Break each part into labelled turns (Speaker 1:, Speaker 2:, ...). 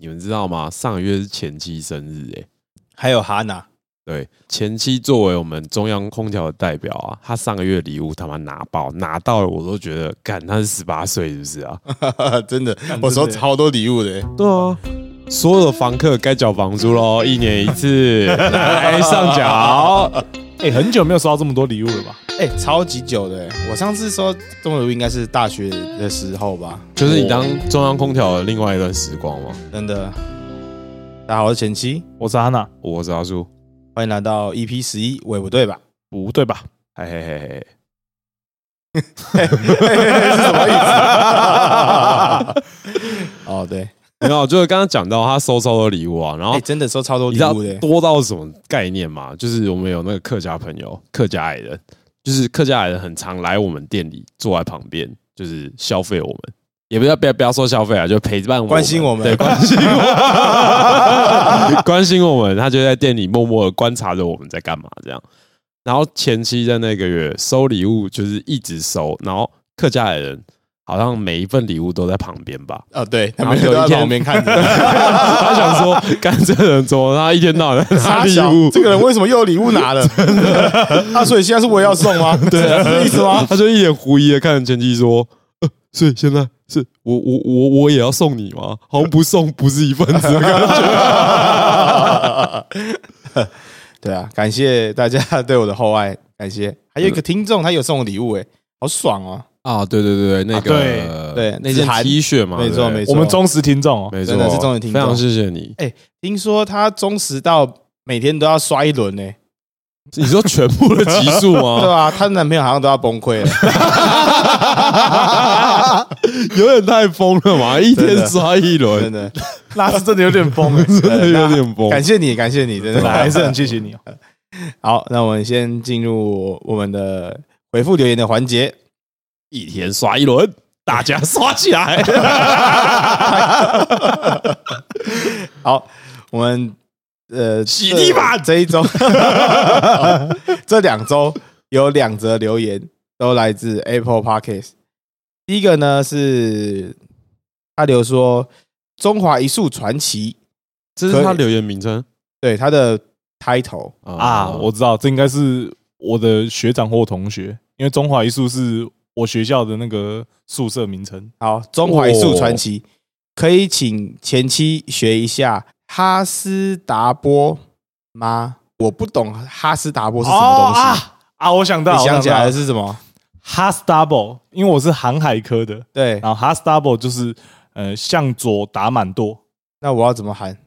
Speaker 1: 你们知道吗？上个月是前妻生日、欸，哎，
Speaker 2: 还有哈娜，
Speaker 1: 对，前妻作为我们中央空调的代表啊，她上个月礼物他妈拿爆，拿到了我都觉得，干，她是十八岁是不是啊？
Speaker 2: 真的
Speaker 3: 干，
Speaker 2: 我收
Speaker 3: 真的
Speaker 2: 超多礼物的、
Speaker 1: 对啊，所有的房客该缴房租喽， 一年一次，来上缴。
Speaker 3: 哎、很久没有收到这么多礼物了吧？
Speaker 2: 哎、超级久的、我上次收中礼物应该是大学的时候吧，
Speaker 1: 就是你当中央空调的另外一段时光吗？
Speaker 2: 真的。大家好，我是前妻，
Speaker 3: 我是安娜，
Speaker 1: 我是阿叔，
Speaker 2: 欢迎来到 EP 十一，喂不对 吧？
Speaker 3: 不对吧？
Speaker 1: 嘿嘿嘿嘿。
Speaker 2: 嘿嘿嘿是什么意思？哦，对，
Speaker 1: 没有，就是刚刚讲到他收收的礼物啊，然
Speaker 2: 哎、
Speaker 1: 后
Speaker 2: 真的收超多
Speaker 1: 你
Speaker 2: 礼
Speaker 1: 知道
Speaker 2: 物的，
Speaker 1: 多到什么概念吗？就是我们有那个客家朋友，客家矮人，就是客家矮人很常来我们店里坐在旁边，就是消费我们，也不要不要不要说消费啊，就陪伴我们
Speaker 2: 关心我们
Speaker 1: 对，关心 我们，关心我们，他就在店里默默的观察着我们在干嘛这样。然后前期在那个月收礼物，就是一直收，然后客家矮人好像每一份礼物都在旁边吧，
Speaker 2: 哦，对，他
Speaker 1: 然后
Speaker 2: 们都
Speaker 1: 有一
Speaker 2: 在
Speaker 1: 天
Speaker 2: 旁边看着。
Speaker 1: 他想说，干这个人怎么他一天到晚在拿
Speaker 2: 傻
Speaker 1: 礼
Speaker 2: 小
Speaker 1: 物？
Speaker 2: 这个人为什么又有礼物 拿了？啊，所以现在是我也要送吗？对，啊是意思吗？
Speaker 1: 他就一脸狐疑的看着前妻说：“呃，所以现在是我我我我也要送你吗？好像不送不是一份子的感觉。
Speaker 2: 对啊，感谢大家对我的厚爱，感谢。还有一个听众，他有送我礼物、欸，哎，好爽哦、”
Speaker 1: 啊，对对对对，那
Speaker 3: 啊
Speaker 1: 个
Speaker 2: 对
Speaker 1: 那
Speaker 2: 子
Speaker 1: 件
Speaker 2: 涵
Speaker 1: T 恤嘛，
Speaker 2: 没错
Speaker 1: 对
Speaker 2: 没错，
Speaker 3: 我们忠实听众哦，
Speaker 1: 没
Speaker 2: 真的
Speaker 1: 错，
Speaker 2: 是终于听
Speaker 1: 非
Speaker 2: 到
Speaker 1: 常谢谢你。
Speaker 2: 听说他忠实到每天都要刷一轮呢、欸
Speaker 1: 你说全部的集数
Speaker 2: 对
Speaker 1: 吗？
Speaker 2: 啊，她男朋友好像都要崩 溃了。
Speaker 1: 有点太疯了嘛，一
Speaker 2: 真
Speaker 1: 天
Speaker 2: 的
Speaker 1: 刷一
Speaker 2: 真
Speaker 1: 轮，
Speaker 2: 的，
Speaker 3: 拉斯真的有点疯 哎、
Speaker 1: 真的有点疯。
Speaker 2: 感谢你，感谢你，真的
Speaker 3: 真的还是很谢谢你 哦。
Speaker 2: 好。那我们先进入我们的回复留言的环节。
Speaker 1: 一天刷一轮，大家刷起来。
Speaker 2: 好，我们呃，
Speaker 1: 洗地板
Speaker 2: 这这一周， 这两周有两则留言都来自 Apple Podcast。第一个呢是他留说《中华一树传奇》，
Speaker 1: 这是他留言名称
Speaker 2: 对他的 title，
Speaker 3: 啊， 我知道，这应该是我的学长或同学，因为中华一宿是我学校的那个宿舍名称。
Speaker 2: 好，《中华一树传奇》
Speaker 1: 哦
Speaker 2: 可以请前妻学一下哈斯达波吗？我不懂哈斯达波是什么
Speaker 1: 哦
Speaker 2: 东西，
Speaker 3: 啊啊！我想到，
Speaker 2: 哦你想起来
Speaker 3: 我
Speaker 2: 的
Speaker 3: 到
Speaker 2: 是什么？
Speaker 3: Has Double，因为我是航海科的，
Speaker 2: 对，
Speaker 3: 然后 Has Double 就是呃向左打满舵。
Speaker 2: 那我要怎么喊？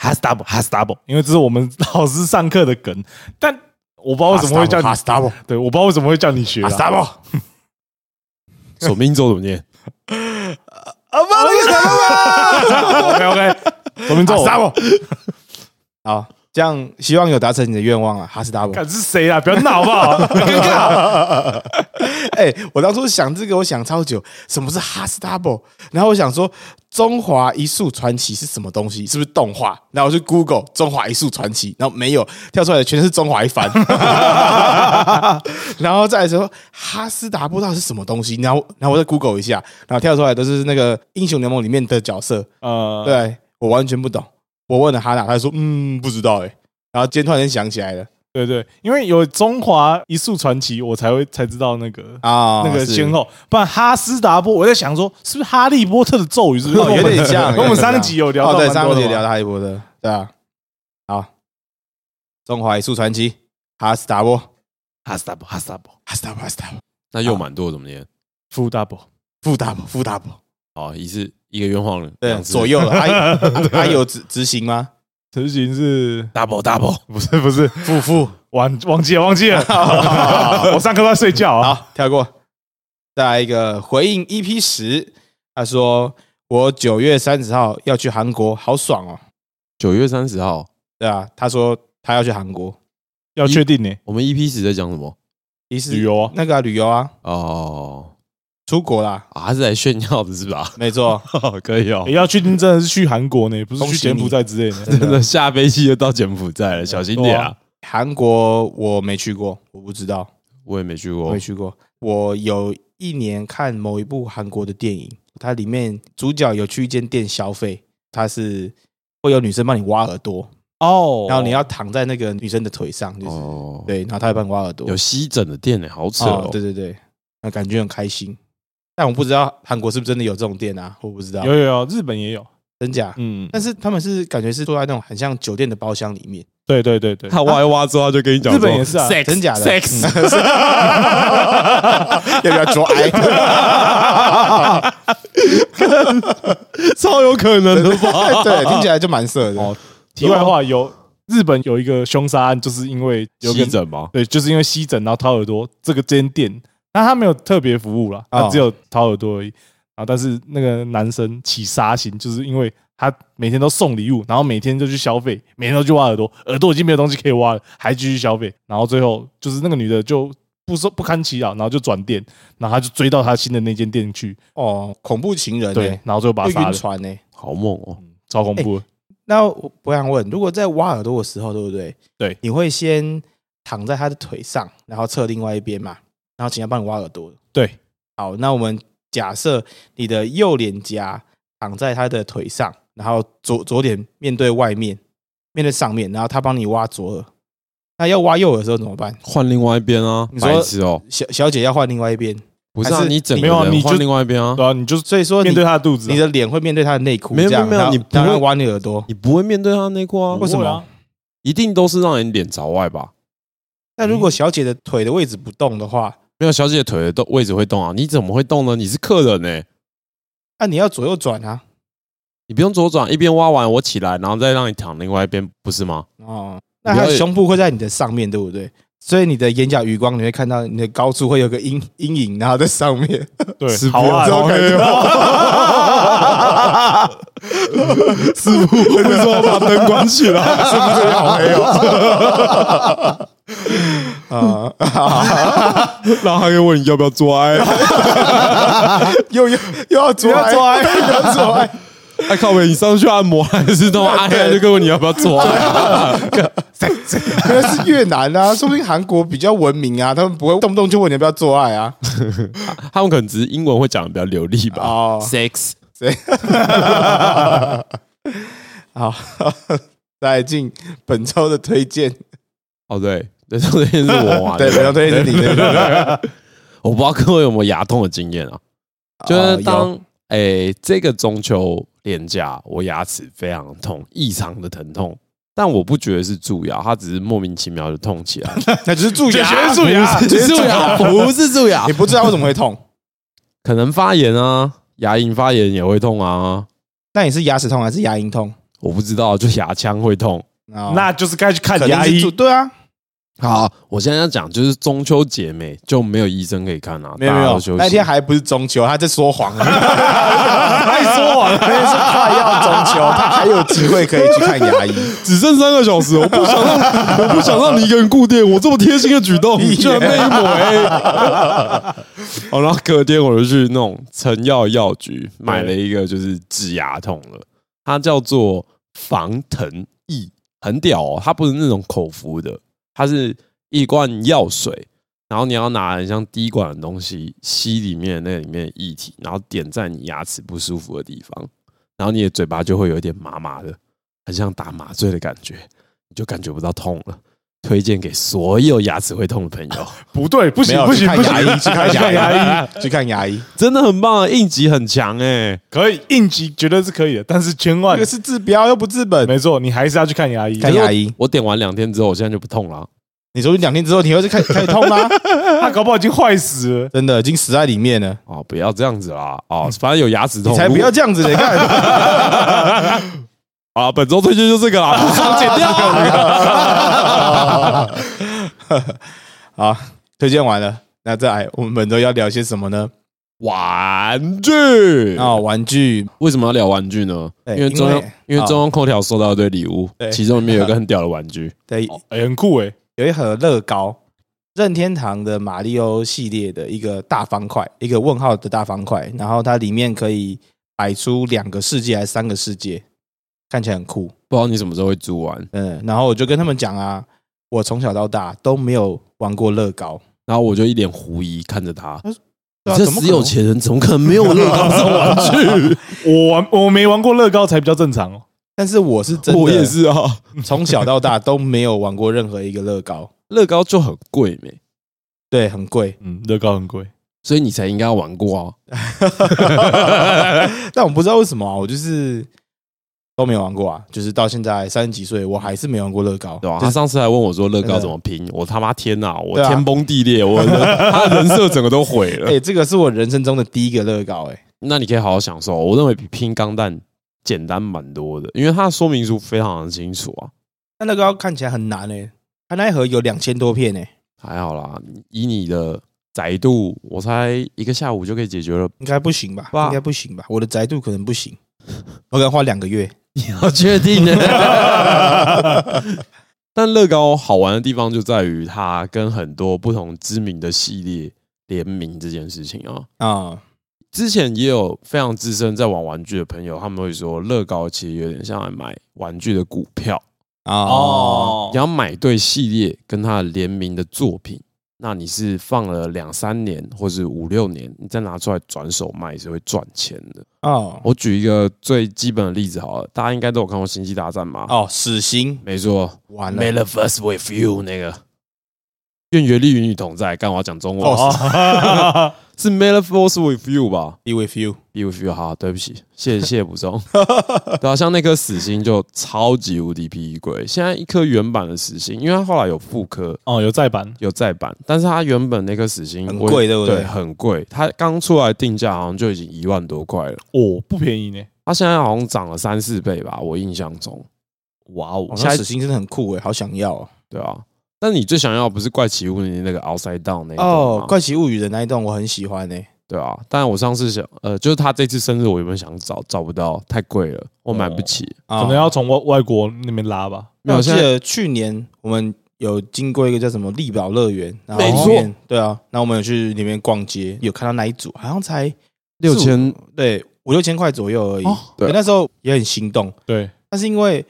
Speaker 3: Has double, has double，因为这是我们老师上课的梗，但我不知道为什么会叫你
Speaker 2: 哈斯达波？
Speaker 3: 对，我不知道为什么会叫你学
Speaker 2: 哈
Speaker 3: 啊
Speaker 2: 斯达波？
Speaker 1: 索命咒怎么念？
Speaker 2: 啊，不，那个什么
Speaker 3: OK OK，左明
Speaker 2: 哈
Speaker 3: 宙
Speaker 2: 斯，达波。 好，这样希望有达成你的愿望啊，哈斯达波。
Speaker 3: 看是谁啊？不要闹好不好？ 尴尬。
Speaker 2: 哎、我当初想这个，我想超久，什么是哈斯 double？然后我想说，中华一速传奇是什么东西？是不是动画？然后我去 Google 中华一速传奇，然后没有跳出来的全是中华一番。 然后再来说哈斯达波到底是什么东西？然后然后我再 Google 一下，然后跳出来都是那个英雄联盟里面的角色。
Speaker 3: 呃，
Speaker 2: 对我完全不懂。我问了哈娜，她说嗯不知道哎、然后今天突然间想起来了
Speaker 3: 对对，因为有中华一速传奇，我才会才知道那个
Speaker 2: 啊，
Speaker 3: 那个
Speaker 2: 是
Speaker 3: 先后，不然哈斯达波，我在想说是不是哈利波特的咒语？是不 是
Speaker 2: 哦有点 像。
Speaker 3: 我们
Speaker 2: 有点像
Speaker 3: 三集有聊到
Speaker 2: 哦，
Speaker 3: 蛮
Speaker 2: 对，
Speaker 3: 多的
Speaker 2: 上
Speaker 3: 嘛，
Speaker 2: 集聊到哈利波特，对啊。好，中华一速传奇，哈斯达波，
Speaker 3: 哈斯达波，哈斯达波，
Speaker 2: 哈斯达波，哈斯达波，
Speaker 1: 那又蛮多怎么念？
Speaker 3: 负大波，
Speaker 2: 富达波，富达波，
Speaker 1: 好，一次一个冤枉人，
Speaker 2: 对，
Speaker 1: 两次
Speaker 2: 左右 了。还还有执执行吗？
Speaker 3: 执行是
Speaker 1: double double。
Speaker 3: 不是不是
Speaker 2: 富富，
Speaker 3: 忘忘记了 忘记了，
Speaker 2: 好
Speaker 3: 我上课都在睡觉啊。
Speaker 2: 好，跳过。再来一个回应 EP 十，他说我九月三十号要去韩国，好爽哦。
Speaker 1: 九月三十号，
Speaker 2: 对啊，他说他要去韩国，
Speaker 3: 要确定呢，
Speaker 1: 我们 EP 十在讲什么？
Speaker 2: 一是
Speaker 3: 旅游啊，
Speaker 2: 那个啊旅游啊，
Speaker 1: 哦，
Speaker 2: 出国啦，
Speaker 1: 啊，他是来炫耀的是吧？
Speaker 2: 没错，
Speaker 1: 可以哦
Speaker 2: 哎
Speaker 3: 诶，要确定真的是去韩国呢，不是
Speaker 2: 恭
Speaker 3: 去
Speaker 2: 喜
Speaker 3: 柬
Speaker 2: 你
Speaker 3: 埔寨之 类的。
Speaker 1: 真的下飞机就到柬埔寨了，小心点
Speaker 3: 对
Speaker 1: 啊！
Speaker 2: 韩国我没去过，我不知道。
Speaker 1: 我也没去
Speaker 2: 我
Speaker 1: 过
Speaker 3: 哦
Speaker 2: 没，去过。我有一年看某一部韩国的电影，它里面主角有去一间店消费，它是会有女生帮你挖耳朵，
Speaker 3: 哦
Speaker 2: 然后你要躺在那个女生的腿上，就是、
Speaker 1: 哦，
Speaker 2: 对，然后她会帮你挖耳朵，
Speaker 1: 有吸枕的店呢，好扯
Speaker 2: 哦
Speaker 1: 哦，
Speaker 2: 对对对，那感觉很开心。但我不知道韩国是不是真的有这种店啊，我不知道
Speaker 3: 有有有，日本也有，
Speaker 2: 真假。
Speaker 3: 嗯，
Speaker 2: 但是他们是感觉是坐在那种很像酒店的包厢里面，
Speaker 3: 对对对对，
Speaker 1: 他挖一挖之后他就跟你讲
Speaker 3: 日
Speaker 1: 说，
Speaker 3: 本也是啊，
Speaker 2: Sex，真假的嗯
Speaker 1: sex
Speaker 2: 要不要做爱？
Speaker 1: 超有可 能的吧？
Speaker 2: 对，听起来就蛮色的。
Speaker 3: 哦题外话，有日本有一个凶杀案，就是因为有个
Speaker 1: 吸枕吗？
Speaker 3: 对，就是因为吸枕然后掏耳朵这个间店，那他没有特别服务啦，
Speaker 2: 哦
Speaker 3: 他只有掏耳朵而已。啊，但是那个男生起杀心，就是因为他每天都送礼物，然后每天就去消费，每天都去挖耳朵，耳朵已经没有东西可以挖了，还继续消费，然后最后就是那个女的就不受不堪其扰，然后就转店，然后他就追到他新的那间店去，
Speaker 2: 哦，恐怖情人
Speaker 3: 对
Speaker 2: 呢，，
Speaker 3: 然后最后把
Speaker 2: 会
Speaker 3: 他杀
Speaker 2: 晕
Speaker 3: 了，
Speaker 2: 船呢。
Speaker 1: 好猛哦！
Speaker 2: 嗯
Speaker 3: 超恐怖的。
Speaker 2: 那我我想问，如果在挖耳朵的时候，对不对？
Speaker 3: 对，
Speaker 2: 你会先躺在他的腿上，然后侧另外一边嘛，然后请他帮你挖耳朵。
Speaker 3: 对，
Speaker 2: 好，那我们假设你的右脸颊躺在他的腿上，然后左左脸面对外面，面对上面，然后他帮你挖左耳。那要挖右耳的时候怎么办？
Speaker 1: 换另外一边啊
Speaker 2: 你，说
Speaker 1: 白痴哦！
Speaker 2: 小小姐要换另外一边，
Speaker 1: 不是
Speaker 2: 还
Speaker 1: 啊，
Speaker 2: 是
Speaker 1: 你整个
Speaker 3: 没有啊
Speaker 1: 人
Speaker 3: 你就
Speaker 1: 换另外一边啊，
Speaker 3: 对啊，你就是
Speaker 2: 所以说你
Speaker 3: 面对他的肚子啊、
Speaker 2: 你的脸会面对他的内裤，
Speaker 1: 没有
Speaker 2: 这样
Speaker 1: 没有没有
Speaker 2: 然后
Speaker 1: 你不
Speaker 2: 让他
Speaker 1: 会
Speaker 2: 挖你耳朵。
Speaker 1: 你不会面对他内裤啊？
Speaker 2: 为什么
Speaker 3: 不会啊？
Speaker 1: 一定都是让你脸朝外吧？
Speaker 2: 那如果小姐的腿的位置不动的话，
Speaker 1: 没有，小姐腿的动位置会动啊？你怎么会动呢？你是客人呢、
Speaker 2: 那你要左右转啊。
Speaker 1: 你不用左转，一边挖完我起来，然后再让你躺另外一边，不是 吗？
Speaker 2: 哦，那他的胸部会在你的上面，对不对？所以你的眼角余光你会看到你的高处会有个阴 阴影，然后在 上面。
Speaker 3: 对，
Speaker 1: 是
Speaker 3: 好啊，
Speaker 2: 不用
Speaker 3: 好啊
Speaker 2: 这种
Speaker 1: 师傅，为什么把灯关起 来？
Speaker 2: 好黑 哦！啊，
Speaker 1: 然后他又问你要不要做爱？
Speaker 2: 又又又要做爱， 又要做爱，
Speaker 1: 哎靠北，你上次去按摩还是他妈按下就跟我你要不要做爱？
Speaker 2: 可能是越南啊，说不定韩国比较文明啊，他们不会动不动就问你要不要做爱啊。
Speaker 1: 他们可能只是英文会讲的比较流利吧。
Speaker 2: 哦，
Speaker 1: Sex，
Speaker 2: 好，来进本周的推荐，
Speaker 1: 哦对， 对，这件是我玩
Speaker 2: 对，
Speaker 1: 的。
Speaker 2: 本周推荐是你的，
Speaker 1: 我不知道各位有没有牙痛的经验啊？
Speaker 2: 哦
Speaker 1: 就是当诶、这个中秋连假，我牙齿非常痛，异常的疼痛，但我不觉得是蛀牙，它只是莫名其妙的痛起来。
Speaker 2: 那只是蛀
Speaker 3: 这
Speaker 2: 牙，啊
Speaker 3: 全是蛀 牙啊
Speaker 1: 不是蛀牙，不是蛀牙
Speaker 2: 你，不知道为什么会痛。
Speaker 1: 可能发炎啊，牙龈发炎也会痛啊，
Speaker 2: 那你是牙齿痛还是牙龈痛？
Speaker 1: 我不知道，就牙腔会痛。
Speaker 2: 哦
Speaker 3: 那就是该去看
Speaker 2: 肯定
Speaker 3: 牙
Speaker 2: 是
Speaker 3: 医
Speaker 2: 蛀，。对啊，
Speaker 1: 好，我现在要讲就是中秋节没就没有医生可以看啊，
Speaker 2: 没有
Speaker 1: 大
Speaker 2: 没
Speaker 1: 家都
Speaker 2: 有
Speaker 1: 休，息
Speaker 2: 那天还不是中秋，他在说谎，那
Speaker 3: 还说完了，
Speaker 2: 天是快要中秋，他还有机会可以去看牙医。
Speaker 1: 只剩三个小时，我不想让我不想让你一个人固定，我这么贴心的举动，你居然被抹黑。哦，然后隔天我就去那种成药药局买了一个就是治牙痛的，它叫做防疼液，很屌哦，它不是那种口服的，它是一罐药水。然后你要拿很像滴管的东西吸里面那里面的液体，然后点在你牙齿不舒服的地方，然后你的嘴巴就会有一点麻麻的，很像打麻醉的感觉，你就感觉不到痛了。推荐给所有牙齿会痛的朋友，
Speaker 3: 不对，不
Speaker 2: 没
Speaker 3: 行
Speaker 2: 有
Speaker 3: 不
Speaker 2: 去
Speaker 3: 行
Speaker 2: 看
Speaker 3: 不
Speaker 2: 牙
Speaker 3: 行，
Speaker 2: 医，去看
Speaker 3: 去看
Speaker 2: 牙
Speaker 3: 牙
Speaker 2: 医，去看牙医，
Speaker 1: 真的很棒啊，应急很强哎、
Speaker 3: 可以应急绝对是可以的，但是千
Speaker 2: 这
Speaker 3: 万
Speaker 2: 个是治标又不治本。
Speaker 3: 没错，你还是要去看牙医。
Speaker 2: 看牙医，
Speaker 1: 我点完两天之后，我现在就不痛了啊、
Speaker 2: 你说你两天之后你会是开开始痛吗？
Speaker 3: 他搞不好已经坏死 了。
Speaker 2: 真的已经死在里面了，
Speaker 1: 哦，不要这样子啦！哦，反正有牙齿痛，
Speaker 2: 嗯你才不要这样子的，你看。
Speaker 1: 啊！本周推荐就这个 啦，不爽哦剪掉啊、
Speaker 2: 好，推荐完了，那再来，我们本周要聊些什么呢？
Speaker 1: 玩具
Speaker 2: 啊，玩具，
Speaker 1: 为什么要聊玩具呢？
Speaker 2: 对
Speaker 1: 因为中
Speaker 2: 因
Speaker 1: 央
Speaker 2: 为
Speaker 1: 因为中央空调收到一堆礼物
Speaker 2: 对，
Speaker 1: 其中里面有一个很屌的玩具，
Speaker 2: 对，
Speaker 3: 哎，很酷哎，
Speaker 2: 有一盒乐高，任天堂的马里奥系列的一个大方块，一个问号的大方块，然后它里面可以摆出两个世界还是三个世界，看起来很酷。
Speaker 1: 不知道你什么时候会租完。
Speaker 2: 嗯，然后我就跟他们讲啊，我从小到大都没有玩过乐高，
Speaker 1: 然后我就一脸狐疑看着他，
Speaker 2: 对啊
Speaker 1: 这
Speaker 2: 怎么
Speaker 1: 死
Speaker 2: 可能
Speaker 1: 有钱人怎么可能没有乐高这种玩 具？
Speaker 3: 我玩我没玩过乐高才比较正常哦。。
Speaker 2: 但是我是真的，
Speaker 1: 我也是啊，
Speaker 2: 从小到大都没有玩过任何一个乐高，
Speaker 1: 乐高就很贵没，
Speaker 2: 对，很贵
Speaker 3: 嗯，乐高很贵，
Speaker 1: 所以你才应该要玩过啊。
Speaker 2: 但我不知道为什么啊，我就是都没有玩过啊，就是到现在三十几岁，我还是没玩过乐高，
Speaker 1: 对吧、啊
Speaker 2: 就
Speaker 1: 他
Speaker 2: 是
Speaker 1: 上次还问我说乐
Speaker 2: 真
Speaker 1: 高
Speaker 2: 的
Speaker 1: 怎么拼，我他妈天哪，我
Speaker 2: 对啊
Speaker 1: 天崩地裂，我他人设整个都毁了。
Speaker 2: 哎、这个是我人生中的第一个乐高、哎，
Speaker 1: 那你可以好好享受，我认为比拼钢弹简单蛮多的，因为它的说明书非常的清楚啊。
Speaker 2: 那乐高看起来很难哎、它那一盒有两千多片哎、
Speaker 1: 还好啦，以你的窄度，我猜一个下午就可以解 决了。
Speaker 2: 应该不行吧？
Speaker 1: 哇
Speaker 2: 应该不行吧？我的宅度可能不行，我可能花两个月。
Speaker 1: 你要确定的。 但乐高好玩的地方就在于它跟很多不同知名的系列联名这件事情啊。
Speaker 2: 啊、
Speaker 1: 之前也有非常资深在玩玩具的朋友，他们会说乐高其实有点像在买玩具的股票，
Speaker 2: 啊
Speaker 1: 你要买对系列跟它的联名的作品，那你是放了两三年或是五六年，你再拿出来转手卖是会赚钱的。
Speaker 2: 哦
Speaker 1: 我举一个最基本的例子好了，大家应该都有看过《星际大战》吧？
Speaker 2: 哦，死刑
Speaker 1: 没错
Speaker 2: 完了
Speaker 1: ，May the first with you 那个，愿原力与你同在。干我要讲中文，
Speaker 2: 哦
Speaker 3: 哦，
Speaker 1: 是 May the force with you 吧？
Speaker 2: ，be with you。
Speaker 1: B 五 U 好，对不起，谢谢谢谢补充。 对啊，像那颗死星就超级无敌皮衣贵，现在一颗原版的死星，因为它后来有复刻
Speaker 3: 哦，有再版，
Speaker 1: 有再版，但是它原本那颗死星
Speaker 2: 很
Speaker 1: 我
Speaker 2: 贵对不对
Speaker 1: 对，很贵，它刚出来定价好像就已经一万多块了，
Speaker 3: 哦，不便宜呢。
Speaker 1: 它现在好像涨了三四倍吧，我印象中。
Speaker 3: 哇哦
Speaker 2: 哦，
Speaker 1: 下
Speaker 2: 那
Speaker 1: 一
Speaker 2: 死刑真的很酷哎、好想要哦。
Speaker 1: 对啊，但你最想要的不是怪奇物语那个 Outside Down 那一段
Speaker 2: 哦
Speaker 1: 吗，
Speaker 2: 怪奇物语的那一段我很喜欢哎、
Speaker 1: 对啊，但我上次想，呃，就是他这次生日，我原本想找找不到，太贵了，我买不起。
Speaker 2: 啊
Speaker 3: 可能要从外外国那边拉吧。
Speaker 1: 没
Speaker 2: 那
Speaker 1: 有
Speaker 2: 我记
Speaker 1: 现在
Speaker 2: 得去年我们有经过一个叫什么力宝乐园，然后
Speaker 1: 没
Speaker 2: 里
Speaker 1: 错
Speaker 2: 面对啊，然后我们有去里面逛街，有看到那一组，好像才
Speaker 1: 六千
Speaker 2: 对五六千块左右而已。
Speaker 3: 哦
Speaker 1: 对
Speaker 2: 对，那时候也很心动，
Speaker 3: 对，
Speaker 2: 但是因为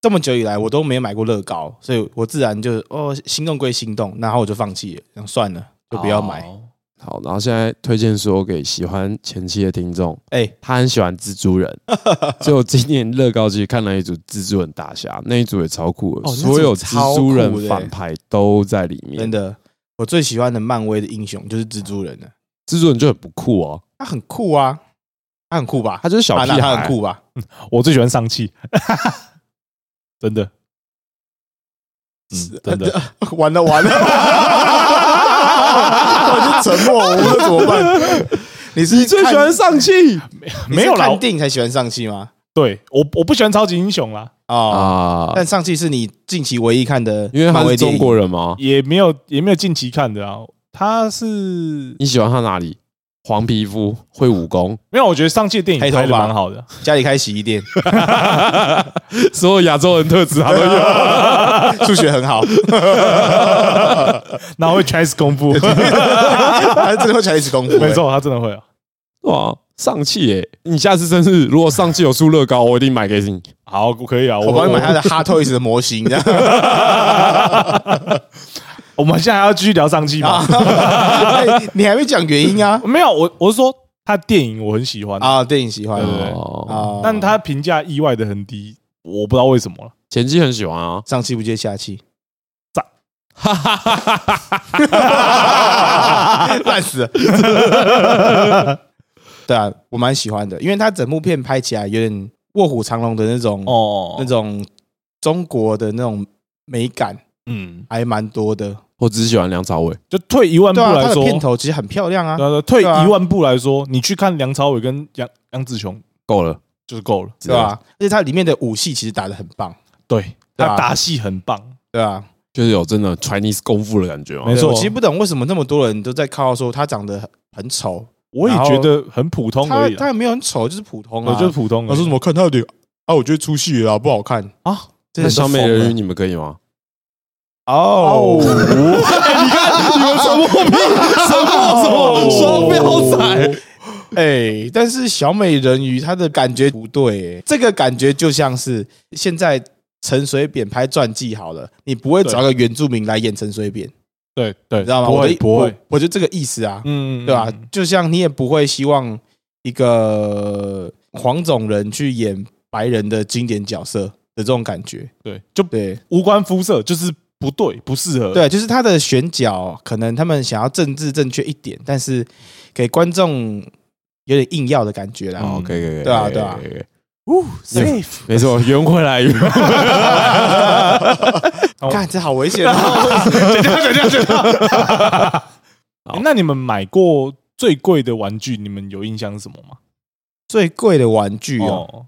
Speaker 2: 这么久以来我都没有买过乐高，所以我自然就哦心动归心动，然后我就放弃了，然后算了，就不要买。
Speaker 3: 哦。
Speaker 1: 好，然后现在推荐说给喜欢前期的听众，
Speaker 2: 哎，
Speaker 1: 他很喜欢蜘蛛人，所以我今年乐高去看了一组蜘蛛人大侠，那一组也超酷的，
Speaker 2: 哦那组
Speaker 1: 所有
Speaker 2: 超
Speaker 1: 蜘
Speaker 2: 酷
Speaker 1: 蛛
Speaker 2: 的欸
Speaker 1: 人反派都在里面。
Speaker 2: 真的，我最喜欢的漫威的英雄就是蜘蛛人了，
Speaker 1: 蜘蛛人就很不酷哦，
Speaker 2: 他很酷啊，他很酷吧？
Speaker 1: 他就是小
Speaker 2: 啊
Speaker 1: 屁
Speaker 2: 那他
Speaker 1: 孩
Speaker 2: 很。酷吧？
Speaker 3: 我最喜欢上气， 真的，嗯，真
Speaker 2: 呃
Speaker 3: 的，
Speaker 2: 完了完了， 我就沉默，我不知道怎么 办。你是
Speaker 1: 你最喜欢
Speaker 2: 看
Speaker 1: 上气
Speaker 2: 你是
Speaker 3: 没有啦
Speaker 2: 看电影才喜欢上汽吗？
Speaker 3: 对我我不喜欢超级英雄啦，
Speaker 2: 哦，
Speaker 1: 啊？
Speaker 2: 但上汽是你近期唯一看的，
Speaker 1: 因为他
Speaker 2: 漫威
Speaker 1: 是
Speaker 2: 电影
Speaker 1: 中国人吗？
Speaker 3: 也没有也没有近期看的啊。他是
Speaker 1: 你喜欢他哪里？黄皮肤，会武功，
Speaker 3: 没有，我觉得上期的电
Speaker 2: 黑
Speaker 3: 影
Speaker 2: 头
Speaker 3: 拍的
Speaker 2: 发
Speaker 3: 蛮好的，
Speaker 2: 家里开洗衣店，
Speaker 1: 所有亚洲人特质他都有。
Speaker 2: 数 学很好，
Speaker 3: 然后会 Chinese 功 夫，
Speaker 2: 他最后才一直功夫。
Speaker 3: 没，错，他真的会啊。
Speaker 1: 哇，上气耶！你下次生日如果上气有出乐高，我一定买给你。
Speaker 3: 好，可以啊，
Speaker 2: 我
Speaker 3: 我
Speaker 2: 帮你买他的哈托伊斯的模型，这样
Speaker 3: 我们现在还要继续聊上期
Speaker 2: 啊
Speaker 3: 吗？
Speaker 2: 哎你还没讲原因啊？
Speaker 3: 没有，我我是说他电影我很喜欢，
Speaker 2: 啊，电影喜欢
Speaker 3: 对对对
Speaker 1: 哦，
Speaker 2: 啊，
Speaker 3: 但他评价意外的很低，我不知道为什么了。
Speaker 1: 前期很喜欢啊，
Speaker 2: 上气不接下气，
Speaker 1: 哈哈哈哈哈哈。
Speaker 2: 烂死 了。对啊，我蛮喜欢的，因为他整部片拍起来有点卧虎藏龙的那种、那
Speaker 3: 哦，
Speaker 2: 种中国的那种美感，
Speaker 3: 嗯，
Speaker 2: 还蛮多的。
Speaker 1: 我只喜欢梁朝伟，
Speaker 3: 就退一万步
Speaker 2: 对啊，
Speaker 3: 来
Speaker 2: 他的
Speaker 3: 说，
Speaker 2: 片头其实很漂亮啊。
Speaker 3: 对啊对啊退
Speaker 2: 对啊
Speaker 3: 一万步来说，你去看梁朝伟跟杨杨紫琼
Speaker 1: 够了，
Speaker 3: 就是够了。
Speaker 2: 对吧、而且它里面的武戏其实打得很棒，
Speaker 3: 对
Speaker 2: 对啊
Speaker 3: 他打戏很棒，
Speaker 2: 对吧、
Speaker 1: 就是有真的 Chinese 功夫的感觉嘛
Speaker 3: 没。
Speaker 2: 对
Speaker 3: 错
Speaker 2: 我其实不懂为什么那么多人都在靠说他长得很很丑，
Speaker 3: 我也
Speaker 2: 然后
Speaker 3: 觉得很普通
Speaker 2: 他
Speaker 3: 而已啦啊
Speaker 2: 他，也没有很丑，就是普通
Speaker 3: 我
Speaker 2: 啊。
Speaker 3: 就是普通而已。
Speaker 2: 我说怎么看他的脸啊？我觉得出戏了啊，不好看
Speaker 3: 啊。
Speaker 1: 那小美人鱼
Speaker 2: 人
Speaker 1: 你们可以吗？
Speaker 2: 哦，哎
Speaker 1: 什么什么
Speaker 2: 啊双标
Speaker 3: 哦
Speaker 1: 仔？
Speaker 2: 哎、但是小美人鱼她的感觉不对、哎这个感觉就像是现在陈水扁拍传记好了，你不会找个原住民来演陈水扁，
Speaker 3: 对对，
Speaker 2: 你知道吗？
Speaker 3: 不
Speaker 2: 我的
Speaker 3: 会
Speaker 2: 意
Speaker 3: 不会，，
Speaker 2: 我我就这个意思啊，
Speaker 3: 嗯，
Speaker 2: 对吧
Speaker 3: 嗯？
Speaker 2: 就像你也不会希望一个黄种人去演白人的经典角色的这种感觉，
Speaker 3: 对，就呃
Speaker 2: 对
Speaker 3: 无关肤色，就是不对，不适合。
Speaker 2: 对，就是他的选角可能他们想要政治正确一点，但是给观众有点硬要的感觉啦。
Speaker 1: 哦，可以可以可以，
Speaker 2: 对啊
Speaker 1: 可以
Speaker 2: 对啊，
Speaker 1: 可以可以
Speaker 3: 呜
Speaker 1: ，safe
Speaker 3: ，safe，
Speaker 1: 没错，圆回来，圆回来
Speaker 2: 看这好危险啊！
Speaker 1: 好
Speaker 3: 那你们买过最贵的玩具，你们有印象是什么吗？
Speaker 2: 最贵的玩具哦，
Speaker 3: 哦，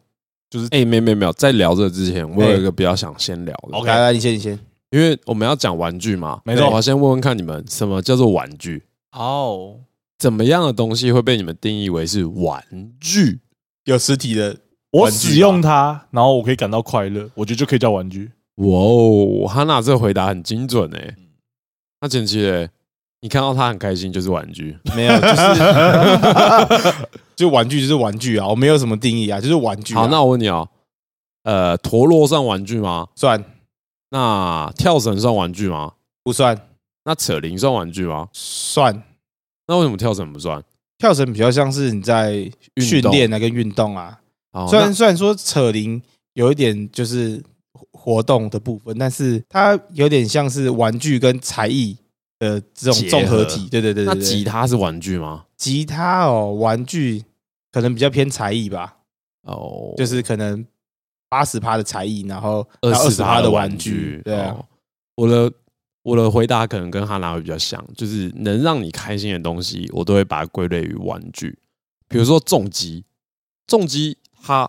Speaker 1: 哎，没有没有没有，在聊这之前，
Speaker 2: 哎
Speaker 1: 我有一个比较想先聊的，
Speaker 3: OK
Speaker 2: 来来，你先，你先。
Speaker 1: 因为我们要讲玩具嘛，
Speaker 3: 没错
Speaker 1: 我先问问看你们什么叫做玩具，
Speaker 3: 哦，
Speaker 1: 怎么样的东西会被你们定义为是玩具？
Speaker 2: 有实体的，
Speaker 3: 我
Speaker 2: 玩具吧
Speaker 3: 使用它，然后我可以感到快乐，我觉得就可以叫玩具。
Speaker 1: 哇哦，哈娜这回答很精准哎、
Speaker 2: 嗯
Speaker 1: 那前期嘞，你看到他很开心就是玩具，
Speaker 2: 没有，就是 就玩具就是玩具啊，我没有什么定义啊，就是玩具啊。
Speaker 1: 好，那我问你哦，呃，陀螺算玩具吗？
Speaker 2: 算
Speaker 1: 那跳绳算玩具吗？
Speaker 2: 不算？
Speaker 1: 那扯铃算玩具吗？
Speaker 2: 算
Speaker 1: 那为什么跳绳不算？
Speaker 2: 跳绳比较像是你在
Speaker 1: 动
Speaker 2: 训练啊，跟运动啊。
Speaker 1: 哦
Speaker 2: 虽然虽然说扯铃有一点就是活动的部分，但是它有点像是玩具跟才艺的这种
Speaker 1: 结合
Speaker 2: 综合体。对对对
Speaker 1: 那
Speaker 2: 对
Speaker 1: 那吉
Speaker 2: 对，
Speaker 1: 他是玩具吗？
Speaker 2: 吉他哦，玩具可能比较偏才艺吧，
Speaker 1: 哦，
Speaker 2: 就是可能八十趴的才艺，然后
Speaker 1: 二
Speaker 2: 十趴
Speaker 1: 趴
Speaker 2: 的
Speaker 1: 玩
Speaker 2: 具。对啊，
Speaker 1: 哦我的我的回答可能跟哈娜会比较像，就是能让你开心的东西，我都会把它归类于玩具。比如说重击，重击它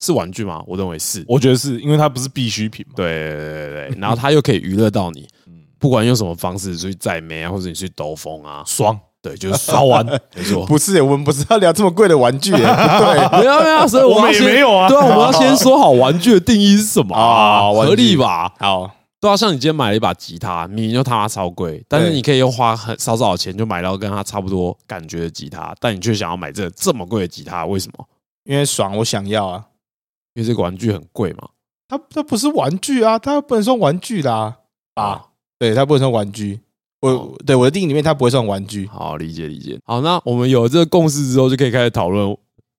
Speaker 1: 是玩具吗？我认为是。
Speaker 3: 我觉得是因为它不是必需品嘛。
Speaker 1: 对对对对对，然后它又可以娱乐到你，
Speaker 3: 嗯，
Speaker 1: 不管用什么方式，出去载妹啊，或者你去兜风啊，
Speaker 3: 爽，
Speaker 1: 对，就是
Speaker 3: 好
Speaker 1: 爽。
Speaker 3: 玩。
Speaker 1: 没错，
Speaker 2: 不是耶，我们不是要聊这么贵的玩 具耶，不对。
Speaker 1: 没有没有，所以
Speaker 3: 我
Speaker 1: 们要
Speaker 3: 们也
Speaker 1: 先
Speaker 3: 没有啊
Speaker 1: 对啊，我们要先说好玩具的定义是什么 啊？
Speaker 2: 啊玩具
Speaker 1: 合理吧？
Speaker 2: 好，
Speaker 1: 对啊，像你今天买了一把吉他，明明就他妈超贵，但是
Speaker 2: 对
Speaker 1: 你可以用花很少少的钱就买到跟它差不多感觉的吉他，但你却想要买这这么贵的吉他，为什么？
Speaker 2: 因为爽，我想要啊。
Speaker 1: 因为这个玩具很贵嘛。
Speaker 2: 它它不是玩具啊，它不能算玩具啦。啊，对，它不能算玩具。我对我的定义里面，它不会算玩具。
Speaker 1: 好，理解理解。好，那我们有了这个共识之后，就可以开始讨论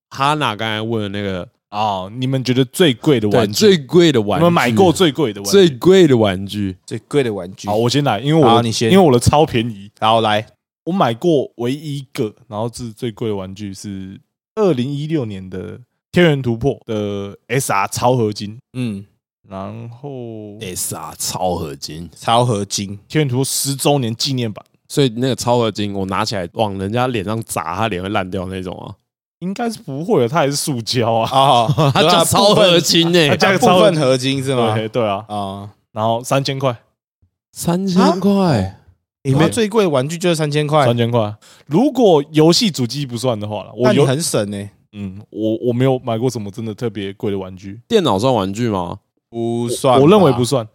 Speaker 1: 哈娜刚才问的那个
Speaker 3: 哦，你们觉得最贵的
Speaker 1: 对
Speaker 3: 玩具？
Speaker 1: 最贵的玩
Speaker 3: 你
Speaker 1: 具，啊
Speaker 3: 们买过最贵的玩具？
Speaker 1: 最贵的玩具，
Speaker 2: 最贵的玩具
Speaker 3: 好，我先来，因为我
Speaker 2: 嗯好
Speaker 3: 的
Speaker 2: 你先
Speaker 3: 因为我的超便宜。
Speaker 2: 然后来，
Speaker 3: 我买过唯一一个，然后是最贵的玩具是二零一六年的《天元突破》的 SR 超合金，
Speaker 2: 嗯，
Speaker 3: 然后《
Speaker 1: S R 超合金，
Speaker 2: 超合金，
Speaker 3: 天元突破》十周年纪念版，
Speaker 1: 所以那个超合金我拿起来往人家脸上砸，他脸会烂掉那种 啊。
Speaker 3: 应该是不会了，它还是塑胶啊，
Speaker 2: 哦，
Speaker 1: 它叫超合金欸呢、
Speaker 3: 它
Speaker 2: 加个
Speaker 3: 加个
Speaker 2: 部
Speaker 3: 超合
Speaker 2: 分合金是吗？
Speaker 3: 对对啊，
Speaker 2: 啊，
Speaker 3: 然后三千块，
Speaker 1: 三千块，
Speaker 2: 你们最贵的玩具就是三千块，
Speaker 3: 三千块。如果游戏主机不算的话啦，
Speaker 2: 那
Speaker 3: 我
Speaker 2: 你
Speaker 3: 有
Speaker 2: 很省欸呢。
Speaker 3: 嗯，我我没有买过什么真的特别贵的玩具，
Speaker 1: 电脑算玩具吗？
Speaker 2: 不算吧，
Speaker 3: 我认为不算。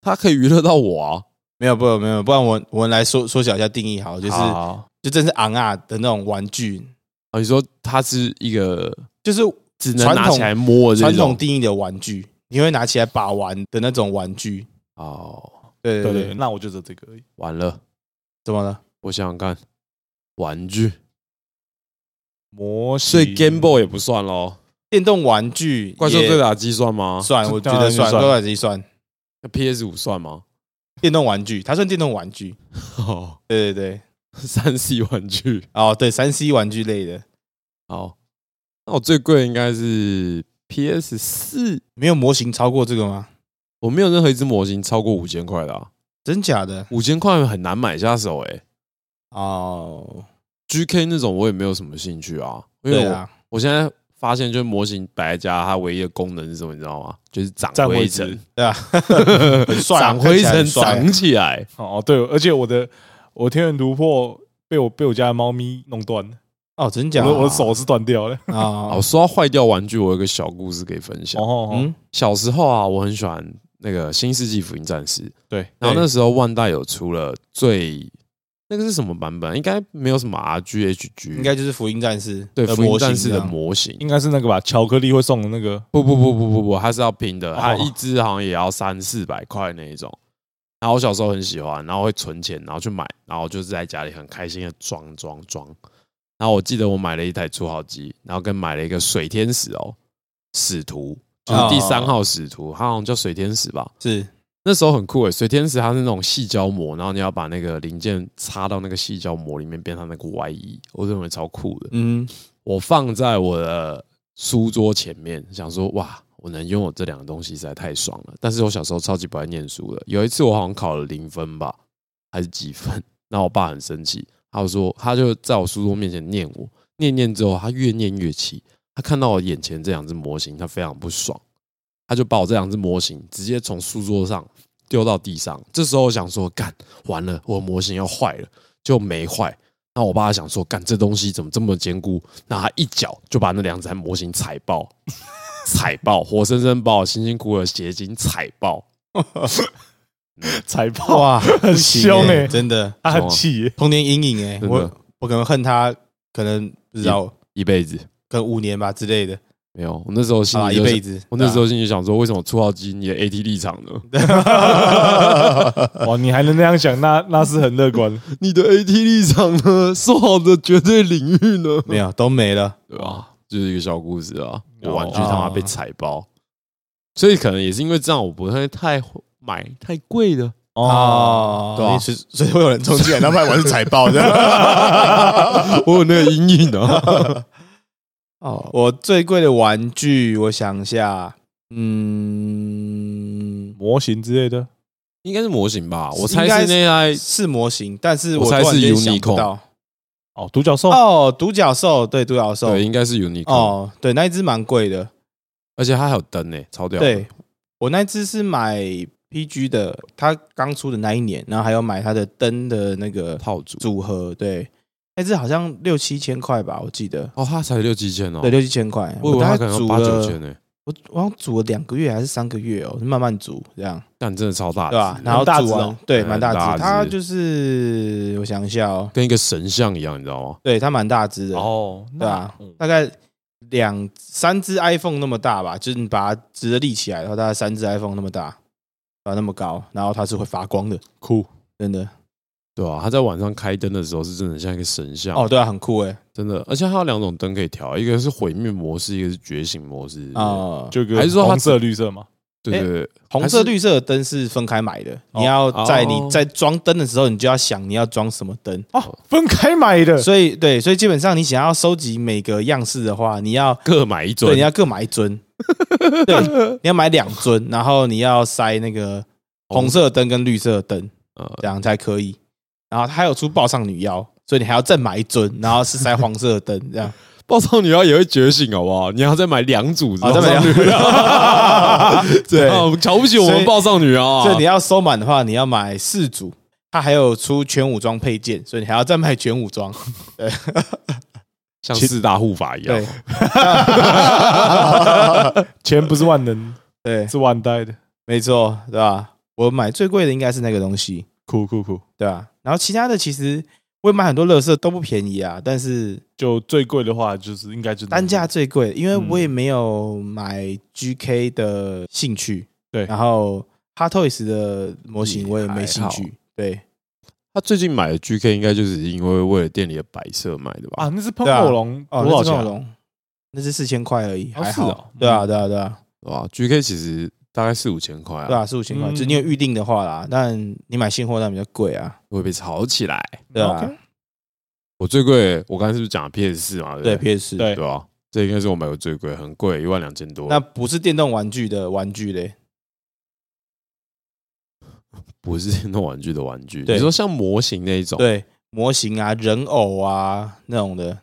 Speaker 1: 它可以娱乐到我啊。
Speaker 2: 没有，不没有，不然我我们来缩缩小一下定义好了，就是
Speaker 3: 好
Speaker 2: 就真是昂啊的那种玩具，
Speaker 1: 哦，你说它是一个
Speaker 2: 就是
Speaker 1: 只能拿起来摸的这
Speaker 2: 传
Speaker 1: 种
Speaker 2: 统定义的玩具，你会拿起来把玩的那种玩具。
Speaker 1: 哦，
Speaker 2: 对
Speaker 3: 对
Speaker 2: 对
Speaker 3: 对，
Speaker 2: 对，
Speaker 3: 那我就只有这个而已。
Speaker 1: 完了，
Speaker 2: 怎么了？
Speaker 1: 我想想看，玩具，
Speaker 3: 模型，
Speaker 1: 所以 Game Boy 也不算咯，
Speaker 2: 电动玩具，
Speaker 1: 怪兽哦对打机算吗？
Speaker 2: 算，我觉
Speaker 3: 当
Speaker 2: 得
Speaker 3: 然是
Speaker 2: 算，怪
Speaker 3: 算
Speaker 2: 兽对打机算
Speaker 1: 那 PS 五算 吗？
Speaker 2: 电动玩具，它算电动玩具。
Speaker 1: 哦，
Speaker 2: 对对对，
Speaker 1: 三 C 玩具。
Speaker 2: 哦对，三 C 玩具类的，
Speaker 1: 好，那我最贵的应该是 PS 四，
Speaker 2: 没有模型超过这个吗？
Speaker 1: 我没有任何一只模型超过五千块的、啊，
Speaker 2: 真假的？
Speaker 1: 五千块很难买下手诶、
Speaker 2: 哦，
Speaker 1: GK 那种我也没有什么兴趣啊，因为
Speaker 2: 对
Speaker 1: 我、
Speaker 2: 啊，
Speaker 1: 我现在发现，就是模型摆在家，它唯一的功能是什么？你知道吗？就是长
Speaker 3: 占位
Speaker 1: 灰
Speaker 3: 置
Speaker 1: 尘，
Speaker 2: 对啊，很
Speaker 1: 呃
Speaker 2: 帅啊，
Speaker 1: 长灰尘
Speaker 2: 看起来很帅啊
Speaker 1: 长起来。
Speaker 3: 哦，对，而且我的我天元突破被我被我家的猫咪弄断了，
Speaker 2: 哦，真
Speaker 3: 我
Speaker 2: 假
Speaker 3: 的我的手是断掉了。
Speaker 1: 好，
Speaker 2: 啊，
Speaker 1: 说到坏掉玩具，我有一个小故事可以分享。
Speaker 3: 哦，嗯，
Speaker 2: 嗯，
Speaker 1: 小时候啊，我很喜欢那个《新世纪福音战士》，
Speaker 3: 对，
Speaker 1: 然后那时候万代有出了最那个是什么版本？应该没有什么 RGHG，
Speaker 2: 应该就是福音战士
Speaker 1: 对
Speaker 2: 的
Speaker 1: 福音
Speaker 2: 模
Speaker 1: 战
Speaker 2: 型啊
Speaker 1: 士
Speaker 2: 这
Speaker 1: 的
Speaker 2: 样
Speaker 1: 模型。
Speaker 3: 应该是那个吧，巧克力会送的那个
Speaker 1: 不不不不不不，它是要拼的，
Speaker 3: 哦
Speaker 1: 它一只好像也要三四百块那一种。然后我小时候很喜欢，然后会存钱，然后去买，然后就是在家里很开心的装装装。然后我记得我买了一台初号机，然后跟买了一个水天使哦，使徒就是第三号使徒，它好像叫水天使吧。
Speaker 2: 是
Speaker 1: 那时候很酷诶，水天使它是那种细胶膜，然后你要把那个零件插到那个细胶膜里面，变成那个 Y 一，我认为超酷的。
Speaker 2: 嗯，
Speaker 1: 我放在我的书桌前面，想说哇，我能拥有这两个东西实在太爽了。但是我小时候超级不爱念书的，有一次我好像考了零分吧，还是几分，然后我爸很生气，他就说他就在我书桌面前念我，念念之后他越念越气，他看到我眼前这两只模型，他非常不爽，他就把我这两只模型直接从书桌上丢到地上。这时候我想说，干完了，我的模型要坏了，就没坏。那我爸想说，干这东西怎么这么坚固？那他一脚就把那两台模型踩爆，踩爆，活生生把我辛辛苦苦的结晶踩爆。
Speaker 3: 踩爆，
Speaker 2: 哇，很
Speaker 3: 凶欸
Speaker 2: 真的
Speaker 3: 他很气耶，
Speaker 2: 童年阴影哎，
Speaker 1: 真的
Speaker 2: 我我可能恨他，可能不知道，
Speaker 1: 一辈子
Speaker 2: 可能五年吧之类的
Speaker 1: 没有。我那时候心
Speaker 2: 啊，
Speaker 1: 里
Speaker 2: 一
Speaker 1: 就是
Speaker 2: 辈子。
Speaker 1: 我那时 候心里想说，为什么出号机你的 AT 立场呢？
Speaker 3: 哇，你还能那样想，那那是很乐 观。
Speaker 2: 啊
Speaker 1: 你的 AT 立场呢？说好的绝对领域呢？
Speaker 2: 没有啊都没了，
Speaker 1: 对吧？就是一个小故事啊，
Speaker 3: 哦
Speaker 1: 我玩具他妈被踩爆，所以可能也是因为这样，我不会太买太贵 的。
Speaker 2: 哦，
Speaker 1: 对啊
Speaker 2: 所以所以会有人冲进来，然后把我是踩爆的。
Speaker 1: 我有那个阴影啊。
Speaker 2: 哦，我最贵的玩具，我想一下，嗯，
Speaker 3: 模型之类的，
Speaker 1: 应该是模型吧？
Speaker 2: 是
Speaker 1: 我猜
Speaker 2: 应该
Speaker 1: 是
Speaker 2: 是
Speaker 1: 那台
Speaker 2: 是模型，但是
Speaker 1: 我
Speaker 2: 我
Speaker 1: 猜
Speaker 2: 突然
Speaker 1: 是
Speaker 2: 间想不
Speaker 1: Unicorn
Speaker 2: 到
Speaker 3: 哦，独角兽，
Speaker 2: 哦，独角兽，对，独角兽，
Speaker 1: 对，应该是 Uniqlo，、
Speaker 2: 哦，对，那一只蛮贵的，
Speaker 1: 而且它还有灯呢、超屌。
Speaker 2: 对，我那只是买 PG 的，它刚出的那一年，然后还有买它的灯的那个
Speaker 1: 套组
Speaker 2: 组合，对，那只好像六七千块吧，我记得，
Speaker 1: 哦，它才六七千哦，
Speaker 2: 对，六七千块，
Speaker 1: 我以为
Speaker 2: 大
Speaker 1: 它
Speaker 2: 概
Speaker 1: 可能要
Speaker 2: 组
Speaker 1: 八九
Speaker 2: 了，
Speaker 1: 千欸呢、
Speaker 2: 我我好像组了两个月还是三个月哦，慢慢组这样，
Speaker 1: 但真的超大，
Speaker 2: 对吧？然后
Speaker 3: 蛮大
Speaker 2: 组
Speaker 3: 只
Speaker 2: 完
Speaker 3: 哦，
Speaker 2: 对，
Speaker 1: 嗯
Speaker 2: 蛮大
Speaker 1: 大
Speaker 2: 只，它
Speaker 1: 只
Speaker 2: 就是我想一下哦，
Speaker 1: 跟一个神像一样，你知道吗？
Speaker 2: 对，它蛮大只的，
Speaker 3: 哦，
Speaker 2: 对
Speaker 3: 那
Speaker 2: 啊，大概两三只 iPhone 那么大吧，就是你把它直着立起来的话，大概三只 iPhone 那么大，啊，那么高，然后它是会发光的，
Speaker 3: 酷，
Speaker 2: 真的。
Speaker 1: 对啊，它在晚上开灯的时候是真的像一个神像
Speaker 2: 哦，对啊，很酷哎、
Speaker 1: 真的，而且它有两种灯可以调，一个是毁灭模式，一个是觉醒模式
Speaker 2: 啊、
Speaker 1: 啊，
Speaker 3: 就跟
Speaker 1: 还是说它
Speaker 3: 红色、绿色嘛？
Speaker 1: 对对对，
Speaker 2: 红色、绿色的灯是分开买的，你要在你
Speaker 1: 哦
Speaker 2: 在装灯的时候，你就要想你要装什么灯。
Speaker 3: 哦，分开买的，
Speaker 2: 所以对，所以基本上你想要收集每个样式的话，你要
Speaker 1: 各买一
Speaker 2: 对
Speaker 1: 尊
Speaker 2: 你，要各买一尊， 对，你要买两尊，然后你要塞那个红色的灯跟绿色的灯。
Speaker 1: 呃
Speaker 2: 这样才可以。然后他还有出爆上女妖，所以你还要再买一尊，然后是塞黄色的灯， 这样
Speaker 1: 爆少女妖也会觉醒，好不好？你要再买两组，
Speaker 2: 啊再买
Speaker 1: 爆少女妖，
Speaker 2: 对
Speaker 1: 啊，瞧不起我
Speaker 2: 所
Speaker 1: 们
Speaker 2: 以
Speaker 1: 爆少女妖
Speaker 2: 所以
Speaker 1: 啊
Speaker 2: 你！要收满的话，你要买四组。他还有出全武装配件，所以你还要再买全 武装。
Speaker 1: 像四大护法一样
Speaker 2: 对，
Speaker 3: 钱不是万能，
Speaker 2: 对，
Speaker 3: 是万代的，
Speaker 2: 没错，对吧？我买最贵的应该是那个东西，
Speaker 3: 酷酷酷。
Speaker 2: 对吧？然后其他的其实我也买很多乐色都不便宜啊，但是
Speaker 3: 就最贵的话，就是应该就是
Speaker 2: 单价最贵，因为
Speaker 3: 嗯
Speaker 2: 我也没有买 GK 的兴趣。
Speaker 3: 对
Speaker 2: 然后 Hot Toys 的模型
Speaker 1: 也
Speaker 2: 我也没
Speaker 1: 还
Speaker 2: 兴
Speaker 1: 好
Speaker 2: 趣。对，
Speaker 1: 他最近买的 GK 应该就是因为为了店里的摆设买的吧？
Speaker 3: 啊，那是喷
Speaker 2: 对啊
Speaker 3: 火龙
Speaker 2: 哦，
Speaker 3: 多少钱
Speaker 2: 那只暴
Speaker 3: 啊？
Speaker 2: 龙？那是四千块而已，
Speaker 3: 哦
Speaker 2: 还
Speaker 3: 是
Speaker 2: 好。
Speaker 3: 哦
Speaker 2: 对啊，对啊，对啊，
Speaker 1: 对吧？GK 其实大概四五千块
Speaker 2: 对
Speaker 1: 啊，
Speaker 2: 啊，四五千块，
Speaker 3: 嗯
Speaker 2: 就你有预定的话啦，但你买现货那比较贵啊。
Speaker 1: 会被炒起来。
Speaker 2: 对啊
Speaker 3: 嗯 OK
Speaker 1: 我最贵，我刚才是不是讲 PS 四嘛？
Speaker 2: 对
Speaker 1: 对不对
Speaker 2: ，PS 四，
Speaker 3: 对
Speaker 1: 对吧？这应该是我买过最贵，很贵，一万两千多。
Speaker 2: 那不是电动玩具的玩具嘞，
Speaker 1: 不是电动玩具的玩具，
Speaker 2: 对
Speaker 1: 你说像模型那一种，
Speaker 2: 对，模型啊、人偶啊那种的，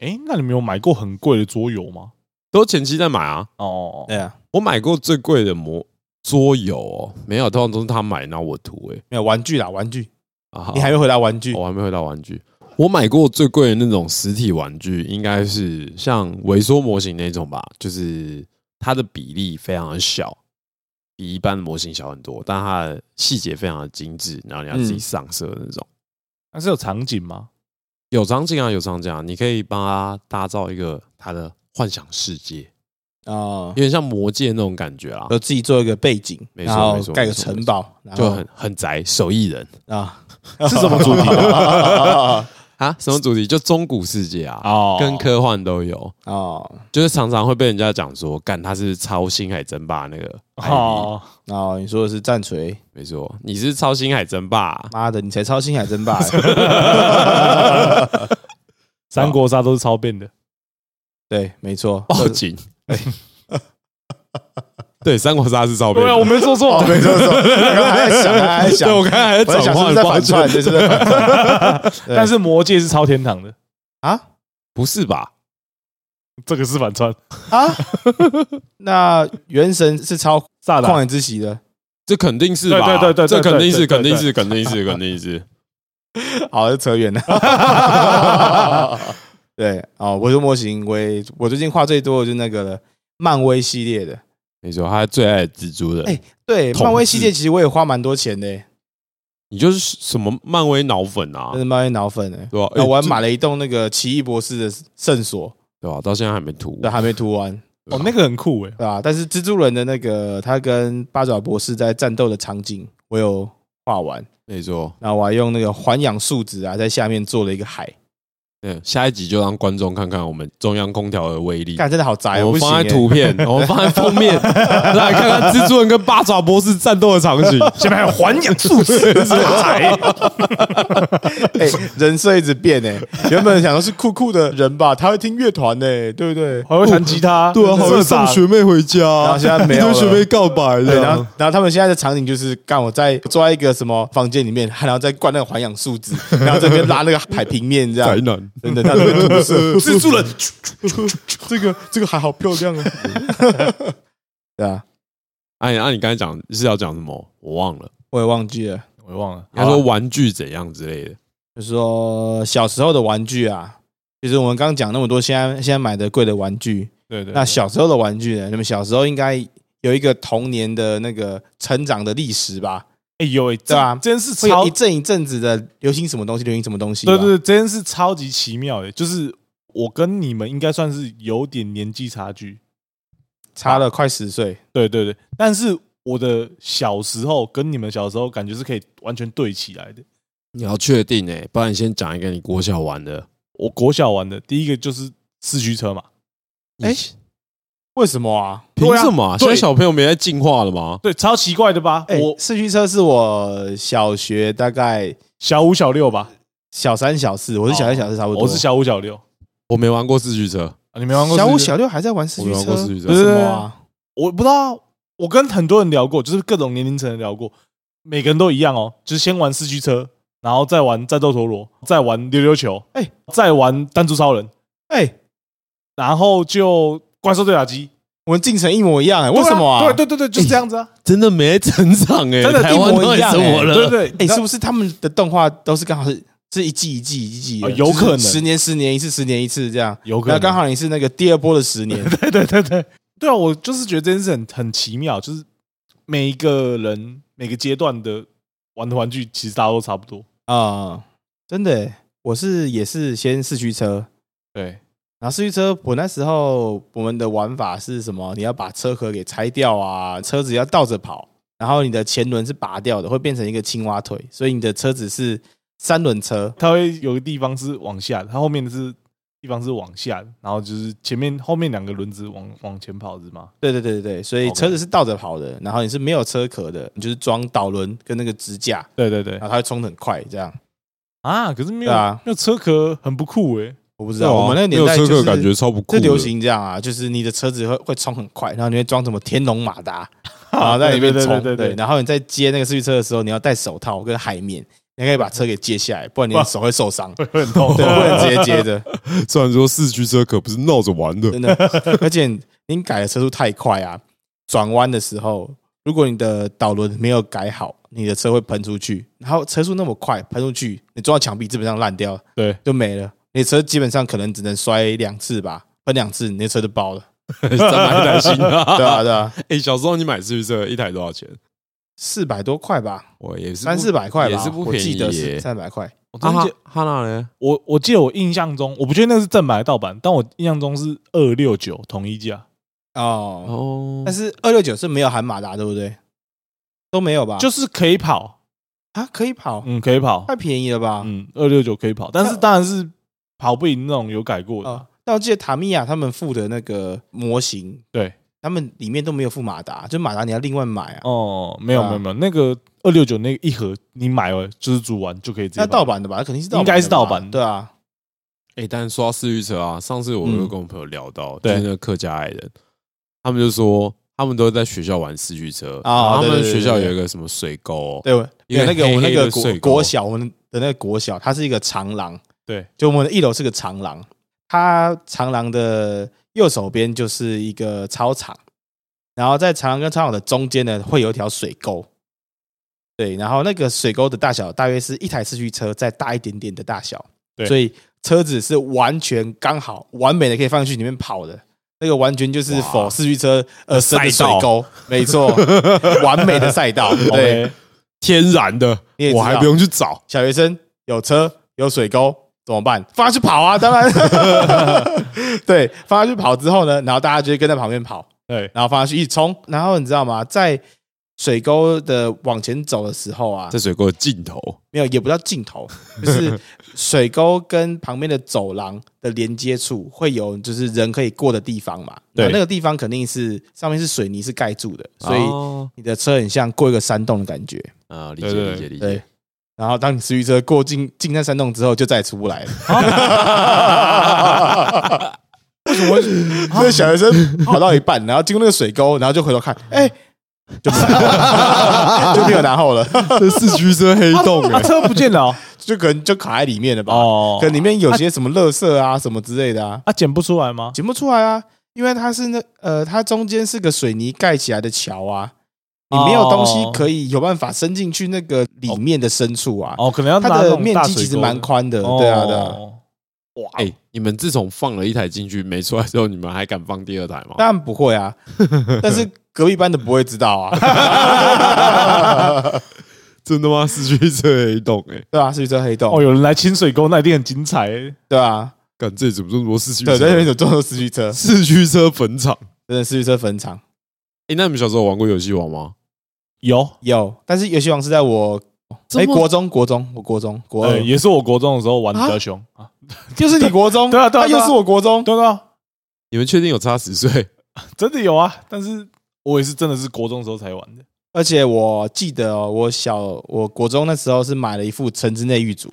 Speaker 3: 哎，那你们有买过很贵的桌游吗？
Speaker 1: 都前期在买啊。
Speaker 3: 哦，
Speaker 2: 对啊，
Speaker 1: 我买过最贵的模桌游哦，没有，通常都是他买，然后我涂哎、
Speaker 2: 没有玩具啦，玩具，
Speaker 1: 啊，
Speaker 2: 你还没回答玩具
Speaker 1: 我还没回到玩具。我买过最贵的那种实体玩具，应该是像萎缩模型那种吧，就是它的比例非常的小，比一般的模型小很多，但它的细节非常的精致，然后你要自己
Speaker 2: 嗯
Speaker 1: 上色的那种。
Speaker 3: 那是有场景吗？
Speaker 1: 有场景啊，有场景啊，你可以帮他打造一个他的幻想世界，
Speaker 2: 啊
Speaker 1: 有，点像魔界那种感觉啦，
Speaker 2: 有呃自己做一个背景，
Speaker 1: 没错
Speaker 2: 然后
Speaker 1: 没错
Speaker 2: 盖个
Speaker 1: 没错
Speaker 2: 城堡，然
Speaker 1: 就
Speaker 2: 后
Speaker 1: 很很宅，手艺人
Speaker 2: 啊，
Speaker 3: 是什么主题啊？
Speaker 1: 啊，什么主题？就中古世界啊，
Speaker 3: 哦
Speaker 1: 跟科幻都有，
Speaker 2: 哦
Speaker 1: 就是常常会被人家讲说，干他是抄星海争霸那个，哦，
Speaker 3: 哦，
Speaker 2: 哦，你说的是战锤，
Speaker 1: 没错，你是抄星海争霸
Speaker 3: 哦
Speaker 1: 啊，
Speaker 2: 妈的，你才超星海争霸欸，
Speaker 3: 三国杀都是超变的，
Speaker 2: 哦对，没错，
Speaker 1: 报警。 对，三国杀是照片
Speaker 3: 对
Speaker 1: 的。
Speaker 3: 啊，我没做 错
Speaker 2: 哦，，没错，没错，我刚才还在想，
Speaker 1: 对，我刚才还
Speaker 2: 刚才还在想我在
Speaker 1: 转
Speaker 2: 想是不
Speaker 1: 换
Speaker 2: 是在反串，
Speaker 1: 包
Speaker 2: 就是在反串对
Speaker 3: 但是魔界是超天堂的，
Speaker 2: 啊
Speaker 1: 不是吧？
Speaker 3: 这个是反串，
Speaker 2: 啊，那原神是 超
Speaker 3: 炸
Speaker 2: 旷
Speaker 3: 的
Speaker 2: 野之息的，
Speaker 1: 这肯定是吧？
Speaker 3: 对对对对
Speaker 1: 这
Speaker 3: 对
Speaker 1: 肯定是，
Speaker 3: 对
Speaker 1: 肯
Speaker 3: 对对
Speaker 1: 定是，肯定 是，肯定是。
Speaker 2: 好，这扯 远了。对，哦，我是模型，我也我最近画最多的就是那个了，漫威系列的。
Speaker 1: 没错，他最爱的蜘蛛人，
Speaker 2: 哎对，
Speaker 1: 统治
Speaker 2: 漫威系列其实我也花蛮多钱的，
Speaker 1: 你就是什么漫威脑粉啊
Speaker 2: 真，的漫威脑粉哎。
Speaker 1: 对吧？
Speaker 2: 那
Speaker 1: 哎
Speaker 2: 我还
Speaker 1: 这
Speaker 2: 买了一栋那个奇异博士的圣所，
Speaker 1: 对吧？到现在还没涂
Speaker 3: 啊
Speaker 2: 但，还没涂完，
Speaker 1: 对
Speaker 3: 哦
Speaker 1: 吧，
Speaker 3: 那个很酷 哎，
Speaker 2: 对吧？但是蜘蛛人的那个他跟八爪博士在战斗的场景，我有画完。
Speaker 1: 没错。
Speaker 2: 然后我还用那个环氧树脂啊，在下面做了一个海，
Speaker 1: 嗯，下一集就让观众看看我们中央空调的威力。
Speaker 2: 干真的好宅哦，
Speaker 1: 我
Speaker 2: 不
Speaker 1: 们
Speaker 2: 行
Speaker 1: 放在
Speaker 2: 欸
Speaker 1: 图片， 我们放在封面，来看看蜘蛛人跟八爪博士战斗的场 景。
Speaker 3: 下面还有环氧 素食
Speaker 2: 哎、人设一直变哎、原本想的是酷酷的人吧，他会听乐团呢，对不对？
Speaker 3: 还会弹吉
Speaker 2: 哦
Speaker 3: 他，
Speaker 2: 啊
Speaker 3: 社长
Speaker 1: 妹回家，然
Speaker 2: 后现在没有了
Speaker 1: 告白
Speaker 2: 对，啊然后然后他们现在的场景就是，干我在坐在一个什么房间里面， 然后再灌那个环氧树脂， 然后这边拉那个海平面 这样，
Speaker 1: 男，
Speaker 2: 真的，他这个涂色， 蜘蛛人，这个这个还好漂亮啊，对啊，
Speaker 1: 哎，那、你刚才讲是要讲什么？我忘了。
Speaker 2: 我也忘记了，
Speaker 3: 我也忘了，啊
Speaker 1: 他说玩具怎样之类的。
Speaker 2: 就说小时候的玩具啊，就是我们刚讲那么多，现在现在买的贵的玩具，
Speaker 3: 对对，
Speaker 2: 那小时候的玩具呢？你们小时候应该有一个童年的那个成长的历史吧？
Speaker 3: 哎呦哎，
Speaker 2: 对啊
Speaker 3: 这真是
Speaker 2: 会有
Speaker 3: 超
Speaker 2: 一阵一阵子的流行什么东西，流行什么东西吧？
Speaker 3: 对对对，这件事超级奇妙的，就是我跟你们应该算是有点年纪差距，
Speaker 2: 差了快十岁。
Speaker 3: 对对对，但是我的小时候跟你们小时候感觉是可以完全对起来的。
Speaker 1: 你要确定哎、不然你先讲一个你国小玩的。
Speaker 3: 我国小玩的第一个就是四驱车嘛，
Speaker 1: 哎、
Speaker 2: 为什么啊？
Speaker 1: 凭什么、啊？现
Speaker 3: 对
Speaker 1: 在小朋友没在进化了吗？
Speaker 3: 对，超奇怪的吧？
Speaker 2: 哎、
Speaker 3: 我
Speaker 2: 四驱车是我小学大概
Speaker 3: 小五小六吧，
Speaker 2: 小三、小四，我是小三、
Speaker 3: 哦
Speaker 2: 小四差不多。
Speaker 3: 我是小五小六，
Speaker 1: 我没玩过四驱车，
Speaker 3: 啊你没玩过
Speaker 2: 小五、
Speaker 3: 四驱车
Speaker 2: 小六还在玩四
Speaker 1: 我
Speaker 2: 驱
Speaker 1: 没玩
Speaker 2: 车
Speaker 1: 过，四驱车
Speaker 3: 对。
Speaker 2: 什
Speaker 3: 对
Speaker 2: 么
Speaker 3: 对
Speaker 2: 啊？
Speaker 3: 我不知道啊，我跟很多人聊过，就是各种年龄层的聊过，每个人都一样哦，就是先玩四驱车，然后再玩战斗陀螺，再玩溜溜球，
Speaker 2: 哎
Speaker 3: 再玩弹珠超人，
Speaker 2: 哎、
Speaker 3: 然后就怪兽对打机，
Speaker 2: 我们进程一模一样、哎，为
Speaker 3: 对
Speaker 2: 什么啊？
Speaker 3: 对对对对，就是这样子啊，
Speaker 1: 真的没成长哎、
Speaker 2: 真的
Speaker 1: 台湾
Speaker 2: 一模
Speaker 1: 到
Speaker 2: 一
Speaker 1: 底
Speaker 2: 样
Speaker 1: 怎么了？
Speaker 3: 欸对对，
Speaker 2: 哎、是
Speaker 3: 不
Speaker 2: 不是他们的动画都是刚好是是一季一季一季的、
Speaker 3: 哦有可能
Speaker 2: 就是十年十年一次，十年一次这样？
Speaker 3: 有可
Speaker 2: 那
Speaker 3: 能？
Speaker 2: 刚好你是那个第二波的十年，
Speaker 3: 对对对对对啊！我就是觉得这件事很很奇妙，就是每一个人每个阶段的玩的玩具，其实大家都差不多。
Speaker 2: 啊、真的欸，我是也是先四驱车，
Speaker 3: 对，
Speaker 2: 然后四驱车我那时候我们的玩法是什么？你要把车壳给拆掉啊，车子要倒着跑，然后你的前轮是拔掉的，会变成一个青蛙腿，所以你的车子是三轮车。
Speaker 3: 它会有个地方是往下的，它后面的是地方是往下的，然后就是前面后面两个轮子往往前跑是吗？
Speaker 2: 对对对对对，所以
Speaker 3: OK
Speaker 2: 车子是倒着跑的，然后你是没有车壳的，你就是装导轮跟那个支架，
Speaker 3: 对对对
Speaker 2: 然后它会冲得很快，这样。
Speaker 3: 啊！可是没有、
Speaker 2: 对啊
Speaker 3: 没有车壳很不酷 欸诶、
Speaker 2: 我不知
Speaker 1: 对啊
Speaker 2: 道，我们那个
Speaker 1: 没
Speaker 2: 年
Speaker 1: 有
Speaker 2: 代
Speaker 1: 车
Speaker 2: 就
Speaker 1: 客
Speaker 2: 是
Speaker 1: 感觉超不酷
Speaker 2: 最
Speaker 1: 的，
Speaker 2: 流行这样啊，就是你的车子会会冲很快，然后你会装什么天龙马 达，然后在里面
Speaker 3: 对对
Speaker 2: 冲，
Speaker 3: 对对对
Speaker 2: 然后你在接那个四驱车的时候，你要戴手套跟海绵，你可以把车给接下来，不然你的手会受 伤，对，
Speaker 3: 会很痛。
Speaker 2: 不能直接接着，
Speaker 1: 虽然说四驱车可不是闹着玩的，
Speaker 2: 真的。 而且你改的车速太快啊，转弯的时候，如果你的导轮没有改好，你的车会喷出去，然后车速那么快，喷出去，你撞到墙壁基本上烂掉，
Speaker 3: 对，
Speaker 2: 就没了，你的车基本上可能只能摔两次吧，喷两次，你的车就爆了，
Speaker 1: 真蛮担 心的。
Speaker 2: 对 啊，对啊。
Speaker 1: 哎、小时候你买四驱车一台多少钱？
Speaker 2: 四百多块吧，
Speaker 1: 我也是
Speaker 2: 三四百块吧，
Speaker 1: 也是不
Speaker 2: 我
Speaker 1: 便宜
Speaker 2: 记得
Speaker 1: 耶
Speaker 2: 是三百块。
Speaker 3: 我真
Speaker 1: 啊
Speaker 3: 的
Speaker 1: 哈
Speaker 3: 记得
Speaker 1: 哈娜呢？
Speaker 3: 我我记得我印象中，我不确定那是正版还是盗版，但我印象中是二六九统一价。
Speaker 2: 哦，
Speaker 1: 哦
Speaker 2: 但是二六九是没有含马达，对不对？都没有吧？
Speaker 3: 就是可以跑，
Speaker 2: 啊，可以跑，
Speaker 3: 嗯，可以跑，
Speaker 2: 太便宜了吧？
Speaker 3: 嗯，二六九可以跑，但是当然是跑不赢那种有改过的，
Speaker 2: 哦，但我记得塔米亚他们附的那个模型，
Speaker 3: 对，
Speaker 2: 他们里面都没有附马达，就马达你要另外买啊。
Speaker 3: 哦，没有
Speaker 2: 对啊
Speaker 3: 没有没有，那个二六九那个一盒你买了就是煮完就可以直
Speaker 2: 那
Speaker 3: 接
Speaker 2: 盗
Speaker 3: 跑，
Speaker 2: 版的吧？那肯定是盗版的吧，
Speaker 3: 应该是盗版
Speaker 2: 对啊。
Speaker 1: 哎、但是说到四驱车啊，上次我
Speaker 3: 嗯
Speaker 1: 又跟我朋友聊到，就
Speaker 3: 对
Speaker 1: 是那个客家矮人，他们就说他们都在学校玩四驱车
Speaker 2: 啊
Speaker 1: 然后他们
Speaker 2: 对对对
Speaker 1: 学校
Speaker 2: 对对
Speaker 1: 有一个什么水沟、哦
Speaker 2: 对，我
Speaker 1: 一个
Speaker 2: 有那个
Speaker 1: 黑
Speaker 2: 我那
Speaker 1: 黑
Speaker 2: 个
Speaker 1: 的
Speaker 2: 国
Speaker 1: 水沟
Speaker 2: 国小，我们的那个国小，它是一个长廊，
Speaker 3: 对，
Speaker 2: 就我们的一楼是个长廊，它长廊的右手边就是一个操场，然后在长廊跟操场的中间呢，会有一条水沟。对，然后那个水沟的大小大约是一台四驱车再大一点点的大小，
Speaker 3: 对
Speaker 2: 所以车子是完全刚好完美的可以放进去里面跑的，那个完全就是
Speaker 1: 哇
Speaker 2: 否四驱车呃深的水
Speaker 1: 赛道
Speaker 2: 沟，没错， 完美的赛道，对，
Speaker 3: OK，
Speaker 1: 天然的
Speaker 2: 你也，知道
Speaker 1: 我还不用去找。
Speaker 2: 小学生有车有水沟怎么办？放他去跑啊！当然，对，放他去跑之后呢，然后大家就会跟在旁边跑，
Speaker 3: 对，
Speaker 2: 然后放他去一冲，然后你知道吗？在水沟的往前走的时候啊
Speaker 1: 在，水沟的尽头，
Speaker 2: 没有也不叫尽头，就是水沟跟旁边的走廊的连接处会有就是人可以过的地方嘛。
Speaker 3: 对
Speaker 2: 那那个地方肯定是上面是水泥是盖住的，所以
Speaker 1: 哦
Speaker 2: 你的车很像过一个山洞的感觉。
Speaker 1: 啊，理
Speaker 3: 对
Speaker 1: 解
Speaker 3: 对
Speaker 1: 理解理解。
Speaker 2: 对，然后当你私域车过进进那山洞之后，就再也出不来了。为什么会？那小学生跑到一半，然后经过那个水沟，然后就回头看，哎、就没有就没有然后了，
Speaker 1: 这四驱车黑洞
Speaker 3: 啊
Speaker 1: 哎、
Speaker 3: 车不见了哦
Speaker 2: 就可能就卡在里面了吧。
Speaker 3: 哦
Speaker 2: 可，能里面有些什么垃圾啊，什么之类的啊，
Speaker 3: 啊剪不出来吗？
Speaker 2: 捡不出来啊，因为它是那呃，它中间是个水泥盖起来的桥啊，你没有东西可以有办法伸进去那个里面的深处啊。
Speaker 3: 哦，可能要拿
Speaker 2: 它
Speaker 3: 那
Speaker 2: 的
Speaker 3: 种
Speaker 2: 面
Speaker 3: 大
Speaker 2: 积
Speaker 3: 水
Speaker 2: 其实
Speaker 3: 沟
Speaker 2: 蛮
Speaker 3: 的，
Speaker 2: 宽的，
Speaker 3: 哦
Speaker 2: 对啊，对啊。
Speaker 3: 哇
Speaker 1: 哎、你们自从放了一台进去没出来之后，你们还敢放第二台吗？
Speaker 2: 当然不会 啊，但是隔壁班的不会知道啊，
Speaker 1: 真的吗？四驱车黑洞哎、欸，
Speaker 2: 对啊，是不是这黑
Speaker 3: 哦，
Speaker 2: 洞？
Speaker 3: 有人来清水沟，那一定很精彩欸。
Speaker 2: 对啊，
Speaker 1: 干这里怎么这么多四驱
Speaker 2: 对，在那边
Speaker 1: 车？
Speaker 2: 有撞到四驱车，
Speaker 1: 四驱车坟场。
Speaker 2: 真的四驱车坟场
Speaker 1: 哎、那你们小时候玩过游戏王吗？
Speaker 3: 有，
Speaker 2: 有，但是游戏王是在我哎国中国中我国中国
Speaker 3: 呃，
Speaker 2: 二，
Speaker 3: 也是我国中的时候玩比较凶啊，
Speaker 2: 就是你国中，
Speaker 3: 对啊对啊
Speaker 2: 啊
Speaker 3: 对啊
Speaker 2: 又是我国中，
Speaker 3: 对啊，
Speaker 1: 你们确定有差十岁？
Speaker 3: 真的有啊，但是我也是真的是国中的时候才玩的。
Speaker 2: 而且我记得哦我小我国中那时候是买了一副城之内狱组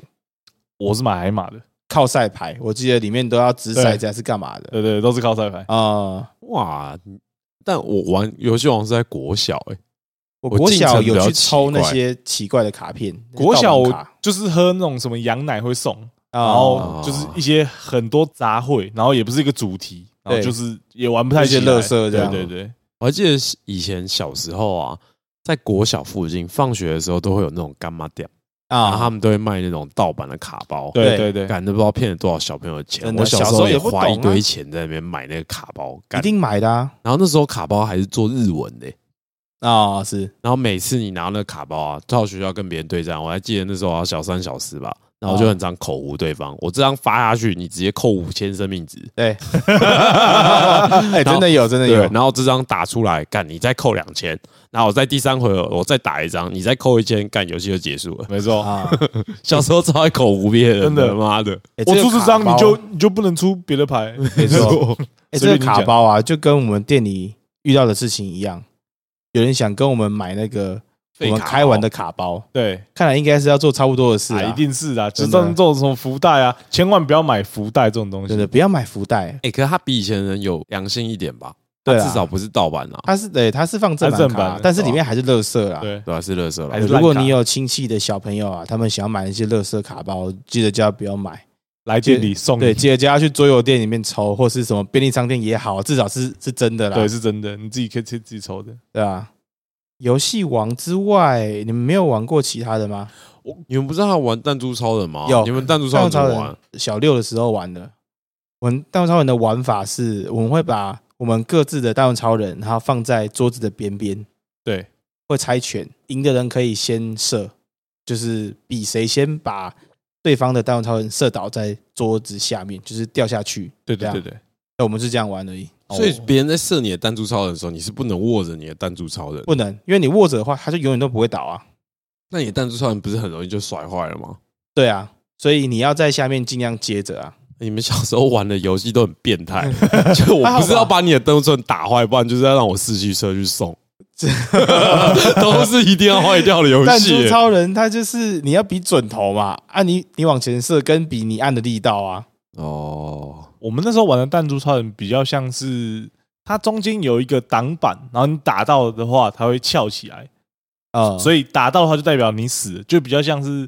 Speaker 3: 我是买海马的，
Speaker 2: 靠赛牌，我记得里面都要掷
Speaker 3: 对
Speaker 2: 骰子还是干嘛的
Speaker 3: 对对，都是靠赛牌。
Speaker 2: 啊？
Speaker 1: 哇！但我玩游戏王是在国小哎、
Speaker 2: 我
Speaker 1: 我
Speaker 2: 国
Speaker 1: 进程
Speaker 2: 小
Speaker 1: 比
Speaker 2: 有
Speaker 1: 较
Speaker 2: 去
Speaker 1: 奇
Speaker 2: 抽那
Speaker 1: 怪
Speaker 2: 些奇怪的卡片，
Speaker 3: 国
Speaker 2: 盗
Speaker 3: 小
Speaker 2: 版
Speaker 3: 我哦
Speaker 2: 卡
Speaker 3: 就是喝那种什么羊奶会送，
Speaker 2: 啊
Speaker 3: 然后就是一些很多杂烩，然后也不是一个主题，然后
Speaker 2: 对
Speaker 3: 就是也玩不太起来
Speaker 2: 一些垃圾这
Speaker 3: 对
Speaker 2: 样
Speaker 3: 对对，
Speaker 1: 我还记得以前小时候啊，在国小附近放学的时候都会有那种干妈店，然后他
Speaker 2: 啊，
Speaker 1: 们都会卖那种盗版的卡包。
Speaker 3: 对
Speaker 2: 对
Speaker 3: 对对，
Speaker 1: 干都不知道骗了多少小朋友的钱。
Speaker 2: 真的
Speaker 1: 我小
Speaker 2: 小
Speaker 1: 时
Speaker 2: 时
Speaker 1: 候
Speaker 2: 候
Speaker 1: 也
Speaker 2: 也不
Speaker 1: 花一
Speaker 2: 懂啊
Speaker 1: 堆钱在那边买那个卡包，
Speaker 2: 一
Speaker 1: 干。
Speaker 2: 定买的啊，
Speaker 1: 然后那时候卡包还是做日文的欸、
Speaker 3: 哦
Speaker 2: 啊是
Speaker 1: 然后每次你拿那个卡包啊，到学校跟别人对战，我还记得那时候好像小三小四吧，然后我就很常口胡对方，我这张发下去，你直接扣五千生命值。
Speaker 2: 对，哎，真的有，真的
Speaker 1: 对，
Speaker 2: 有，
Speaker 1: 然后这张打出来，干你再扣两千，然后我在第三回合我再打一张，你再扣一千，干游戏就结束了。
Speaker 3: 没错。
Speaker 2: 啊，
Speaker 1: 小时候超爱口胡别人，
Speaker 3: 真的
Speaker 1: 妈的，
Speaker 2: 哎
Speaker 3: 我
Speaker 2: 这
Speaker 3: 出
Speaker 2: 个
Speaker 3: 这
Speaker 2: 卡
Speaker 3: 张你
Speaker 2: 包
Speaker 3: 就你就不能出别的牌，
Speaker 2: 没错，哎，
Speaker 3: 随便
Speaker 2: 这个
Speaker 3: 你讲
Speaker 2: 卡包啊，就跟我们店里遇到的事情一样，有人想跟我们买那个我
Speaker 1: 废
Speaker 2: 们
Speaker 1: 卡哦
Speaker 2: 开完的卡包，
Speaker 3: 对，
Speaker 2: 看来应该是要做差不多的事
Speaker 3: 啊
Speaker 2: 啊
Speaker 3: 一，定是啊，
Speaker 2: 真
Speaker 3: 就
Speaker 2: 的
Speaker 3: 是这种这种什么福袋啊，千万不要买福袋这种东
Speaker 2: 对
Speaker 3: 西
Speaker 2: 的，。不要买福袋，
Speaker 1: 哎、可是他比以前人有良心一点吧？
Speaker 2: 对
Speaker 1: 他
Speaker 2: 啊，
Speaker 1: 至少不是盗版啊，
Speaker 2: 它是对，它是放正
Speaker 3: 它
Speaker 2: 版
Speaker 3: 是正版
Speaker 2: 卡
Speaker 3: 的，哦
Speaker 2: 但是里面还是乐色啦。
Speaker 3: 对，
Speaker 1: 对啊，是乐色
Speaker 3: 还
Speaker 1: 了
Speaker 3: 是。
Speaker 2: 如果你
Speaker 3: 烂卡
Speaker 2: 有亲戚的小朋友啊，他们想要买一些乐色卡包，记得就要不要买。
Speaker 3: 来店里送你
Speaker 2: 对，记得叫他去桌游店里面抽，或是什么便利商店也好，至少是是真的啦，
Speaker 3: 对，是真的，你自己可以自己抽的。
Speaker 2: 对啊。游戏王之外，你们没有玩过其他的吗？
Speaker 1: 你们不是还玩弹珠超人吗？
Speaker 2: 有
Speaker 1: 你们弹珠超人怎
Speaker 2: 超
Speaker 1: 么
Speaker 2: 人
Speaker 1: 玩？
Speaker 2: 小六的时候玩的。我们弹珠超人的玩法是，我们会把我们各自的弹珠超人，然后放在桌子的边边，
Speaker 3: 对，
Speaker 2: 会猜拳，赢的人可以先射，就是比谁先把对方的弹珠超人射倒在桌子下面，就是掉下去。
Speaker 3: 对
Speaker 2: 这
Speaker 3: 对
Speaker 2: 样
Speaker 3: 对对，
Speaker 2: 那我们是这样玩而已。哦
Speaker 1: 所以别人在射你的弹珠超人的时候，你是不能握着你的弹珠超人。
Speaker 2: 不能，因为你握着的话，它就永远都不会倒啊。
Speaker 1: 那你的弹珠超人不是很容易就甩坏了吗？
Speaker 2: 对啊，所以你要在下面尽量接着啊。
Speaker 1: 你们小时候玩的游戏都很变态， 就我不是要把你的弹珠超人打坏，不然就是要让我四驱车去送，都是一定要坏掉的游
Speaker 2: 弹
Speaker 1: 戏
Speaker 2: 珠
Speaker 1: 耶。
Speaker 2: 超人它就是你要比准头嘛，啊你你往前射跟比你按的力道啊，
Speaker 1: 哦，
Speaker 3: 我们那时候玩的弹珠超人比较像是它中间有一个挡板，然后你打到的话，它会翘起来，
Speaker 2: 啊、以
Speaker 3: 所以打到的话就代表你死了，就比较像是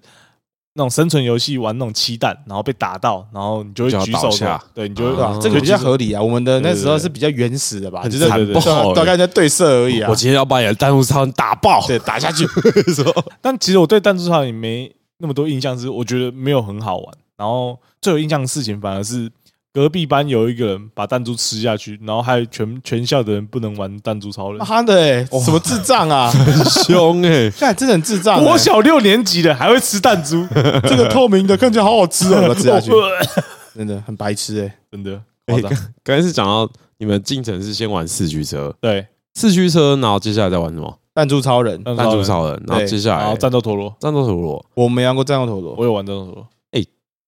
Speaker 3: 那种生存游戏玩那种七弹，然后被打到，然后你就会
Speaker 1: 就要
Speaker 3: 举手
Speaker 1: 倒下
Speaker 3: 的，对，你就会
Speaker 2: 对吧
Speaker 1: 嗯？
Speaker 2: 这个比较
Speaker 3: 就
Speaker 2: 合理啊。我们的那时候
Speaker 3: 对对对
Speaker 2: 是比较原始的吧，
Speaker 1: 很
Speaker 2: 就是
Speaker 1: 残
Speaker 3: 对
Speaker 1: 暴
Speaker 3: 对
Speaker 1: 欸，
Speaker 2: 大概在对射而已啊
Speaker 1: 我。今天要把你的弹珠超人打爆，
Speaker 2: 对，打下去，
Speaker 1: 说
Speaker 3: 但其实我对弹珠超人也没那么多印象，是我觉得没有很好玩。然后最有印象的事情反而是隔壁班有一个人把弹珠吃下去，然后还有全全校的人不能玩弹 珠超人。
Speaker 2: 妈的、欸，什么智障啊！
Speaker 1: 凶哎、
Speaker 2: 看，真的很智障、欸。
Speaker 3: 我小 六年级的还会吃弹珠，
Speaker 2: 这个透明的看起来好好吃哦，把它吃下去， 真的很白痴哎、
Speaker 3: 真的
Speaker 1: 哎
Speaker 3: 夸张。
Speaker 1: 刚才是讲到你们进程是先玩四驱车，
Speaker 3: 对，
Speaker 1: 四驱车，然后接下来再玩什么？
Speaker 2: 弹珠超人，
Speaker 3: 弹
Speaker 1: 弹珠
Speaker 3: 珠超
Speaker 1: 超
Speaker 3: 人，
Speaker 1: 人，然后
Speaker 2: 对
Speaker 1: 接下
Speaker 3: 然
Speaker 1: 来
Speaker 3: 后战斗陀螺，
Speaker 1: 战斗陀螺。
Speaker 2: 我没玩过战斗陀螺，
Speaker 3: 我有玩战斗陀螺。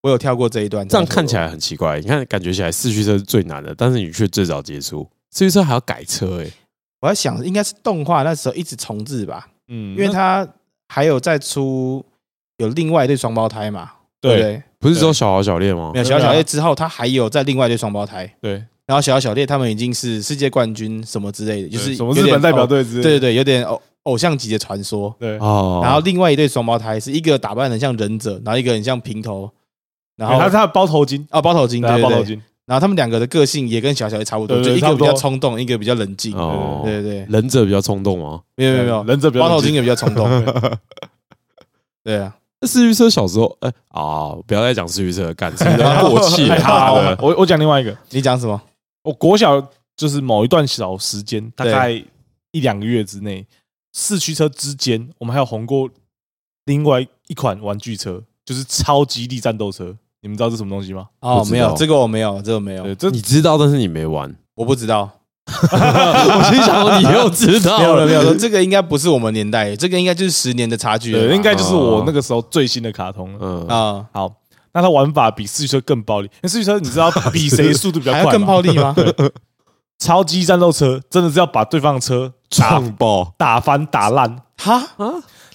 Speaker 2: 我有跳过这一段。
Speaker 1: 这样看起
Speaker 2: 来，
Speaker 1: 来很奇怪，你看感觉起来四驱车是最难的，但是你却最早接触四驱车还要改车哎、
Speaker 2: 我在想，应该是动画那时候一直重置吧，
Speaker 3: 嗯，
Speaker 2: 因为它还有再出有另外一对双胞胎嘛，对不
Speaker 3: 对
Speaker 2: 对？
Speaker 1: 不是只有小豪小烈吗
Speaker 3: 哦
Speaker 2: 没？有小小
Speaker 3: 啊
Speaker 2: 烈之后，他还有在另外一对双胞胎，
Speaker 3: 对，
Speaker 2: 然后小小烈他们已经是世界冠军什么之类的，就是
Speaker 3: 什么
Speaker 2: 有
Speaker 3: 日
Speaker 2: 点
Speaker 3: 本代表
Speaker 2: 偶，
Speaker 3: 队之
Speaker 2: 对对
Speaker 3: 类的
Speaker 2: 对，有点偶偶像级的传说。
Speaker 3: 对，哎
Speaker 1: 哦，
Speaker 2: 然后另外一对双胞胎是一个打扮得很像忍者，然后一个很像平头，然后
Speaker 3: 哎他他包头巾，
Speaker 2: 啊，包头巾，
Speaker 3: 对他
Speaker 2: 对
Speaker 3: 包
Speaker 2: 对
Speaker 3: 头
Speaker 2: 对，
Speaker 3: 巾，
Speaker 2: 然后他们两个的个性也跟小小也差不多，
Speaker 3: 对
Speaker 2: 就
Speaker 3: 对
Speaker 2: 一
Speaker 3: 差
Speaker 2: 个
Speaker 3: 不
Speaker 2: 比
Speaker 3: 多
Speaker 2: 较冲动，一个比较冷静。
Speaker 1: 哦，
Speaker 2: 对对对，
Speaker 1: 忍者比较冲动吗？
Speaker 2: 没有没有没有，
Speaker 3: 忍者比较
Speaker 2: 包头
Speaker 3: 冷
Speaker 2: 巾
Speaker 3: 静
Speaker 2: 也比较冲动。 对啊，
Speaker 1: 那四驱车小时候，哎、啊，不要再讲四驱车，感情 都过气
Speaker 2: 啊
Speaker 3: 哎
Speaker 1: 了，妈的！
Speaker 3: 我我讲另外一个，
Speaker 2: 你讲什么？
Speaker 3: 我国小就是某一段小时间，大概一两个月之内，四驱车之间，我们还有红过另外一款玩具车，就是超级力战斗车。你们知道这是什么东西吗？
Speaker 2: 哦
Speaker 1: 不，知道
Speaker 2: 没有这个我没有，这个没有
Speaker 3: 对，，这
Speaker 1: 你知道，但是你没 玩。
Speaker 2: 我不知道。
Speaker 1: 我心想说，你又知
Speaker 3: 哦
Speaker 1: 道
Speaker 2: 没有了
Speaker 1: 了，
Speaker 2: 没有了，这个应该不是我们年代，这个应该就是十年的差距了吧。
Speaker 3: 对，应该就是
Speaker 2: 哦
Speaker 3: 我那个时候最新的卡通了。
Speaker 1: 嗯，
Speaker 2: 啊，
Speaker 3: 好，那它玩法比四驱车更暴力，因为四驱车你 知道比谁速度比较
Speaker 2: 还
Speaker 3: 快
Speaker 2: 要更
Speaker 3: 吗
Speaker 2: 暴力 吗？
Speaker 3: 超级战斗车真的是要把对方的车 打
Speaker 1: 撞爆
Speaker 3: 打翻打烂，
Speaker 2: 哈，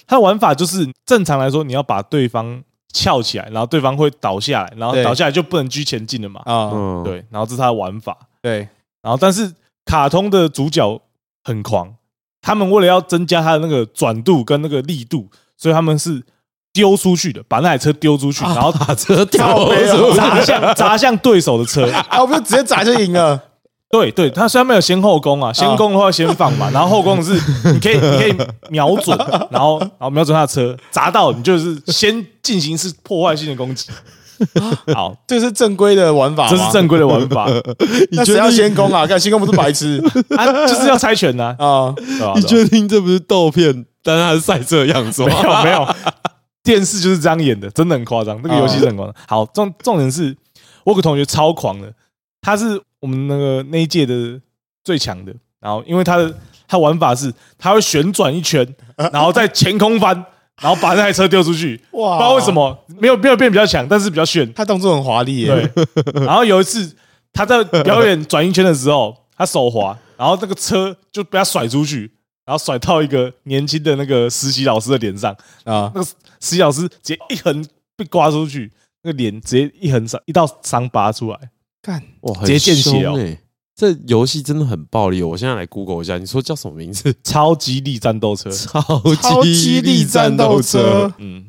Speaker 3: 它的玩法就是正常来说，你要把对方翘起来，然后对方会倒下来，然后
Speaker 2: 对
Speaker 3: 倒下来就不能居前进了嘛。
Speaker 2: 啊，
Speaker 1: 嗯，
Speaker 3: 对，然后这是它的玩法。
Speaker 2: 对，
Speaker 3: 然后但是卡通的主角很狂，他们为了要增加它的那个转度跟那个力度，所以他们是丢出去的，把那台车丢出去，然后
Speaker 1: 啊把车
Speaker 2: 靠
Speaker 1: 掉
Speaker 2: 背啊
Speaker 1: 了，
Speaker 3: 砸向砸向对手的车。
Speaker 2: 啊，我们就直接砸就赢 了。
Speaker 3: 对对，他虽然没有先后攻啊，先攻的话先放嘛，然后后攻是你可以你可以瞄准，然后然后瞄准他的车砸到，你就是先进行是破坏性的攻击。好，
Speaker 2: 这个是正规的玩法吗，
Speaker 3: 这是正规的玩法
Speaker 2: 那谁要先攻啊？看先攻不是白 痴
Speaker 3: 啊，就是要猜拳呐、
Speaker 2: 啊？
Speaker 3: 对吧
Speaker 1: 你确定这不是豆片？但是它是赛车的样 子
Speaker 3: 没
Speaker 1: 吗？
Speaker 3: 有没有，电视就是这样演的，真的很夸张。这个游戏是很夸张。好，重重点是，我有个同学超狂的，他是我们那个那一届的最强的。然后，因为他的他玩法是，他会旋转一圈，然后在前空翻，然后把那台车丢出去。
Speaker 2: 哇
Speaker 3: 不知道为什么没有没有变比较强，但是比较炫。
Speaker 2: 他动作很华丽耶。
Speaker 3: 对，然后有一次他在表演转一圈的时候，他手滑，然后那个车就被他甩出去，然后甩到一个年轻的那个实习老师的脸上，
Speaker 2: 啊，
Speaker 3: 那个实习老师直接一横被刮出去，那个脸直接一横伤一道伤疤出来。
Speaker 2: 干，
Speaker 1: 哇，很
Speaker 3: 直接见血哦
Speaker 1: 凶欸这游戏真的很暴力哦，我现在来 Google 一下，你说叫什么名字？
Speaker 3: 超级力战斗车，
Speaker 1: 超
Speaker 2: 超激励战斗车。，
Speaker 3: 嗯，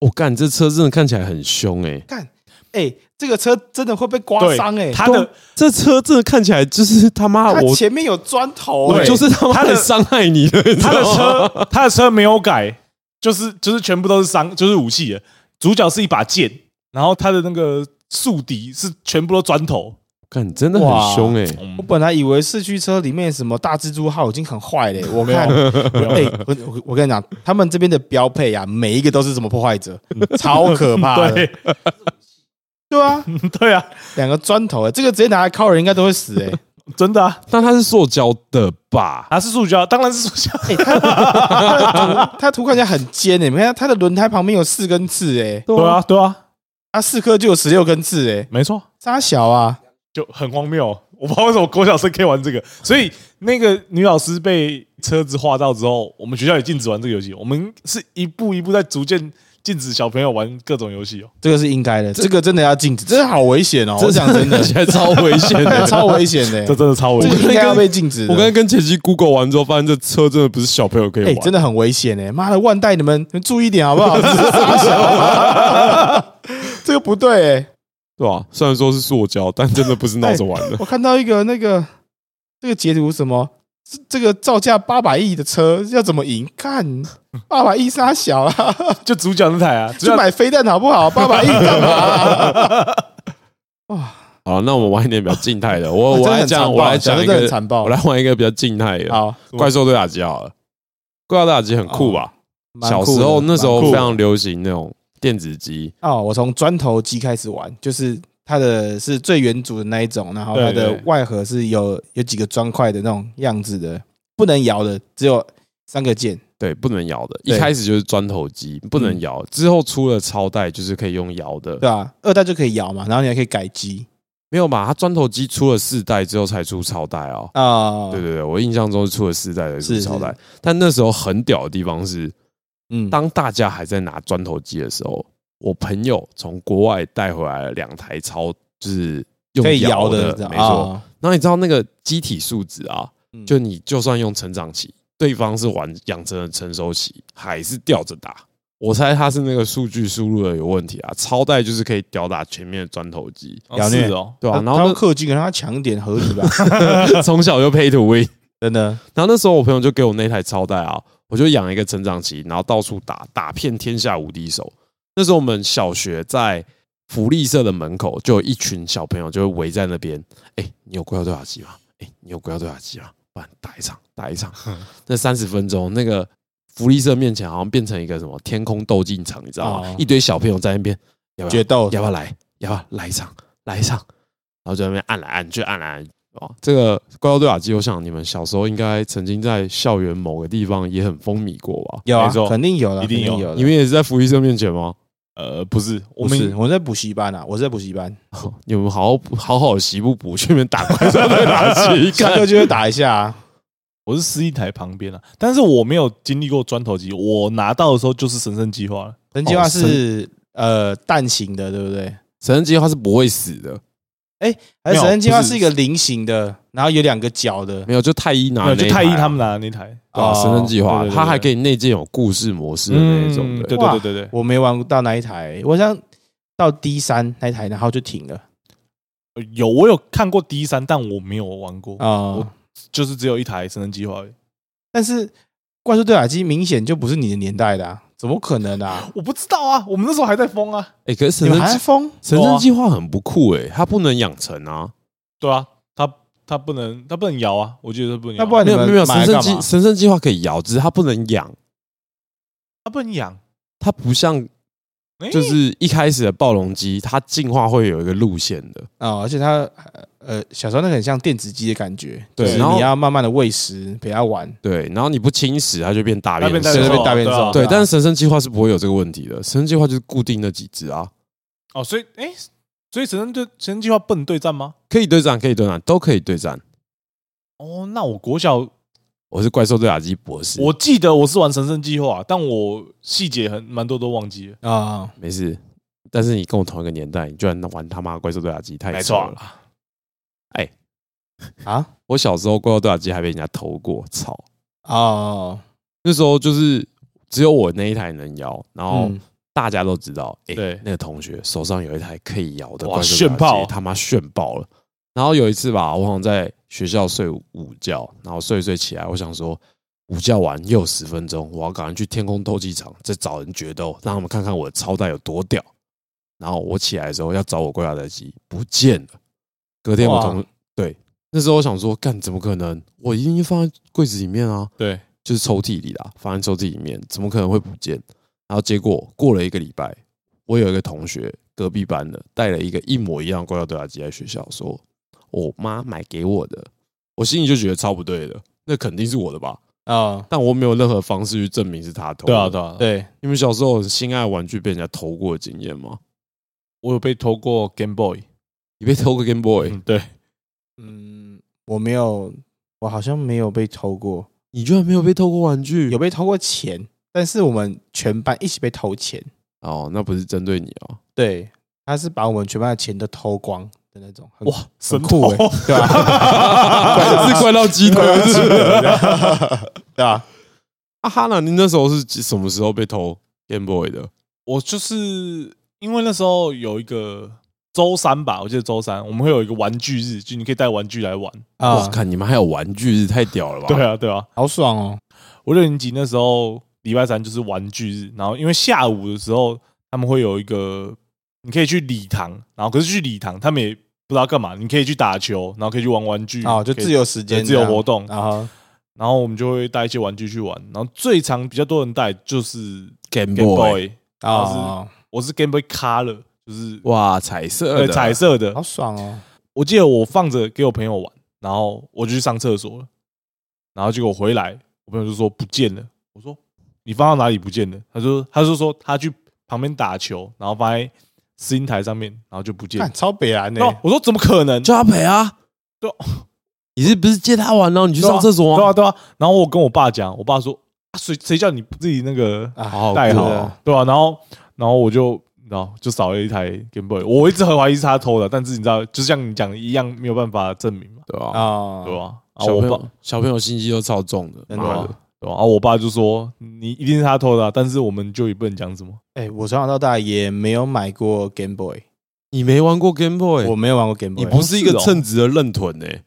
Speaker 1: 我干，这车真的看起来很凶哎，
Speaker 2: 干，哎、这个车真的会被刮
Speaker 3: 对
Speaker 2: 伤哎、
Speaker 3: 他的
Speaker 1: 啊这车真的看起来就是他妈
Speaker 2: 它
Speaker 1: 我
Speaker 2: 前面有砖头、
Speaker 1: 我
Speaker 2: 欸，
Speaker 1: 就是他妈
Speaker 3: 他
Speaker 1: 的
Speaker 3: 的
Speaker 1: 伤害你的，
Speaker 3: 他的
Speaker 1: 你知道 吗
Speaker 3: 车他的车没有改，就是就是全部都是伤，就是武器的。主角是一把剑，然后他的那个宿敌是全部都砖头。
Speaker 1: 干真的很凶 哎，
Speaker 2: 我本来以为四驱车里面什么大蜘蛛号已经很坏嘞、我
Speaker 3: 没有
Speaker 2: 看，
Speaker 3: 没有
Speaker 2: 哎、我我我跟你讲，他们这边的标配啊，每一个都是什么破坏者，超可怕的。
Speaker 3: 对
Speaker 2: 对啊，
Speaker 3: 对啊，啊
Speaker 2: 两个砖头、欸，这个直接拿来敲人应该都会死哎、
Speaker 3: 真的啊，
Speaker 1: 但它是塑胶的吧？
Speaker 3: 它是塑胶，当然是塑胶。
Speaker 2: 哎它图看起来很尖哎诶、你们看它的轮胎旁边有四根刺诶、
Speaker 3: 对啊，对啊，
Speaker 2: 它四颗就有十六根刺诶、欸，
Speaker 3: 没错，
Speaker 2: 沙小啊！
Speaker 3: 就很荒谬。 我不知道为什么国小生可以玩这个，所以那个女老师被车子划到之后，我们学校也禁止玩这个游戏。我们是一步一步在逐渐禁止小朋友玩各种游戏哦。
Speaker 2: 这个是应该的，这个真的要禁止，这个好危险哦！我讲真的
Speaker 1: 看，起来超危险 的。
Speaker 2: 超危险的、
Speaker 3: 这真的超危
Speaker 2: 这个。
Speaker 3: 险
Speaker 2: 应该要被禁止的。
Speaker 1: 我刚才跟前妻 Google 完之后，发现这车真的不是小朋友可以
Speaker 2: 哎、
Speaker 1: 玩，
Speaker 2: 真的很危险哎、妈的，万代你们你们注意一点好不好？ 这是沙小啊这个不对哎、
Speaker 1: 对吧、虽然说是塑胶，但真的不是闹着玩 的。
Speaker 2: 我看到一个那个这个截图，什么这这个造价八百亿的车要怎么赢？看八百亿沙小 啊，
Speaker 3: 就主角那台啊，主
Speaker 2: 去
Speaker 3: 角
Speaker 2: 买飞弹好不好？八百亿干嘛 啊、哇，
Speaker 1: 好，那我们玩一点比较静态的。哦我
Speaker 2: 真
Speaker 1: 我
Speaker 2: 的
Speaker 1: 来
Speaker 2: 很
Speaker 1: 讲，
Speaker 2: 残
Speaker 1: 我
Speaker 2: 暴，
Speaker 1: 来讲
Speaker 2: 小哥
Speaker 1: 一
Speaker 2: 真的很
Speaker 1: 个，
Speaker 2: 残暴。
Speaker 1: 我来玩一个比较静态的。
Speaker 2: 好，
Speaker 1: 怪兽对打机好了，怪兽对打机很酷吧？
Speaker 2: 哦蛮
Speaker 1: 小
Speaker 2: 酷的
Speaker 1: 时候那时候
Speaker 2: 蛮酷
Speaker 1: 非
Speaker 2: 的
Speaker 1: 常流行那种电子机，
Speaker 2: 哦，我从砖头机开始玩，就是它的是最原主的那一种，然后它
Speaker 3: 对对
Speaker 2: 的外盒是有有几个砖块的那种样子的，不能摇的，只有三个键。
Speaker 1: 对，不能摇的。
Speaker 2: 对嗯
Speaker 1: 一开始就是砖头机，不能摇。之后出了超带，就是可以用摇的。
Speaker 2: 对啊，二代就可以摇嘛，然后你还可以改机
Speaker 1: 没有嘛？它砖头机出了四代之后才出超带哦。
Speaker 2: 啊。
Speaker 1: 对对对，我印象中是出了四代才出
Speaker 2: 是
Speaker 1: 超带
Speaker 2: 是。
Speaker 1: 但那时候很屌的地方是，
Speaker 2: 嗯，
Speaker 1: 当大家还在拿砖头机的时候，我朋友从国外带回来了两台超，就是
Speaker 2: 可以
Speaker 1: 用
Speaker 2: 摇
Speaker 1: 的，
Speaker 2: 这样
Speaker 1: 没错。
Speaker 2: 啊
Speaker 1: 然后你知道那个机体数值啊，
Speaker 2: 嗯
Speaker 1: 就你就算用成长期，对方是玩养成了成熟期，还是吊着打。我猜他是那个数据输入的有问题啊，超带就是可以吊打前面的砖头机，
Speaker 2: 屌虐
Speaker 3: 是哦，
Speaker 1: 对吧、
Speaker 2: 他
Speaker 1: 啊？然
Speaker 2: 他
Speaker 1: 后
Speaker 2: 要氪金，让他强一点合理 吧？
Speaker 1: 那从小就 pay to win。
Speaker 2: 真的，
Speaker 1: 然后那时候我朋友就给我那台超带啊，我就养一个成长期，然后到处打，打遍天下无敌手。那时候我们小学在福利社的门口，就有一群小朋友就会围在那边。哎、你有怪兽对打机吗？哎、你有怪兽对打机吗？不然打一场， 打一场。那三十分钟，那个福利社面前好像变成一个什么天空斗进场，你知道吗？
Speaker 2: 哦啊
Speaker 1: 一堆小朋友在那边，要不要
Speaker 2: 决斗
Speaker 1: 要不要来？要不要来一场？来一场？然后就在那边按来按去，按来按去。哦，这个《怪兽对打机》，我想你们小时候应该曾经在校园某个地方也很风靡过吧？
Speaker 2: 有啊
Speaker 3: 没错，
Speaker 2: 肯定有了，
Speaker 3: 一定有
Speaker 2: 肯有的。
Speaker 1: 你们也是在福利社面前吗？
Speaker 3: 呃，不是，我
Speaker 2: 不
Speaker 3: 们
Speaker 2: 是我在补习班啊，我在补习 班，
Speaker 1: 哦你们好好好好习不补，去那边打怪兽对打 机，
Speaker 2: 下课就会打一下啊。
Speaker 3: 我是司一台旁边啊，但是我没有经历过砖头机，我拿到的时候就是神圣计划了。
Speaker 2: 人计划
Speaker 1: 哦
Speaker 2: 是呃蛋形的，对不对？
Speaker 1: 神人计划是不会死的，
Speaker 2: 而
Speaker 3: 没有
Speaker 2: 神人计划
Speaker 3: 不是
Speaker 2: 是一个菱形的，然后有两个角的，
Speaker 1: 没有就太医拿
Speaker 3: 没有，
Speaker 1: 的那
Speaker 3: 就
Speaker 1: 一
Speaker 3: 太
Speaker 1: 台啊，
Speaker 3: 一他们拿的那台。
Speaker 1: 啊，神人计
Speaker 3: 哦
Speaker 1: 划
Speaker 3: 对对，对
Speaker 1: 它还给你内建有故事模式的那一种
Speaker 3: 嗯
Speaker 1: 的，
Speaker 3: 对
Speaker 2: 哇
Speaker 3: 对对对对，
Speaker 2: 我没玩到那一台，我想到 D 三那一台，然后就停了
Speaker 3: 呃有我有看过 D 三，但我没有玩过，
Speaker 2: 啊、
Speaker 3: 我就是只有一台神圣计划而已。
Speaker 2: 但是怪兽对打机明显就不是你的年代的、啊，怎么可能啊？
Speaker 3: 我不知道啊，我们那时候还在疯啊。
Speaker 1: 哎，可是神
Speaker 2: 你
Speaker 1: 人
Speaker 2: 们还在疯？
Speaker 1: 神人计划很不酷哎，它不能养成啊，
Speaker 3: 对啊，他他不能他不能摇啊，我记得他不能摇啊。
Speaker 2: 那不然
Speaker 1: 没
Speaker 2: 你
Speaker 1: 有
Speaker 2: 们
Speaker 1: 没有没有
Speaker 2: 买
Speaker 1: 神
Speaker 2: 来
Speaker 1: 圣
Speaker 2: 干
Speaker 1: 计
Speaker 2: 嘛？
Speaker 1: 神圣计划可以摇，只是它不能养，
Speaker 3: 他不能养，
Speaker 1: 它不像
Speaker 3: 诶
Speaker 1: 就是一开始的暴龙机，它进化会有一个路线的，
Speaker 2: 啊、而且它呃，小时候那个很像电子鸡的感觉，
Speaker 1: 对
Speaker 2: 就是
Speaker 1: 然后
Speaker 2: 你要慢慢的喂食陪它玩，
Speaker 1: 对，然后你不侵蚀它就变大
Speaker 3: 他
Speaker 1: 变
Speaker 3: 变
Speaker 1: 兽
Speaker 2: 兽
Speaker 3: 变
Speaker 2: 对大变
Speaker 3: 兽
Speaker 2: 兽。
Speaker 1: 对，
Speaker 2: 啊
Speaker 1: 但是神圣计划是不会有这个问题的，神圣计划就是固定那几只啊，
Speaker 3: 哦，所以哎，所以神圣对神圣计划不能对战吗？
Speaker 1: 可以对战，可以对战，都可以对战。
Speaker 3: 哦，那我国小
Speaker 1: 我是怪兽对打机博士，
Speaker 3: 我记得我是玩神圣计划，但我细节很蛮多都忘记了。
Speaker 2: 啊、
Speaker 1: 没事。但是你跟我同一个年代，你居然玩他妈怪兽对打机，太
Speaker 3: 没
Speaker 1: 扯
Speaker 3: 错
Speaker 1: 了。
Speaker 2: 啊
Speaker 1: 我小时候怪兽对打机还被人家偷过，操！
Speaker 2: 哦，
Speaker 1: 那时候就是只有我那一台能摇，然后
Speaker 2: 嗯
Speaker 1: 大家都知道，哎、
Speaker 3: 对
Speaker 1: 那个同学手上有一台可以摇的
Speaker 3: 哇
Speaker 1: 怪兽对打
Speaker 3: 炫
Speaker 1: 机
Speaker 3: 爆啊
Speaker 1: 他妈炫爆了。然后有一次吧，我好像在学校睡午觉，然后睡一睡起来，我想说午觉完又有十分钟，我要赶快去天空斗技场再找人决斗，让他们看看我的超带有多屌。然后我起来的时候要找我怪兽的机不见了，隔天我
Speaker 2: 哇
Speaker 1: 同对那时候我想说，干怎么可能？我一定放在柜子里面啊，
Speaker 3: 对，
Speaker 1: 就是抽屉里啦，放在抽屉里面，怎么可能会不见？然后结果过了一个礼拜，我有一个同学隔壁班的带了一个一模一样的怪兽对打机来学校，说我妈买给我的，我心里就觉得超不对的，那肯定是我的吧？
Speaker 2: 啊，
Speaker 1: 但我没有任何方式去证明是他偷。
Speaker 3: 对啊，对，啊，
Speaker 2: 对，
Speaker 1: 你们小时候有心爱玩具被人家偷过的经验吗？
Speaker 3: 我有被偷过 Game Boy，
Speaker 1: 你被偷过 Game Boy，、
Speaker 3: 嗯，对，
Speaker 2: 嗯，我没有，我好像没有被偷过，
Speaker 1: 你居然没有被偷过玩具？
Speaker 2: 有被偷过钱，但是我们全班一起被偷钱，
Speaker 1: 哦，那不是针对你哦。
Speaker 2: 对，他是把我们全班的钱都偷光的那种，很
Speaker 3: 哇，
Speaker 2: 很
Speaker 3: 神
Speaker 2: 酷
Speaker 3: 偷啊
Speaker 2: 欸，对吧、
Speaker 1: 是 怪到鸡腿
Speaker 2: 对啊对啊，
Speaker 1: 啊哈啦！你那时候是几什么时候被偷 Game Boy 的？
Speaker 3: 我就是因为那时候有一个周三吧，我记得周三我们会有一个玩具日，就你可以带玩具来玩。
Speaker 1: 我
Speaker 2: 啊，
Speaker 1: 看你们还有玩具，是太屌了吧？
Speaker 3: 对啊，对啊，
Speaker 2: 好爽哦，
Speaker 3: 我六年级那时候礼拜三就是玩具日，然后因为下午的时候他们会有一个，你可以去礼堂，然后可是去礼堂他们也不知道干嘛，你可以去打球，然后可以去玩玩具，
Speaker 1: 嗯
Speaker 2: 哦，就
Speaker 3: 可以
Speaker 2: 自由时
Speaker 3: 对
Speaker 2: 间，
Speaker 3: 啊
Speaker 2: 啊
Speaker 3: 自由活动，
Speaker 2: 然后
Speaker 3: 然后我们就会带一些玩具去玩，然后最常比较多人带就是
Speaker 1: Game
Speaker 3: Game
Speaker 1: Boy，
Speaker 3: Boy，
Speaker 2: 啊，
Speaker 3: 我是 Game Boy Color，就是
Speaker 1: 哇，彩色
Speaker 3: 对
Speaker 1: 的，
Speaker 3: 彩色的啊
Speaker 2: 好，爽哦，
Speaker 3: 我记得我放着给我朋友玩，然后我就去上厕所了，然后结果回来，我朋友就说不见了。我说你放到哪里不见了？他说他就说他去旁边打球，然后放在试音台上面，然后就不见了
Speaker 2: 看。超北蓝呢
Speaker 1: 哦
Speaker 3: 然，后我说怎么可能？
Speaker 1: 叫他赔啊！
Speaker 3: 对啊
Speaker 1: 你是不是借他玩然后你去上厕所
Speaker 3: 对
Speaker 1: 吗？
Speaker 3: 啊对啊。然后我跟我爸讲，我爸说啊谁谁叫你自己那个
Speaker 2: 啊
Speaker 1: 好好
Speaker 3: 带
Speaker 1: 酷
Speaker 3: 好
Speaker 1: 哦
Speaker 3: 啊，对吧、然后然后我就。然后就少了一台 Game Boy，我一直很怀疑是他偷的，但是你知道，就像你讲的一样，没有办法证明嘛，
Speaker 1: 对啊，
Speaker 2: 啊，
Speaker 3: 对吧？啊，
Speaker 1: 小
Speaker 3: 我
Speaker 1: 朋
Speaker 3: 爸
Speaker 1: 友小朋友心机都超重的，
Speaker 2: 真
Speaker 3: 对
Speaker 2: 的哦
Speaker 1: 妈
Speaker 3: 啊
Speaker 1: 的，，
Speaker 3: 对啊，啊我爸就说你一定是他偷的啊、但是我们就也不能讲什么。
Speaker 2: 哎、我从小到大也没有买过 Game Boy，
Speaker 1: 你没玩过 Game Boy，
Speaker 2: 我没有玩过 Game Boy，
Speaker 1: 你不是一个
Speaker 3: 是哦
Speaker 1: 称职的认屯欸呢？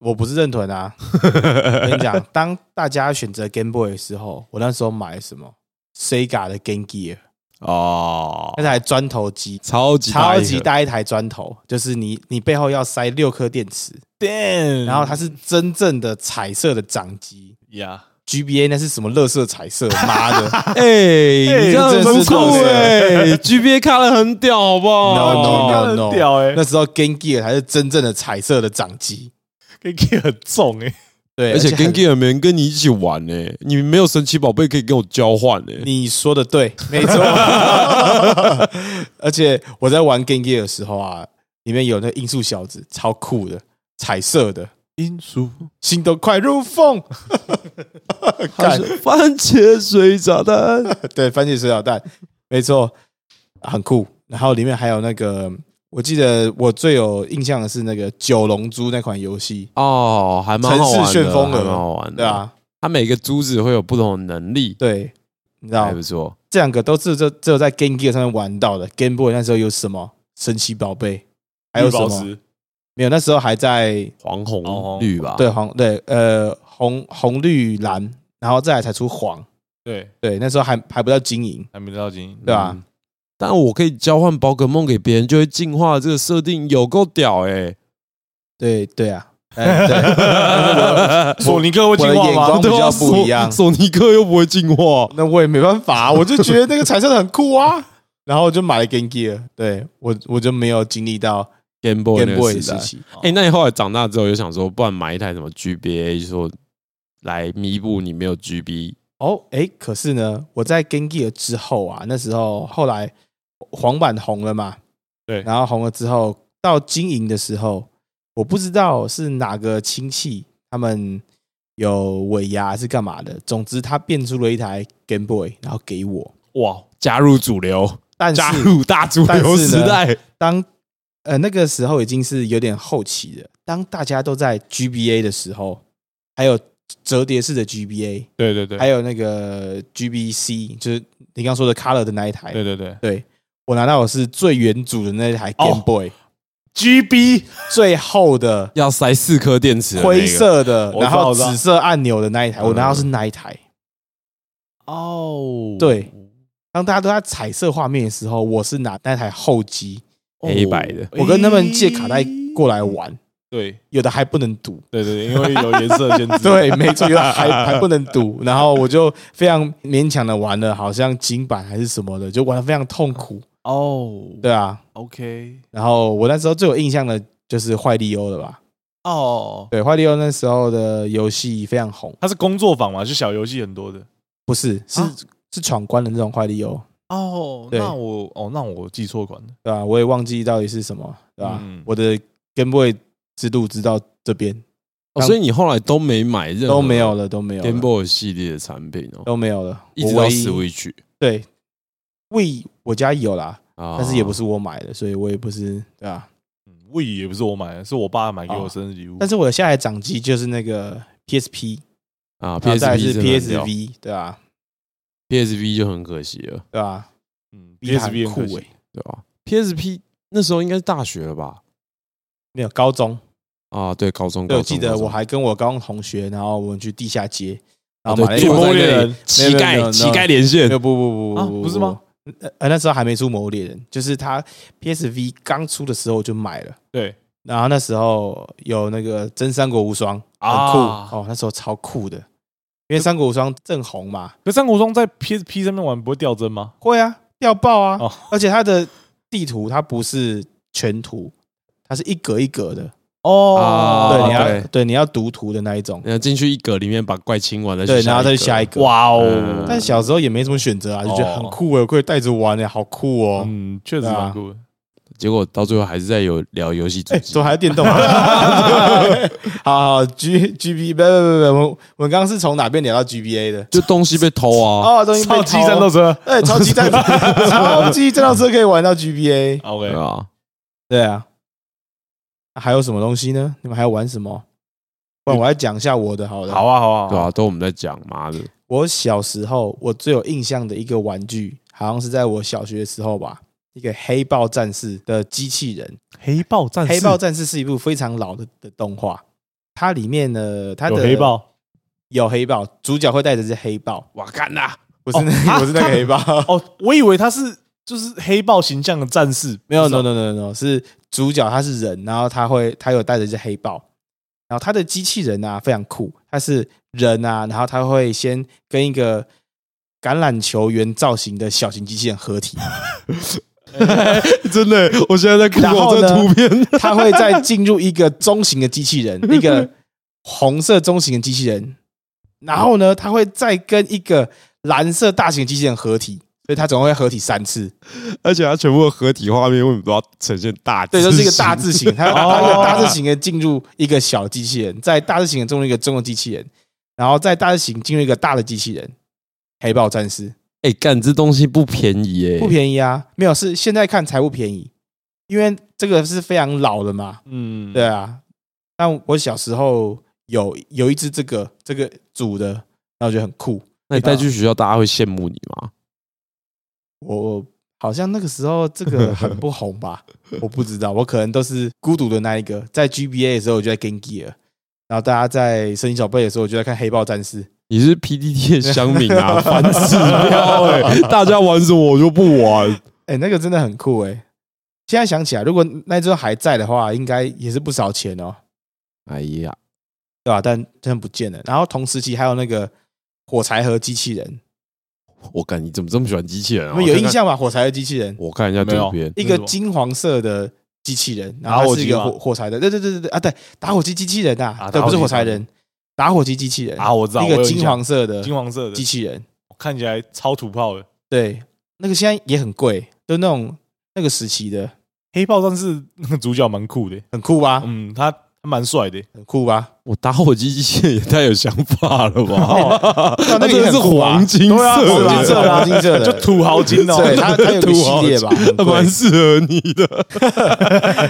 Speaker 2: 我不是认屯 啊。我跟你讲，当大家选择 Game Boy 的时候，我那时候买什么 Sega 的 Game Gear，
Speaker 1: 哦
Speaker 2: 那，台砖头机，
Speaker 1: 超级
Speaker 2: 超
Speaker 1: 一个
Speaker 2: 级，大一台砖头，就是你你背后要塞六颗电池，
Speaker 1: 嗯
Speaker 3: Damn！
Speaker 2: 然后它是真正的彩色的掌机。
Speaker 3: 呀，
Speaker 2: GBA 那是什么乐色彩色？妈的
Speaker 1: 哎，你这样
Speaker 2: 真
Speaker 1: 很
Speaker 2: 是
Speaker 1: 酷
Speaker 2: 懂事
Speaker 1: 哎，GBA 看了很屌，好不好
Speaker 2: No, no, no
Speaker 3: 哦很屌哎，
Speaker 2: 那时候 Game Gear 才是真正的彩色的掌机，
Speaker 3: 那 K 很重 哎，
Speaker 2: 对，
Speaker 1: 而且
Speaker 2: 很
Speaker 1: Game Gear 没人跟你一起玩呢、你没有神奇宝贝可以跟我交换呢、
Speaker 2: 你说 的对，没错。而且我在玩 Game Gear 的时候啊，里面有那个音速小子，超酷的，彩色的，
Speaker 3: 音速
Speaker 2: 心都快入缝。
Speaker 1: 它是番茄水炸弹，
Speaker 2: 对，番茄水饺蛋，没错，很酷。然后里面还有那个，我记得我最有印象的是那个《九龙珠》那款游戏，
Speaker 1: 哦，还蛮好玩的，
Speaker 2: 城市旋风
Speaker 1: 还
Speaker 2: 的
Speaker 1: 蛮好玩的。
Speaker 2: 对，啊，
Speaker 3: 嗯
Speaker 1: 它每个珠子会有不同的能力，
Speaker 2: 对，啊你知道
Speaker 1: 还不错。
Speaker 2: 这两个都是只只有在 Game Gear 上面玩到的。Game Boy 那时候有什么神奇宝贝，还有
Speaker 3: 绿
Speaker 2: 什
Speaker 3: 宝
Speaker 2: 么？
Speaker 3: 石，
Speaker 2: 没有，那时候还在
Speaker 1: 黄
Speaker 3: 黄
Speaker 1: 红
Speaker 3: 红
Speaker 1: 绿吧，
Speaker 2: 对，啊黄对呃红红绿蓝，然后再来才出黄。
Speaker 3: 对，
Speaker 2: 对，那时候还还不叫金银，
Speaker 3: 还没到金，
Speaker 2: 对啊吧、
Speaker 1: 嗯但我可以交换宝可梦给别人，就会进化。这个设定有够屌哎、
Speaker 2: 对对啊，哎对，
Speaker 3: 索尼克会进
Speaker 2: 啊我的
Speaker 3: 化
Speaker 2: 眼
Speaker 3: 吗
Speaker 2: 光？
Speaker 1: 对啊
Speaker 2: 比较不一 样
Speaker 1: 索索尼克又不会进化，
Speaker 2: 那我也没办法、啊我就觉得那个彩色的很酷啊，然后我就买了 Game Gear，对我我就没有经历到
Speaker 1: Game Boy 那
Speaker 2: Game
Speaker 1: 个
Speaker 2: Boy 的
Speaker 1: 时代
Speaker 2: 时期，哦
Speaker 1: 哎、那你后来长大之后，有想说，不然买一台什么 GBA，说来弥补你没有 GB
Speaker 2: 哦，哎，可是呢，我在 Game Gear 之后啊，那时候后来黄版红了嘛，
Speaker 3: 对
Speaker 2: 然后红了之后到金银的时候，我不知道是哪个亲戚他们有尾牙是干嘛的，总之他变出了一台 Game Boy，然后给我，
Speaker 3: 哇，
Speaker 1: 加入主流，
Speaker 2: 但
Speaker 1: 加
Speaker 2: 是
Speaker 1: 入大主流时代。
Speaker 2: 当呃那个时候已经是有点后期了，当大家都在 GBA 的时候，还有折叠式的 GBA，
Speaker 3: 对对对，
Speaker 2: 还有那个 GBC，就是你刚说的 Color 的那一台，
Speaker 3: 对对对
Speaker 2: 对我拿到的是最原主的那一台
Speaker 3: 哦
Speaker 2: Game Boy，、
Speaker 3: ，GB
Speaker 2: 最厚的
Speaker 1: 要塞四颗电池的那个，
Speaker 2: 灰色的，
Speaker 3: 我知道
Speaker 2: 然后
Speaker 3: 我知道
Speaker 2: 紫色按钮的那一台，
Speaker 1: 嗯
Speaker 2: 我拿到是那一台。
Speaker 3: 哦，
Speaker 2: 对当大家都在彩色画面的时候，我是拿那台厚机，
Speaker 3: 哦
Speaker 1: 黑白的
Speaker 2: 我跟他们借卡带过来玩，
Speaker 3: 对
Speaker 2: 有的还不能读。
Speaker 3: 对对对，因为有颜色 限制，
Speaker 2: 对，没错，有的还还不能读，然后我就非常勉强的玩了，好像金版还是什么的，就玩的非常痛苦。
Speaker 3: 哦，
Speaker 2: 对啊，
Speaker 3: ，OK，
Speaker 2: 然后我那时候最有印象的就是坏利欧了吧？
Speaker 3: 哦，
Speaker 2: 对，花利欧那时候的游戏非常红，
Speaker 3: 它是工作坊嘛，就小游戏很多的。
Speaker 2: 不是是、
Speaker 3: 啊
Speaker 2: 是闯关的那种花利欧，
Speaker 3: 哦，
Speaker 2: 对
Speaker 3: 那我哦，那我记错款了。
Speaker 2: 对吧、我也忘记到底是什么，对吧、啊
Speaker 3: 嗯
Speaker 2: 我的 Game Boy 之路直到这边
Speaker 1: 哦所以你后来都没买任何
Speaker 2: 都没有了，都没有
Speaker 1: Game
Speaker 2: 了，
Speaker 1: Boy 系列的产品哦，
Speaker 2: 都没有了，
Speaker 1: 一直到
Speaker 2: 我唯一
Speaker 1: Switch
Speaker 2: 对，We 我家有啦，
Speaker 1: 啊，
Speaker 2: 但是也不是我买的，所以我也不是对啊吧、
Speaker 3: 嗯，位也不是我买的，是我爸买给我
Speaker 2: 哦
Speaker 3: 生日礼物。
Speaker 2: 但是我的下台掌机就是那个 PSP，
Speaker 1: 啊
Speaker 2: 然后再来
Speaker 1: ，PSP
Speaker 2: 是
Speaker 1: 真的很屌
Speaker 2: PSV，对吧、
Speaker 1: PSV 就很可惜了，
Speaker 2: 对吧、
Speaker 3: 嗯
Speaker 2: 比它
Speaker 3: ，PSP 很
Speaker 2: 酷
Speaker 3: 可惜
Speaker 2: 欸
Speaker 1: 对吧？PSP 那时候应该是大学了吧？
Speaker 2: 没有高中，
Speaker 1: 啊，对，高中，
Speaker 2: 对，我
Speaker 1: 高中
Speaker 2: 记得
Speaker 1: 高中
Speaker 2: 我还跟我高中同学，然后我们去地下街，然
Speaker 1: 啊，
Speaker 2: 后买了
Speaker 1: 对，
Speaker 2: 一
Speaker 1: 做
Speaker 2: 个
Speaker 3: 魔
Speaker 1: 在
Speaker 3: 物猎
Speaker 1: 那里
Speaker 3: 人
Speaker 1: 乞
Speaker 2: 没有没有没有
Speaker 1: 丐乞丐连线
Speaker 2: 没有不不不
Speaker 3: 啊
Speaker 2: 不
Speaker 3: 不是吗？
Speaker 2: 呃呃，那时候还没出《魔物猎人》，就是他 PSV 刚出的时候我就买了，
Speaker 3: 对
Speaker 2: 然后那时候有那个《真三国无双》，很酷
Speaker 3: 啊
Speaker 2: 哦，那时候超酷的，因为《三国无双》正红嘛，
Speaker 3: 可三国中在 PSP 上面玩不会掉帧吗？
Speaker 2: 会啊，掉爆啊，
Speaker 3: 哦
Speaker 2: 而且它的地图它不是全图，它是一格一格的，
Speaker 1: 哦
Speaker 2: 对，你要
Speaker 1: 对
Speaker 2: 对你要读图的那一种，
Speaker 1: 然后进去一格里面把怪清完了，
Speaker 2: 对，然后再去下
Speaker 1: 一
Speaker 2: 一
Speaker 1: 格
Speaker 2: 格，
Speaker 3: 哇
Speaker 1: 嗯
Speaker 3: 哦！
Speaker 2: 但小时候也没什么选择啊，就觉得很酷欸，我可以带着玩哎，好酷哦！
Speaker 3: 嗯，确实
Speaker 2: 对啊
Speaker 3: 蛮酷的。
Speaker 1: 结果到最后还是在有聊游戏主
Speaker 2: 哎，
Speaker 1: 机
Speaker 2: 怎么还是电动？啊 好好，G G B，不不不不，我们我们刚刚是从哪边聊到 G B A 的？
Speaker 1: 就东西被偷 啊，
Speaker 2: 哦，东西被
Speaker 3: 超
Speaker 2: 偷
Speaker 3: 级战斗，车
Speaker 2: 哎，超级 战斗，超级战斗车可以玩到 G B A，
Speaker 1: 对
Speaker 3: ，OK，
Speaker 1: 啊，
Speaker 2: 对啊。还有什么东西呢？你们还要玩什么？不然我来讲一下我的好了。
Speaker 3: 嗯好啊，好啊，
Speaker 1: 对啊，都我们在讲，妈的，
Speaker 2: 我小时候我最有印象的一个玩具，好像是在我小学的时候吧，一个黑豹战士的机器人。
Speaker 3: 黑豹战士，
Speaker 2: 黑豹战士是一部非常老的的动画，它里面呢，它
Speaker 3: 有
Speaker 2: 的
Speaker 3: 黑豹
Speaker 2: 有黑豹，主角会带着是黑豹，
Speaker 1: 瓦干达，
Speaker 2: 不是那个，
Speaker 3: 哦
Speaker 2: 不是那
Speaker 3: 啊
Speaker 2: 个黑 豹，
Speaker 3: 哦，我以为他是就是黑豹形象的战士，
Speaker 2: 没有
Speaker 3: 不是
Speaker 2: ，no
Speaker 3: 啊
Speaker 2: no no no，no，是主角他是人，然后他会他有带着是黑豹，然后他的机器人啊非常酷，他是人啊，然后他会先跟一个橄榄球员造型的小型机器人合体，
Speaker 1: 真的，我现在在
Speaker 2: 然后呢
Speaker 1: 片，
Speaker 2: 它会再进入一个中型的机器人，一个红色中型的机器人，然后呢，它会再跟一个蓝色大型机器人合体，所以它总共会合体三次。
Speaker 1: 而且它全部的合体画面为什么都要呈现大字
Speaker 2: 对，
Speaker 1: 形？
Speaker 2: 就是一个大 字型，它
Speaker 3: 哦
Speaker 2: 它一个大字型的进入一个小机器人，在大字型的进入一个中的机器人，然后在大字型进入一个大的机器人。黑豹战士
Speaker 1: 哎，干这东西不便宜哎，
Speaker 2: 不便宜啊，没有是现在看才不便宜，因为这个是非常老的嘛，
Speaker 3: 嗯，
Speaker 2: 对啊， 但我小时候有有一只这个这个组的，那我觉得很酷。
Speaker 1: 那你带去学校，大家会羡慕你吗？
Speaker 2: 我我好像那个时候这个很不红吧，我不知道，我可能都是孤独的那一个。在 GBA 的时候我就在 Game Gear，然后大家在神奇宝贝的时候我就在看黑豹战士。
Speaker 1: 你是 PDT 的乡民 啊，反指
Speaker 2: 啊
Speaker 1: 标哎，大家玩什么我就不玩。
Speaker 2: 哎、那个真的很酷哎、现在想起来，如果那只还在的话，应该也是不少钱哦，
Speaker 1: 哎呀，
Speaker 2: 对吧、但真的不见了。然后同时期还有那个火柴盒机器人，
Speaker 1: 我干，你怎么这么喜欢机器人
Speaker 2: 你
Speaker 1: 啊？
Speaker 2: 们有
Speaker 1: 我看
Speaker 2: 印
Speaker 1: 看？
Speaker 2: 象吧？火柴盒机器人。
Speaker 1: 我看一下
Speaker 3: 没有
Speaker 1: 图片，
Speaker 2: 一个金黄色的机器人，然
Speaker 3: 打
Speaker 2: 后
Speaker 3: 火
Speaker 2: 它是一
Speaker 3: 机
Speaker 2: 个
Speaker 3: 吗
Speaker 2: 火火柴的，对对对对对啊，对，打火机机器人
Speaker 3: 啊
Speaker 2: 啊，对，
Speaker 3: 打
Speaker 2: 不
Speaker 3: 火机
Speaker 2: 是火柴人，打火机机器人
Speaker 3: 啊，，我知道，
Speaker 2: 一个
Speaker 3: 我有印
Speaker 2: 金
Speaker 3: 象
Speaker 2: 黄色的
Speaker 3: 金黄色的
Speaker 2: 机，器人，
Speaker 3: 看起来超土炮的。
Speaker 2: 对，那个现在也很贵，就那种那个时期的，
Speaker 3: 黑豹战士那个主角蛮酷的，
Speaker 2: 很酷吧，
Speaker 3: 嗯，他他蛮帅的，
Speaker 2: 很酷 吧，
Speaker 1: 我打火机机器人也太有想法了
Speaker 3: 哦
Speaker 1: 吧？
Speaker 2: 哦那那个
Speaker 1: 真
Speaker 2: 也
Speaker 1: 的是
Speaker 2: 很酷啊
Speaker 1: 黄金色的，
Speaker 2: 对啊黄金色的黄金色的
Speaker 3: 就土豪金哦。
Speaker 2: 对，它它 有个
Speaker 1: 土
Speaker 2: 系
Speaker 1: 豪
Speaker 2: 列吧，很
Speaker 1: 还 蛮
Speaker 2: 贵
Speaker 1: 适合你的。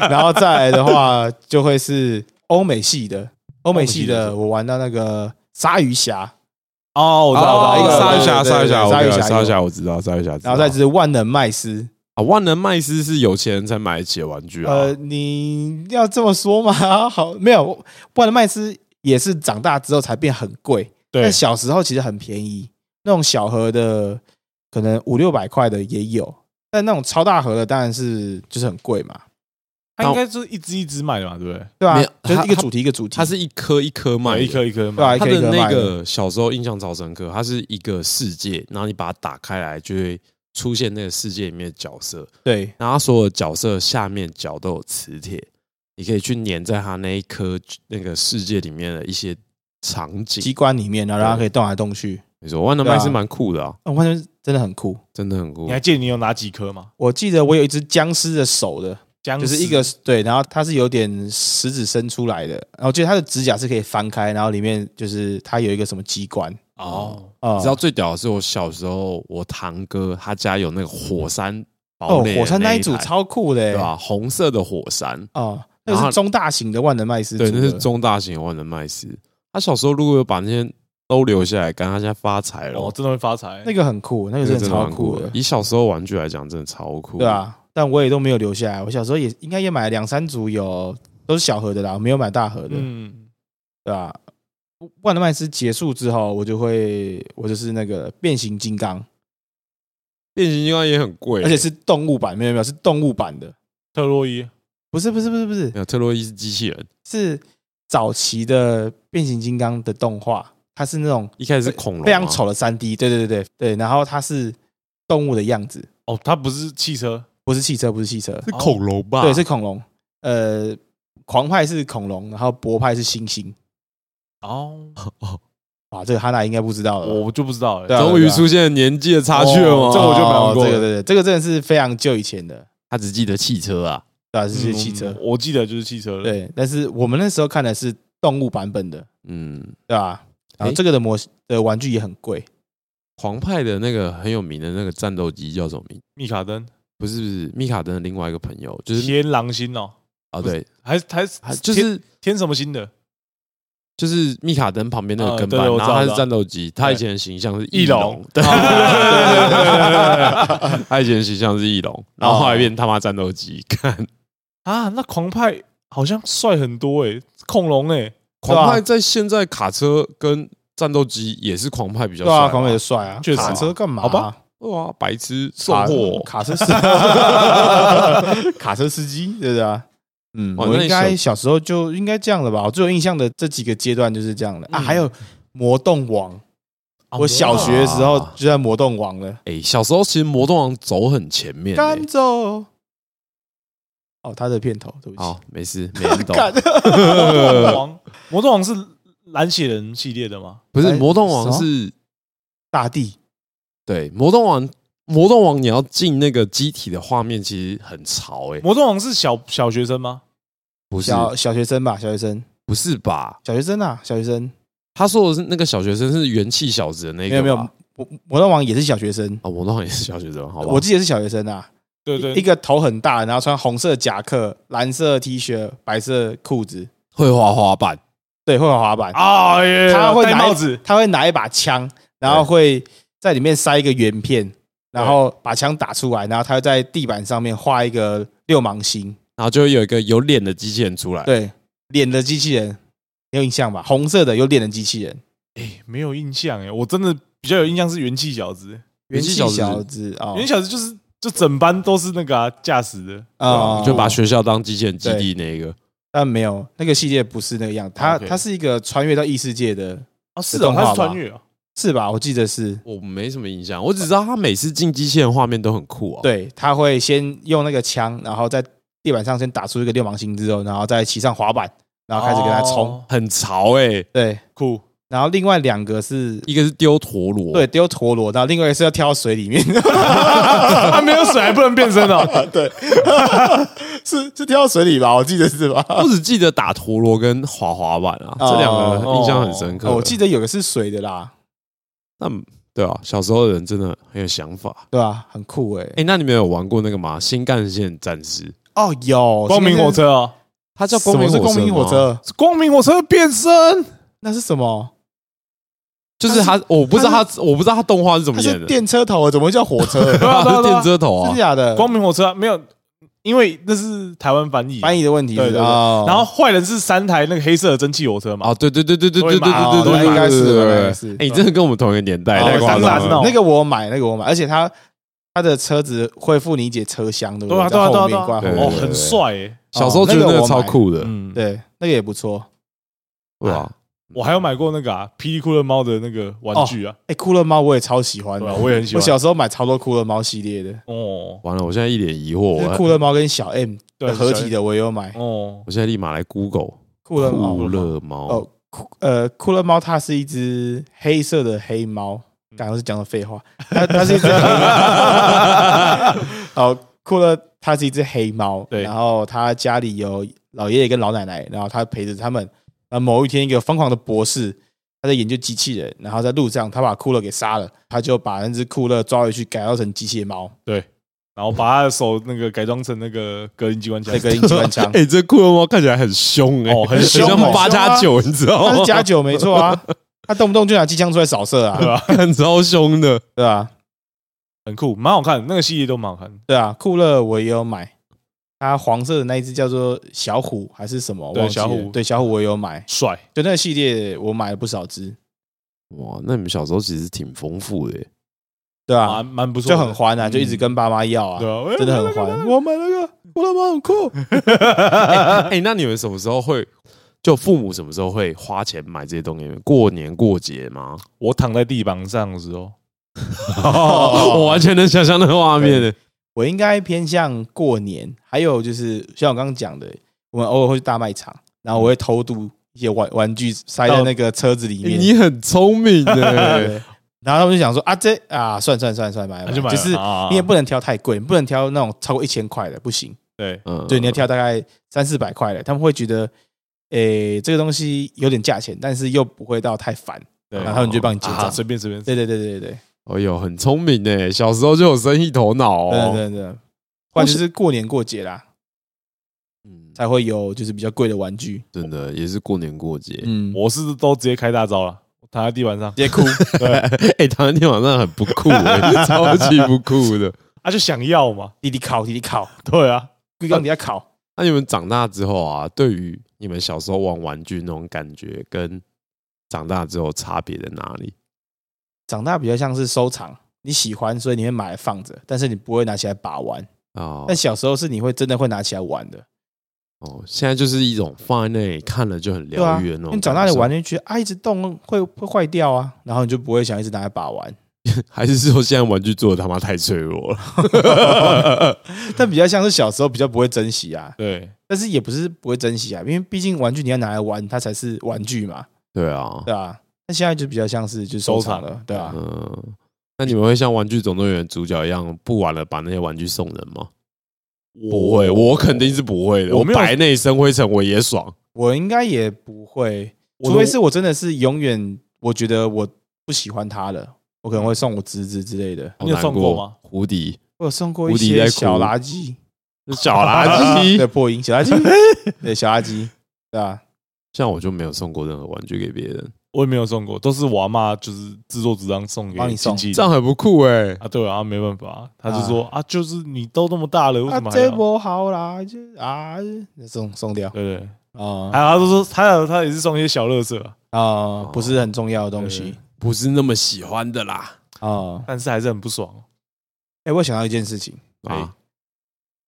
Speaker 2: 然后再来的话就会是欧美系的，欧美系的，我玩到那个鲨鱼侠，
Speaker 3: 哦，我知道，
Speaker 2: 哦
Speaker 3: 我
Speaker 2: 一
Speaker 3: 知
Speaker 2: 个
Speaker 3: 道
Speaker 1: 鲨鱼
Speaker 2: 对
Speaker 1: 侠，
Speaker 2: 对
Speaker 1: 鲨鱼侠，
Speaker 2: 对
Speaker 1: 我
Speaker 2: 鲨鱼
Speaker 1: 知道
Speaker 2: 侠
Speaker 1: 鲨鱼
Speaker 2: 有
Speaker 1: 侠，我知道鲨鱼侠知道。
Speaker 2: 然后再就是万能麦斯，
Speaker 1: 啊，万能麦斯是有钱人才买得起的玩具啊。
Speaker 2: 呃，你要这么说吗？ 好，没有，万能麦斯也是长大之后才变很贵，
Speaker 3: 对
Speaker 2: 但，小时候其实很便宜，那种小盒的可能五六百块的也有，但那种超大盒的当然是就是很贵嘛，
Speaker 3: 他应该就是一只一只买的嘛，对不对？
Speaker 2: 对吧、
Speaker 1: 没有
Speaker 2: 就是
Speaker 1: 它
Speaker 2: 一个主题一个主题，
Speaker 1: 它是一颗一颗卖
Speaker 3: 买
Speaker 1: 的，
Speaker 3: 一颗一颗
Speaker 2: 对吧、啊
Speaker 3: 买。
Speaker 2: 一
Speaker 1: 它
Speaker 2: 个一
Speaker 1: 的
Speaker 2: 个
Speaker 1: 那
Speaker 2: 卖的
Speaker 1: 个小时候印象超深刻，它是一个世界，然后你把它打开来，就会出现那个世界里面的角色，
Speaker 2: 对
Speaker 1: 然后它所有角色下面脚都有磁铁，你你可以去粘在它那一颗那个世界里面的一些场
Speaker 2: 机
Speaker 1: 景。
Speaker 2: 关里面，然后让它可以动来动去。
Speaker 1: 你说万能
Speaker 2: 对啊
Speaker 1: 麦是蛮酷的啊，
Speaker 2: 那我发现真的很酷。
Speaker 1: 真的很酷
Speaker 3: 你。还记得你有哪几颗吗？
Speaker 2: 我记得我有一只僵尸的手的，
Speaker 3: 僵
Speaker 2: 就是
Speaker 3: 尸
Speaker 2: 一个对，然后它是有点食指伸出来的，然后我记得它的指甲是可以翻开，然后里面就是它有一个什么机关
Speaker 1: 哦，
Speaker 2: 啊
Speaker 1: 你知道最屌的是我小时候，我堂哥他家有那个火山堡
Speaker 2: 哦
Speaker 1: 垒，的
Speaker 2: 火山那
Speaker 1: 那
Speaker 2: 一组
Speaker 1: 台
Speaker 2: 超酷的欸，
Speaker 1: 对吧？红色的火山，
Speaker 2: 哦，那
Speaker 1: 然
Speaker 2: 个
Speaker 1: 后
Speaker 2: 是中大型的万能麦斯组
Speaker 1: 对，
Speaker 2: 的，
Speaker 1: 那是中大型的万能麦斯。他小时候如果有把那些都留下来，干他现在发财了。
Speaker 3: 哦，真的会发财。
Speaker 2: 那个很酷，那个真的超
Speaker 1: 蛮
Speaker 2: 酷
Speaker 1: 的
Speaker 2: 的，
Speaker 1: 以小时候玩具来讲，真的超酷。
Speaker 2: 对，啊，但我也都没有留下来，我小时候也应该也买了两三组有都是小盒的啦，我没有买大盒的，
Speaker 3: 嗯，
Speaker 2: 对吧？万能麦斯结束之后，我就会我就是那个变形金刚，
Speaker 1: 变形金刚也很贵，
Speaker 2: 而且是动物版，没有没有是动物版的，
Speaker 3: 特洛伊
Speaker 2: 不是不是不是不是
Speaker 1: 没有特洛伊是机器人，
Speaker 2: 是早期的变形金刚的动画，它是那种
Speaker 1: 一开始是恐龙，啊
Speaker 2: 非常。丑的三 D，对对对对对，然后它是动物的样子，
Speaker 3: 哦，它不是汽车，
Speaker 2: 不是汽车，不是汽车，
Speaker 1: 是恐龙吧？
Speaker 2: 对，是恐龙。呃，狂派是恐龙，然后博派是猩猩。
Speaker 3: 哦，
Speaker 2: 哇，这个哈娜应该不知道了吧。
Speaker 3: 我就不知道
Speaker 2: 对
Speaker 3: 了。
Speaker 2: 啊
Speaker 1: 终于出现年纪的差距了吗？
Speaker 3: 哦这个我就没玩过
Speaker 2: 哦这个对对，这个真的是非常久以前的，
Speaker 1: 他只记得汽车啊，
Speaker 2: 对吧、这些汽车
Speaker 3: 嗯，我记得就是汽车了。
Speaker 2: 对。但是我们那时候看的是动物版本的，
Speaker 1: 嗯，
Speaker 2: 对吧？然后
Speaker 1: 诶
Speaker 2: 这个的模的玩具也很贵，
Speaker 1: 狂派的那个很有名的那个战斗机叫什么名？
Speaker 3: 密卡登、
Speaker 1: 不是不是，密卡登的另外一个朋友，就是
Speaker 3: 天狼星哦，
Speaker 1: 啊，
Speaker 3: 不是
Speaker 1: 对，
Speaker 3: 还是还是
Speaker 1: 他就
Speaker 3: 天
Speaker 1: 是
Speaker 3: 天什么星的？
Speaker 1: 就是密卡登旁边那个
Speaker 3: 啊
Speaker 1: 跟
Speaker 3: 对
Speaker 1: 班，
Speaker 3: 对我
Speaker 1: 然
Speaker 3: 知
Speaker 1: 后
Speaker 3: 道
Speaker 1: 他
Speaker 3: 我知
Speaker 1: 是
Speaker 3: 道
Speaker 1: 战斗机，他以
Speaker 3: 对
Speaker 1: 前的形象是
Speaker 3: 翼
Speaker 1: 翼
Speaker 3: 龙
Speaker 1: 龙， 对， 他以前的形象是翼龙，然后后来变他妈战斗机， 看
Speaker 3: 啊，那狂派好像帅很多诶、恐龙欸诶、
Speaker 1: 狂派在现在卡车跟战斗机也是狂派比较
Speaker 2: 对啊，
Speaker 1: 帅，
Speaker 2: 狂美的帅啊，
Speaker 3: 确实
Speaker 2: 卡车干嘛？
Speaker 1: 好吧，哇，白痴送
Speaker 2: 卡
Speaker 1: 货，
Speaker 2: 卡车司卡车司机，对不对啊？嗯，
Speaker 1: 哇
Speaker 2: 我
Speaker 1: 那
Speaker 2: 应
Speaker 1: 你
Speaker 2: 该
Speaker 1: 小
Speaker 2: 小时候就应该这样了吧？我最有印象的这几个阶段就是这样的啊，
Speaker 3: 嗯
Speaker 2: 还有魔动王，
Speaker 3: 啊
Speaker 2: 我小学的时候就在魔动王了。
Speaker 1: 哎，小时候其实魔动王走很前面，哎
Speaker 2: 赶走。哦，他的片头，对不起。
Speaker 1: 好，没事，没人懂，
Speaker 2: 干
Speaker 3: 魔动 王，魔动王是蓝血人系列的吗？
Speaker 1: 不是
Speaker 2: 哎
Speaker 1: 魔动王
Speaker 2: 什么
Speaker 1: 是
Speaker 2: 大地
Speaker 1: 对魔动王。魔动王，你要进那个机体的画面，其实很潮哎、
Speaker 3: 魔动王是小小学生吗？
Speaker 1: 不是
Speaker 2: 小小学生吧，小学生，
Speaker 1: 不是吧？
Speaker 2: 小学生啊，小学生，
Speaker 1: 他说的是那个小学生是元气小子的那
Speaker 2: 没
Speaker 1: 个
Speaker 2: 有没有
Speaker 1: 吧，
Speaker 2: 魔魔动王也是小学生，
Speaker 1: 啊，我当然也是小学生，好吧？
Speaker 2: 我自己也是小学生啊，
Speaker 3: 对对
Speaker 2: 一个头很大，然后穿红色夹克、蓝色 T 恤、白色裤子，
Speaker 1: 会滑滑板，
Speaker 2: 对，会玩滑板，
Speaker 3: 啊耶，
Speaker 2: 他会
Speaker 3: 戴
Speaker 2: 拿
Speaker 3: 帽子
Speaker 2: 一，他会拿一把枪，然后会在里面塞一个圆片，然后把枪打出来，然后他会在地板上面画一个六芒星，
Speaker 1: 然后就会有一个有脸的机器人出来。
Speaker 2: 对，脸的机器人，你有印象吧？红色的有脸的机器人，
Speaker 3: 诶没有印象诶、欸我真的比较有印象是元气小子、
Speaker 1: 元气小子
Speaker 2: 子啊，
Speaker 3: 元气小子就是就整班都是那个啊驾、驶的，
Speaker 2: 啊，
Speaker 1: 就把学校当机器人基地那个，
Speaker 2: 但没有那个系列不是那个样子，它
Speaker 1: 哦 OK
Speaker 2: 它是一个穿越到异世界的，
Speaker 3: 哦是
Speaker 2: 自
Speaker 3: 哦
Speaker 2: 动，化吧
Speaker 3: 他是穿越哦，
Speaker 2: 是吧？我记得是。
Speaker 1: 我没什么印象，我只知道他每次进机器人画面都很酷哦。，
Speaker 2: 对，他会先用那个枪，然后在地板上先打出一个六芒星之后，然后再骑上滑板，然后开始跟他冲。
Speaker 3: 哦
Speaker 1: 很潮哎。
Speaker 2: 对，
Speaker 3: 酷，
Speaker 2: 然后另外两个是
Speaker 1: 一个是丢陀螺，
Speaker 2: 对，丢陀螺，然后另外一个是要跳到水里 面，
Speaker 3: 他、啊没有水还不能变身 哦，
Speaker 2: 对， 是是跳到水里吧？我记得是吧？
Speaker 1: 我只记得打陀螺跟滑滑板啊，
Speaker 2: 哦
Speaker 1: 这两个印象很深刻。
Speaker 2: 哦我记得有个是水的啦，
Speaker 1: 那对啊，小时候的人真的很有想法。
Speaker 2: 对吧、很酷哎、
Speaker 1: 哎，那你们有玩过那个吗？新干线战士，
Speaker 2: 哦，有
Speaker 3: 光明火，车哦，
Speaker 1: 它叫
Speaker 2: 什
Speaker 1: 光
Speaker 2: 么
Speaker 1: 明
Speaker 2: 是啊光明
Speaker 1: 火
Speaker 2: 火
Speaker 1: 车吗，
Speaker 2: 车？
Speaker 3: 光明火车变身，
Speaker 2: 那是什么？
Speaker 1: 就是他，我不知道他，我不知道他动画是怎
Speaker 2: 它
Speaker 1: 么演
Speaker 2: 是
Speaker 1: 的，
Speaker 2: 电车头，怎么会叫火 车？
Speaker 3: 对啊对啊
Speaker 1: 是
Speaker 3: 对啊
Speaker 1: 电车头
Speaker 2: 真
Speaker 1: 啊
Speaker 2: 的，假的？
Speaker 3: 光明火车啊、没有，因为那是台湾翻译
Speaker 2: 翻译的问题是不是，
Speaker 3: 对对对
Speaker 2: 哦
Speaker 3: 然后坏人是三台那个黑色的蒸汽火车嘛，
Speaker 1: 啊，对对对对对对对对
Speaker 3: 哦
Speaker 1: 对对，对
Speaker 2: 应该
Speaker 1: 对
Speaker 2: 是
Speaker 1: 对对
Speaker 2: 应该是
Speaker 1: 哎，你真的跟我们同一个年代，
Speaker 2: 哦
Speaker 1: 太夸
Speaker 3: 我
Speaker 1: 张
Speaker 3: 知
Speaker 1: 了
Speaker 3: 道。
Speaker 2: 那个我有买，那个我有买，而且它它的车子会附你一节车厢，对不
Speaker 3: 对啊
Speaker 2: 在
Speaker 3: 对啊对
Speaker 2: 后
Speaker 3: 啊
Speaker 2: 面
Speaker 3: 对啊
Speaker 2: 挂后
Speaker 1: 对
Speaker 3: 哦
Speaker 2: 面，
Speaker 3: 很帅诶、
Speaker 1: 小时候觉得那个超酷的，
Speaker 3: 嗯，
Speaker 2: 对，那个也不错。
Speaker 1: 对吧？
Speaker 3: 我还有买过那个啊，霹雳酷乐猫的那个玩具啊，
Speaker 2: 哎，酷乐猫我也超喜欢
Speaker 3: 对啊
Speaker 2: 的
Speaker 3: 吧？，我也很喜
Speaker 2: 哦我
Speaker 3: 欢。
Speaker 2: 小时候买超多酷乐猫系列的，
Speaker 3: 哦
Speaker 1: 完了，我现在一脸疑惑，
Speaker 2: 就是
Speaker 1: 我
Speaker 2: 酷乐猫跟小 M
Speaker 3: 对
Speaker 2: 的合体的我也有买。
Speaker 3: 哦，
Speaker 1: 我现在立马来 Google
Speaker 2: 酷乐猫
Speaker 1: 酷乐猫。
Speaker 2: 哦，酷呃，酷乐猫它是一只黑色的黑猫，刚刚是讲的废话，它它是一只黑猫 哦，酷乐它是一只黑猫，
Speaker 3: 对
Speaker 2: 然后它家里有老爷爷跟老奶奶，然后它陪着他们。然后某一天，一个疯狂的博士他在研究机器人，然后在路上他把酷乐给杀了，他就把那只酷乐抓回去改造成机械猫，
Speaker 3: 然后把他的手那个改装成那个隔音机关枪
Speaker 2: 那，个机关枪
Speaker 1: 哎，这酷乐猫看起来很凶哎，
Speaker 3: 哦很
Speaker 2: 凶
Speaker 1: 像
Speaker 2: 哦
Speaker 1: 八加九，你知道
Speaker 2: 它
Speaker 1: 吗
Speaker 2: 是？假酒没错啊，它动不动就拿机枪出来扫射啊，
Speaker 1: 看超凶的，
Speaker 2: 对啊，
Speaker 3: 很酷，蛮好看，那个系列都蛮好看。
Speaker 2: 对啊，酷乐我也有买，它黄色的那一只叫做小虎还是什么？
Speaker 3: 对
Speaker 2: 忘记了
Speaker 3: 小虎
Speaker 2: 对小虎我也有买，
Speaker 3: 帅，
Speaker 2: 就那个系列我买了不少只，
Speaker 1: 哇，那你们小时候其实挺丰富的耶，
Speaker 2: 对啊
Speaker 3: 蛮，蛮不错
Speaker 2: 就
Speaker 3: 的，
Speaker 2: 很欢啊，就一直跟爸妈要
Speaker 3: 嗯对
Speaker 2: 啊，
Speaker 3: 啊，哎
Speaker 2: 真的很欢。我买那个酷乐猫很酷，
Speaker 1: 哎、那你们什么时候会？就父母什么时候会花钱买这些东西？过年过节吗？
Speaker 3: 我躺在地板上的 时候，
Speaker 2: 哦
Speaker 3: 哦
Speaker 1: 我完全能想象那个画面欸的。
Speaker 2: 我应该偏向过年，还有就是像我刚刚讲的，我们偶尔会去大卖场，然后我会偷渡一些玩玩具塞在那个车子里面，
Speaker 3: 嗯
Speaker 1: 你很聪明欸的，
Speaker 2: 对然后他们就想说啊这啊算算算算买
Speaker 3: 那就买了
Speaker 2: 就是
Speaker 3: 哎啊
Speaker 2: 你也不能挑太贵，你不能挑那种超过一千块的，不行。
Speaker 3: 对，
Speaker 1: 嗯，
Speaker 2: 对，你要挑大概三四百块的，他们会觉得，诶、这个东西有点价钱，但是又不会到太烦，
Speaker 3: 对
Speaker 2: 然后他们就帮你结
Speaker 3: 啊
Speaker 2: 账。
Speaker 3: 随便随便，
Speaker 2: 对对对对对对
Speaker 1: 哎呦，很聪明的，小时候就有生意头脑
Speaker 2: 对
Speaker 1: 哦。
Speaker 2: 对对，或者是过年过节啦，
Speaker 1: 嗯，
Speaker 2: 才会有就是比较贵的玩具。
Speaker 1: 真的也是过年过节。
Speaker 2: 嗯，
Speaker 3: 我是都直接开大招了，我躺在地板上，
Speaker 2: 直接哭。
Speaker 1: 哎，台湾天晚上很不酷 欸，超级不酷的。
Speaker 3: 他啊就想要嘛，
Speaker 2: 弟弟考，弟弟考，
Speaker 3: 对啊，
Speaker 2: 贵刚你要考，
Speaker 1: 那你们长大之后啊，对于你们小时候玩玩具那种感觉，跟长大之后差别在哪里？
Speaker 2: 长大比较像是收藏，你喜欢，所以你会买来放着，但是你不会拿起来把玩。
Speaker 1: 啊、
Speaker 2: 但小时候是你会真的会拿起来玩的，
Speaker 1: 哦，现在就是一种放在那里看了就很
Speaker 2: 对啊，
Speaker 1: 疗愈的那
Speaker 2: 因
Speaker 1: 种、
Speaker 2: 为长大你玩，就觉得啊，一直动会会坏掉啊，然后你就不会想一直拿来把玩。
Speaker 1: 还是说现在玩具做的他妈太脆弱了？
Speaker 2: 但比较像是小时候比较不会珍惜啊，
Speaker 3: 对，
Speaker 2: 但是也不是不会珍惜啊，因为毕竟玩具你要拿来玩，它才是玩具嘛，
Speaker 1: 对啊，
Speaker 2: 对吧、啊？那现在就比较像是就收藏
Speaker 3: 收
Speaker 2: 了，对吧、啊？
Speaker 1: 嗯、那你们会像《玩具总动员》主角一样不玩了，把那些玩具送人吗？不会，我肯定是不会的。
Speaker 3: 我
Speaker 1: 我
Speaker 3: 没有
Speaker 1: 白内生灰尘，我也 爽。
Speaker 2: 我应该也不会，
Speaker 3: 我
Speaker 2: 除
Speaker 3: 都
Speaker 2: 非是我真的是永远我觉得我不喜欢它了，我可能会送我侄子之类的。
Speaker 1: 好
Speaker 3: 你有
Speaker 1: 难
Speaker 3: 送过
Speaker 1: 过
Speaker 3: 吗，
Speaker 1: 胡迪
Speaker 2: 我有送过一
Speaker 1: 无敌在
Speaker 2: 些
Speaker 1: 哭
Speaker 2: 小垃圾，
Speaker 1: 小垃圾。
Speaker 2: 对 破音小垃圾，对小垃圾，对吧、啊？
Speaker 1: 像我就没有送过任何玩具给别人，
Speaker 3: 我也没有送过，都是我阿妈就是自作主张送
Speaker 2: 帮
Speaker 3: 给
Speaker 2: 你送
Speaker 3: 亲戚的，
Speaker 1: 这样很不酷哎、
Speaker 3: 啊，对啊，没办法，他就说啊，就是你都那么大了，为什
Speaker 2: 啊
Speaker 3: 么，还
Speaker 2: 这
Speaker 3: 要？
Speaker 2: 不好啦，就啊，送送掉
Speaker 3: 对对，
Speaker 2: 啊
Speaker 3: 还有他就说他有他也是送一些小乐色啊，
Speaker 2: 啊，不是很重要的东
Speaker 3: 对
Speaker 2: 西
Speaker 1: 不是那么喜欢的啦。
Speaker 2: 啊。
Speaker 3: 但是还是很不爽。
Speaker 2: 哎、我想到一件事情，
Speaker 1: 啊，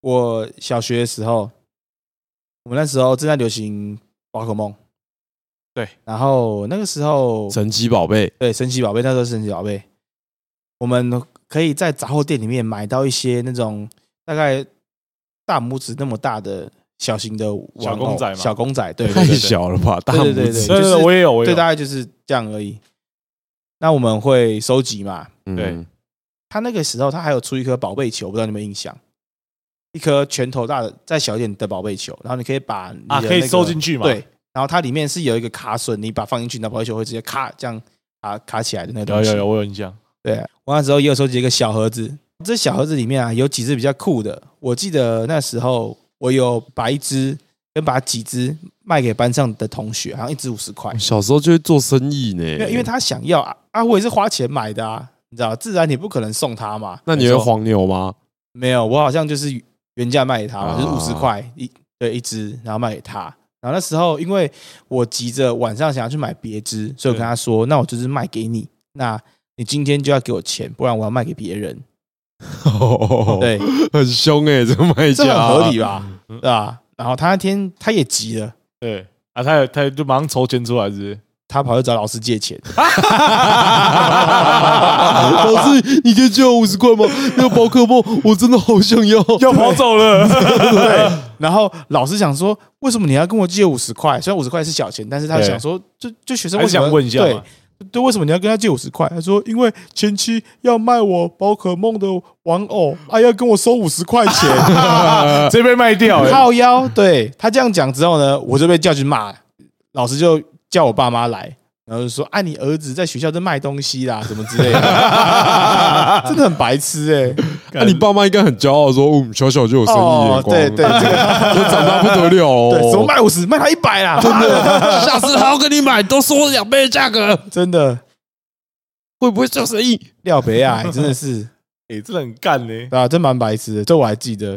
Speaker 2: 我小学的时候，我们那时候正在流行宝可梦，
Speaker 3: 对，
Speaker 2: 然后那个时候，
Speaker 1: 神奇宝贝
Speaker 2: 对神奇宝贝，那时候是神奇宝贝，我们可以在杂货店里面买到一些那种大概大拇指那么大的小型的玩偶
Speaker 3: 小公仔吗
Speaker 2: 小公仔， 对，对
Speaker 1: 太
Speaker 2: 对对
Speaker 1: 小了吧，大
Speaker 2: 对
Speaker 1: 拇
Speaker 2: 对对
Speaker 1: 指。
Speaker 2: 就是
Speaker 3: 对对，对我也有，我也
Speaker 2: 对，
Speaker 3: 有
Speaker 2: 大，概就是这样而已。那我们会收集嘛？
Speaker 1: 嗯，
Speaker 2: 他那个时候他还有出一颗宝贝球，不知道你们有没有印象？一颗拳头大的再小一点的宝贝球，然后你可以把你的
Speaker 3: 啊，
Speaker 2: 那
Speaker 3: 可以
Speaker 2: 个
Speaker 3: 收进去嘛？
Speaker 2: 对，然后它里面是有一个卡榫，你把放进去，那宝贝球会直接卡这样卡卡起来的那个
Speaker 3: 有
Speaker 2: 东西。
Speaker 3: 有有，我有印象。
Speaker 2: 对，我那时候也有收集一个小盒子，这小盒子里面啊有几只比较酷的，我记得那时候我有把一只跟把几只卖给班上的同学，好像一只五十
Speaker 3: 嗯
Speaker 2: 块，
Speaker 1: 嗯小时候就会做生意呢，
Speaker 2: 因为因为他想要啊啊，我也是花钱买的啊，你知道，自然你不可能送他嘛。
Speaker 1: 那你
Speaker 2: 没
Speaker 1: 会
Speaker 2: 错
Speaker 1: 黄牛吗？
Speaker 2: 没有，我好像就是原价卖给他嘛，
Speaker 1: 啊
Speaker 2: 就是五十块一对一只，然后卖给他。然后那时候因为我急着晚上想要去买别只，所以我跟他说：“那我就是卖给你，那你今天就要给我钱，不然我要卖给别人。
Speaker 3: 哦
Speaker 2: 对，
Speaker 1: 很凶哎，这个卖
Speaker 2: 这
Speaker 1: 家
Speaker 2: 很合理吧？
Speaker 3: 嗯
Speaker 2: 对吧、然后他那天他也急了，
Speaker 3: 对啊，他也他也就马上筹钱出来，是不是？
Speaker 2: 他跑去找老师借 钱，
Speaker 1: 老师，你可以借我五十块吗？那个宝可梦我真的好想要。
Speaker 3: 要跑走了，
Speaker 2: 对，然后老师想说，为什么你要跟我借五十块？虽然五十块是小钱，但是他
Speaker 3: 对
Speaker 2: 想说，就就学生
Speaker 3: 还
Speaker 2: 为
Speaker 3: 是
Speaker 2: 什么
Speaker 3: 想问一下
Speaker 2: 对
Speaker 3: 嘛，
Speaker 2: 对，为什么你要跟他借五十块？他说，因为前妻要卖我宝可梦的玩偶，啊，要跟我收五十块 钱，
Speaker 3: 直接被卖掉欸。
Speaker 2: 靠腰。对他这样讲之后呢，我就被叫去骂，老师就叫我爸妈来。然后就说：“啊，你儿子在学校在卖东西啦，什么之类的， 真的很白痴哎、
Speaker 1: 那、啊你爸妈应该很骄傲，说：“嗯，小小就有生意眼光，
Speaker 2: 哦对对，这个
Speaker 1: 我长大不得了哦。
Speaker 2: 对，怎么卖五十，卖他一百啦，真的
Speaker 1: 下次还要跟你买，都说两倍的价格，
Speaker 2: 真的。”
Speaker 1: 会不会做生意？
Speaker 2: 廖北亚真的是，
Speaker 3: 哎，真的很干呢。
Speaker 2: 对啊，真蛮白痴的，这我还记得。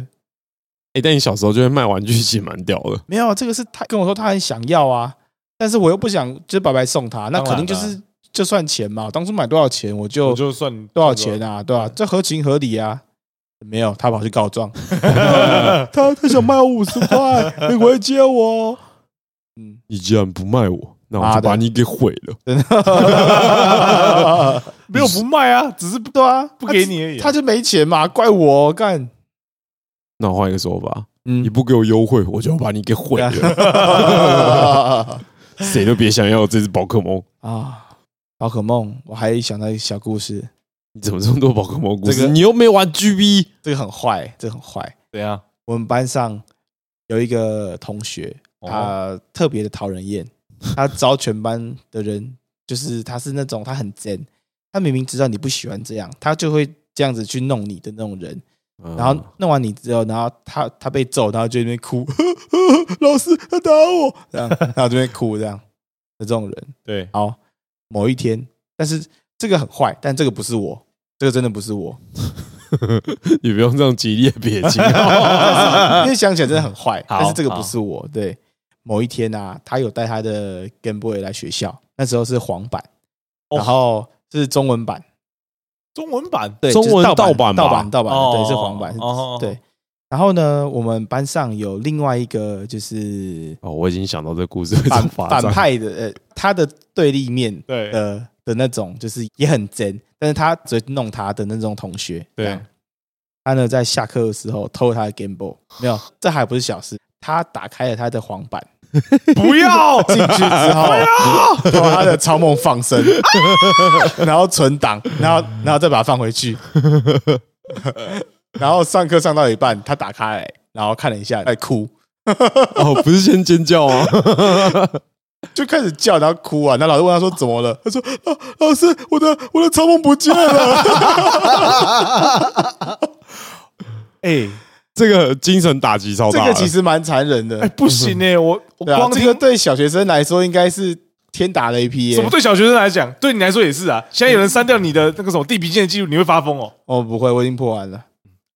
Speaker 1: 哎、但你小时候就会卖玩具，其实蛮屌的。
Speaker 2: 没有，这个是他跟我说他很想要啊，但是我又不想就是白白送他，那
Speaker 3: 当然
Speaker 2: 肯定就是就算钱嘛，我当初买多少钱我就
Speaker 3: 我就算
Speaker 2: 多少钱啊，对啊，这合情合理啊。没有，他跑去告 状，他他想卖我五十块，你回接我哦。嗯，
Speaker 1: 你既然不卖我，那我
Speaker 2: 妈
Speaker 1: 就
Speaker 2: 的
Speaker 1: 把你给毁了。
Speaker 3: 没有不卖啊，只是不
Speaker 2: 对啊，
Speaker 3: 不给你而已啊。
Speaker 2: 他，他就没钱嘛，怪我干。
Speaker 1: 那我换一个说法，你
Speaker 2: 嗯，
Speaker 1: 不给我优惠，我就要把你给毁 了。谁都别想要这只宝可梦。
Speaker 2: 啊，宝可梦，我还想到一个小故事，
Speaker 1: 你怎么这么多宝可梦故事？
Speaker 2: 这个
Speaker 1: 你又没玩 GB，
Speaker 2: 这个很坏，这个很坏。
Speaker 3: 怎样？
Speaker 2: 我们班上有一个同学，
Speaker 3: 哦
Speaker 2: 他特别的讨人厌，他招全班的人，就是他是那种他很贱，他明明知道你不喜欢这样，他就会这样子去弄你的那种人。
Speaker 1: 嗯
Speaker 2: 然后弄完你之后，然后他他被揍，然后就在那边哭， 老师他打我，这样，然后这边哭这样的这种人。
Speaker 3: 对，
Speaker 2: 好，某一天，但是这个很坏，但这个不是我，这个真的不是我，
Speaker 1: 你不用这样激烈撇 清。
Speaker 2: 因为想起来真的很坏，
Speaker 3: 好
Speaker 2: 但是这个不是我。对，某一天啊，他有带他的 Game Boy 来学校，那时候是黄版，
Speaker 3: 哦
Speaker 2: 然后这是中文版，
Speaker 3: 中文版
Speaker 2: 对，
Speaker 1: 中文
Speaker 2: 就是盗
Speaker 1: 盗版吧
Speaker 2: 盗版，盗版，
Speaker 3: 哦
Speaker 2: 对，是黄版，
Speaker 3: 哦
Speaker 2: 对。然后呢，我们班上有另外一个就是
Speaker 1: 哦，我已经想 到这故事会怎
Speaker 2: 反
Speaker 1: 么发
Speaker 2: 反
Speaker 1: 展。
Speaker 2: 派的，呃，他的对立面
Speaker 3: 对
Speaker 2: 的的那种，就是也很真，但是他只会弄他的那种同学。
Speaker 3: 对
Speaker 2: 这样，他呢在下课的时候偷了他的 Game Boy，没 有，这还不是小事。他打开了他的黄板，
Speaker 3: 不 要
Speaker 2: 进去之后，
Speaker 3: 哎
Speaker 2: 偷了他的超梦放生， 然后存档，然后然后再把它放回去， 然后上课上到一半，他打开来，然后看了一下，在哭，
Speaker 1: 哦，不是先尖叫 吗？
Speaker 2: 就开始叫，然后哭啊。那老师问他说怎么了？他说：“啊，老师，我的我的超梦不见 了。
Speaker 3: 哎
Speaker 1: 这个精神打击”超
Speaker 2: 这
Speaker 1: 大的。
Speaker 2: 个其实蛮残忍的
Speaker 3: 哎，，不行哎，我 我
Speaker 2: 对啊
Speaker 3: 光，
Speaker 2: 这
Speaker 3: 听
Speaker 2: 个对小学生来说应该是天打雷劈
Speaker 3: 什
Speaker 2: 耶
Speaker 3: 么。对小学生来讲，对你来说也是啊。现在有人删掉你的那个什么地皮件的记录，你会发疯哦。
Speaker 2: 哦，不会，我已经破完了。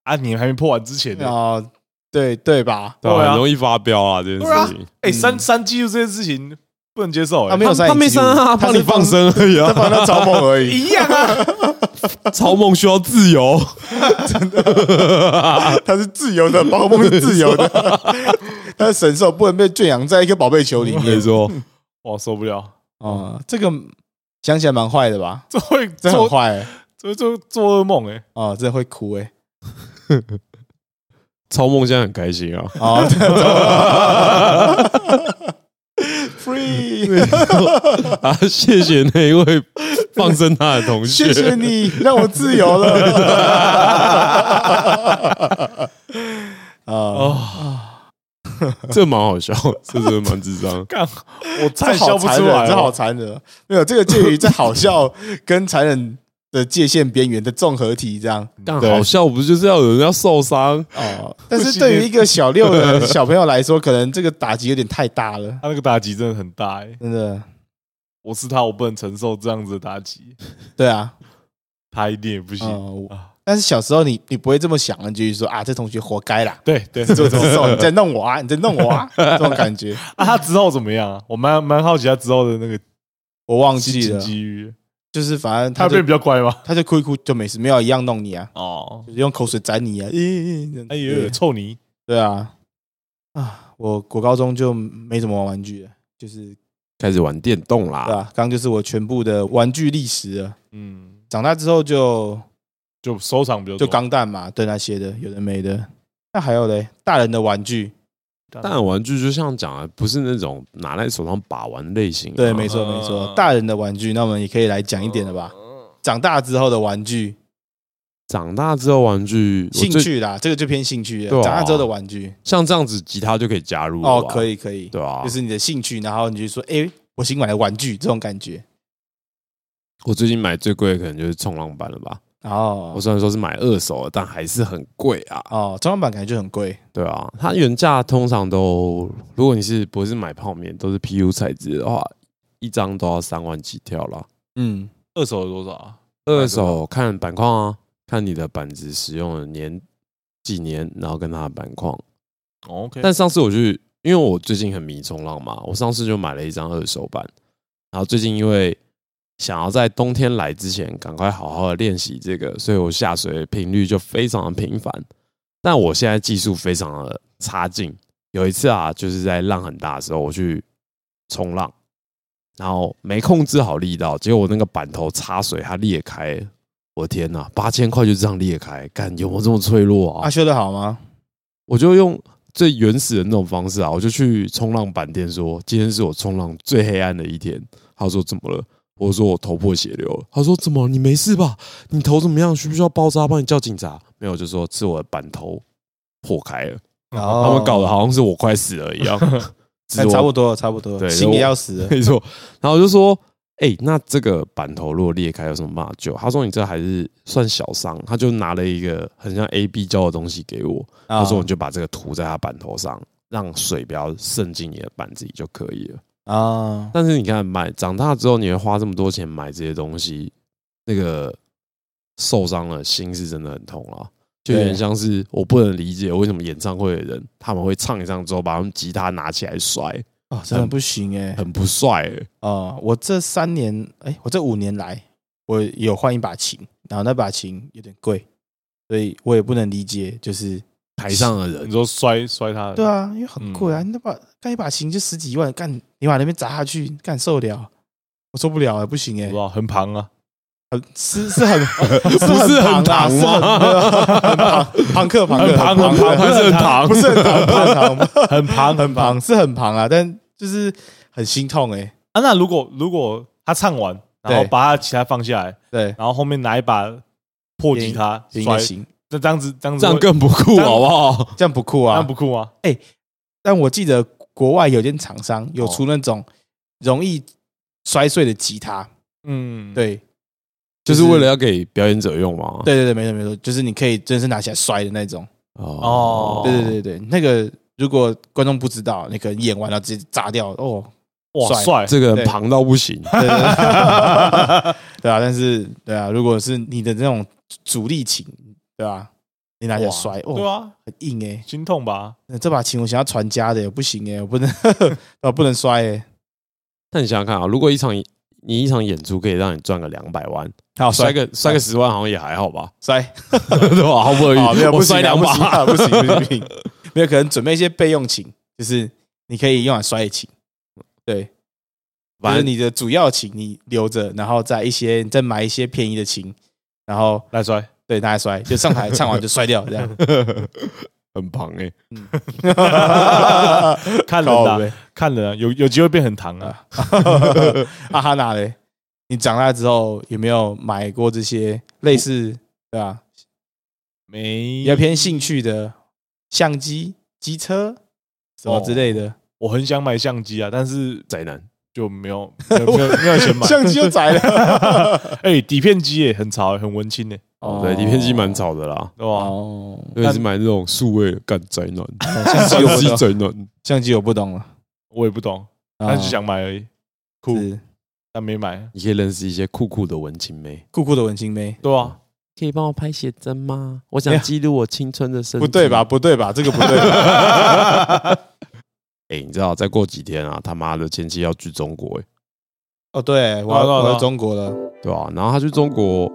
Speaker 3: 啊，你还没破完之前呢。
Speaker 2: 哦，对对吧？
Speaker 1: 对
Speaker 3: 对
Speaker 1: 啊，
Speaker 3: 啊
Speaker 1: 很容易发飙啊，这件
Speaker 3: 对啊
Speaker 1: 事情。
Speaker 3: 哎，删删记录这件事情不能接受
Speaker 2: 他
Speaker 3: 哎
Speaker 2: 嗯没。有删，
Speaker 1: 他没删啊，
Speaker 2: 他
Speaker 1: 帮
Speaker 2: 是
Speaker 1: 你放，生而已
Speaker 2: 他
Speaker 1: 啊。
Speaker 2: 放到超梦而已，
Speaker 3: 一 样啊，
Speaker 1: 超梦需要自由，
Speaker 2: 他是自 由的，包梦是自由的，他是神兽，不能被圈养在一个宝贝球里
Speaker 1: 没
Speaker 2: 面。
Speaker 1: 错。
Speaker 3: 我受不了，
Speaker 2: 哦，这个想起来蛮坏的吧？
Speaker 3: 这会
Speaker 2: 真的很
Speaker 3: 做
Speaker 2: 坏欸
Speaker 3: 这做做噩梦哎。
Speaker 2: 哦，真的会哭哎。
Speaker 1: 超梦现在很开 心啊，
Speaker 2: 哦，对 走，free，
Speaker 1: 啊，谢谢那一位放生他的同学，
Speaker 2: 谢谢你让我自由 了。啊，
Speaker 3: 哦
Speaker 1: 啊，这蛮好笑，这真的蛮智障。
Speaker 3: 干， 我
Speaker 2: 这
Speaker 3: 太
Speaker 2: 好
Speaker 3: 笑不
Speaker 2: 残
Speaker 3: 出
Speaker 2: 忍，
Speaker 3: 来
Speaker 2: 这好
Speaker 3: 了。
Speaker 2: 残忍哦。没有，这个介于在好 笑跟残忍的界限边缘的综合体这样
Speaker 1: 干
Speaker 3: 对
Speaker 1: 好笑，不就是要有人要受伤？
Speaker 2: 哦。但是对于一个小六的小朋友来说，可能这个打击有点太大了，
Speaker 3: 他那个打击真的很大哎，
Speaker 2: 真的。
Speaker 3: 我是他，我不能承受这样子的打击，
Speaker 2: 对啊，
Speaker 3: 他一定也不行。
Speaker 2: 嗯
Speaker 3: 啊，
Speaker 2: 但是小时候你你不会这么想，你就会说啊，这同学活该 啦，
Speaker 3: 对对，
Speaker 2: 自作自受，你在弄我啊，你在弄我啊，这种感 觉。
Speaker 3: 啊，他之后怎么样啊？我蛮蛮好奇他之后的那个
Speaker 2: 我忘
Speaker 3: 心
Speaker 2: 记
Speaker 3: 情
Speaker 2: 了，
Speaker 3: 机遇，
Speaker 2: 就是反正
Speaker 3: 他
Speaker 2: 他
Speaker 3: 变
Speaker 2: 就
Speaker 3: 得比较乖吗？
Speaker 2: 他就哭一哭就没事，没有一样弄你啊，
Speaker 3: 哦，
Speaker 2: 就是用口水沾你啊，咦、这样子
Speaker 3: 哎呦，臭泥，
Speaker 2: 对啊，啊，我我高中就没怎么玩玩具了，就是
Speaker 1: 开始玩电动啦。
Speaker 2: 对啊，刚刚就是我全部的玩具历史了。
Speaker 3: 嗯，
Speaker 2: 长大之后就
Speaker 3: 就收藏比较
Speaker 2: 就
Speaker 3: 多
Speaker 2: 钢弹嘛，对那些的有的没的。那还有嘞，大人的玩具，
Speaker 1: 但玩具就像讲的，不是那种拿在手上把玩类型啊、
Speaker 2: 对，没错没错，大人的玩具，那我们也可以来讲一点的吧。
Speaker 1: 嗯
Speaker 2: 长大之后的玩具
Speaker 1: 长大之后玩具我
Speaker 2: 兴
Speaker 1: 最
Speaker 2: 趣啦，这个就偏兴趣
Speaker 1: 对啊
Speaker 2: 了。长大之后的玩具，
Speaker 1: 像这样子，吉他就可以加入了
Speaker 2: 哦，
Speaker 1: 吧
Speaker 2: 可，以可以，
Speaker 1: 对啊，
Speaker 2: 就是你的兴趣，然后你就说，哎，我新买的玩具这种感觉。
Speaker 1: 我最近买最贵的可能就是冲浪板了吧。我
Speaker 2: 哦
Speaker 1: 虽然说是买二手的，但还是很贵啊。
Speaker 2: 哦，中文版感觉就很贵
Speaker 1: 对啊，它原价通常都，如果你是不是买泡面，都是 PU 材质的话，一张都要三万起跳啦。
Speaker 2: 嗯，
Speaker 3: 二手有多少啊？
Speaker 1: 二手看板况啊，看你的板子使用的年几年，然后跟它的板况。
Speaker 3: 哦 OK，
Speaker 1: 但上次我去，因为我最近很迷冲浪嘛，我上次就买了一张二手板，然后最近因为想要在冬天来之前赶快好好的练习这个，所以我下水的频率就非常的频繁。但我现在技术非常的差劲。有一次啊，就是在浪很大的时候，我去冲浪，然后没控制好力道，结果我那个板头插水，它裂开了。我的天呐，八千块就这样裂开，干有没有这么脆弱啊
Speaker 2: 啊，？修的好吗？
Speaker 1: 我就用最原始的那种方式啊，我就去冲浪板店说，今天是我冲浪最黑暗的一天。他说怎么了？我说我头破血流了。他说怎么了？你没事吧？你头怎么样？需不需要包扎？帮你叫警察？没有，就说是我的板头破开了。
Speaker 2: 然
Speaker 1: 他
Speaker 2: 后
Speaker 1: 们搞得好像是我快死了一样，只
Speaker 2: 哦哎
Speaker 1: 是
Speaker 2: 差不
Speaker 1: 我
Speaker 2: 多了，差不多了，
Speaker 1: 对
Speaker 2: 心
Speaker 1: 就
Speaker 2: 也
Speaker 1: 我
Speaker 2: 要死了。
Speaker 1: 没错。然后我就说。哎、那这个板头如果裂开有什么办法救？他说你这还是算小伤，他就拿了一个很像 A B 胶的东西给我，
Speaker 2: 啊
Speaker 1: 他说你就把这个涂在他板头上，让水不要渗进你的板子里就可以了。
Speaker 2: 啊，
Speaker 1: 但是你看，买长大之后，你会花这么多钱买这些东西，那个受伤了，心是真的很痛啊。就有点
Speaker 2: 对
Speaker 1: 像是我不能理解为什么演唱会的人他们会唱一唱之后把他们吉他拿起来摔，
Speaker 2: 哦，真的不行哎、
Speaker 1: 很不帅欸、
Speaker 2: 哦，我这三年，哎、我这五年来，我有换一把琴，然后那把琴有点贵，所以我也不能理解，就是
Speaker 1: 台上的
Speaker 3: 你
Speaker 1: 人
Speaker 3: 说摔摔他的，
Speaker 2: 对啊，因为很贵
Speaker 1: 嗯
Speaker 2: 啊，你那把干一把琴就十几万，干你往那边砸下去，干受得了？我受不了、欸，不行
Speaker 3: 我
Speaker 2: 哎、
Speaker 3: 不知道，很庞啊，
Speaker 2: 很是是 很
Speaker 1: 不是很
Speaker 2: 庞啊，
Speaker 1: 庞
Speaker 2: 是
Speaker 1: 吗
Speaker 2: 很很庞庞克庞克
Speaker 3: 庞很庞，
Speaker 2: 对
Speaker 3: 不是很庞，
Speaker 2: 不是很庞庞庞
Speaker 3: 很庞
Speaker 2: 很庞是很庞啊，但就是很心痛哎、
Speaker 3: 啊。那如果如果他唱完，然后
Speaker 2: 对
Speaker 3: 把他吉他放下来，
Speaker 2: 对，
Speaker 3: 然后后面拿一把破吉他
Speaker 2: 应该
Speaker 3: 摔，
Speaker 2: 行，
Speaker 3: 那这样子这样子
Speaker 1: 这样
Speaker 3: 会
Speaker 1: 更不酷
Speaker 3: 这样
Speaker 1: 好不好？
Speaker 2: 这样不酷
Speaker 3: 这
Speaker 2: 啊，
Speaker 3: 样不酷吗？
Speaker 2: 但我记得国外有间厂商
Speaker 3: 哦
Speaker 2: 有出那种容易摔碎的吉他，
Speaker 3: 嗯，，
Speaker 2: 对，
Speaker 1: 就是为了要给表演者用嘛。
Speaker 2: 对对对，没错没错，就是你可以真是拿起来摔的那种，
Speaker 1: 哦
Speaker 3: 哦
Speaker 2: 对对对对，那个如果观众不知道，你可能演完了直接炸掉哦，
Speaker 3: 哇，帅
Speaker 2: 帅，
Speaker 1: 这个
Speaker 2: 对
Speaker 1: 人庞到不行。
Speaker 2: 对对 对，对啊，但是对啊，如果是你的那种主力琴，对吧、你拿起来
Speaker 3: 哇
Speaker 2: 摔，
Speaker 3: 对
Speaker 2: 哦，
Speaker 3: 啊，
Speaker 2: 很硬哎、
Speaker 3: 心痛吧？
Speaker 2: 那这把琴我想要传家的，不行哎、我不能，我不能摔哎、
Speaker 1: 那你想想看啊，如果一场你一场演出可以让你赚个两百万，
Speaker 2: 好
Speaker 1: 摔个摔个十万好像也还好吧，
Speaker 2: 摔，
Speaker 1: 对吧？好不容易
Speaker 2: 啊，没有，
Speaker 1: 我摔两
Speaker 2: 不行啊
Speaker 1: 把，
Speaker 2: 不行啊不行不行，不行没有可能准备一些备用琴，就是你可以用来摔的琴，对，
Speaker 1: 反
Speaker 2: 反正
Speaker 1: 正你
Speaker 2: 你的主要琴你留着，然后再一些你再买一些便宜的琴，然后
Speaker 3: 来摔，
Speaker 2: 对拿来摔，就上台唱完就摔掉这样。
Speaker 1: 很庞哎，
Speaker 3: 看人
Speaker 2: 靠
Speaker 3: 啊，
Speaker 2: 呗，
Speaker 3: 看人啊，有有机会变很糖啊，
Speaker 2: 啊哈娜嘞，你长大之后有没有买过这些类似对吧、
Speaker 3: 没
Speaker 2: 比较偏兴趣的相机、机车什么之类的？
Speaker 3: 我很想买相机啊，但是
Speaker 1: 宅男
Speaker 3: 就 没有没有没有没有钱买
Speaker 2: 相机又窄 了。
Speaker 3: 哎、底片机也很潮、很文青呢、
Speaker 1: 哦，对，底片机蛮吵的啦，
Speaker 3: 对吧？
Speaker 2: 哦，
Speaker 1: 尤其是买那种数位的干宅 男，
Speaker 2: 相机我
Speaker 1: 手
Speaker 2: 不
Speaker 1: 机
Speaker 2: 懂，
Speaker 1: 宅男，
Speaker 2: 相机我不懂了，
Speaker 3: 我也不懂，但是想买而已，酷，
Speaker 2: 啊是
Speaker 3: 但没买，
Speaker 1: 你可以认识一些酷酷的文青妹。
Speaker 2: 酷酷的文青妹，
Speaker 3: 对啊，
Speaker 1: 可以帮我拍写真吗？我
Speaker 2: 哎
Speaker 1: 想
Speaker 2: 呀
Speaker 1: 记录我青春的生。
Speaker 2: 不对吧？？不对吧？这个不对吧。
Speaker 1: 哎，你知道再过几天啊，他妈的前妻要去中国哎，
Speaker 2: 哦，对，我
Speaker 3: 啊对啊
Speaker 2: 要我
Speaker 3: 对啊
Speaker 2: 要中国了，
Speaker 1: 对吧？然后他去中国，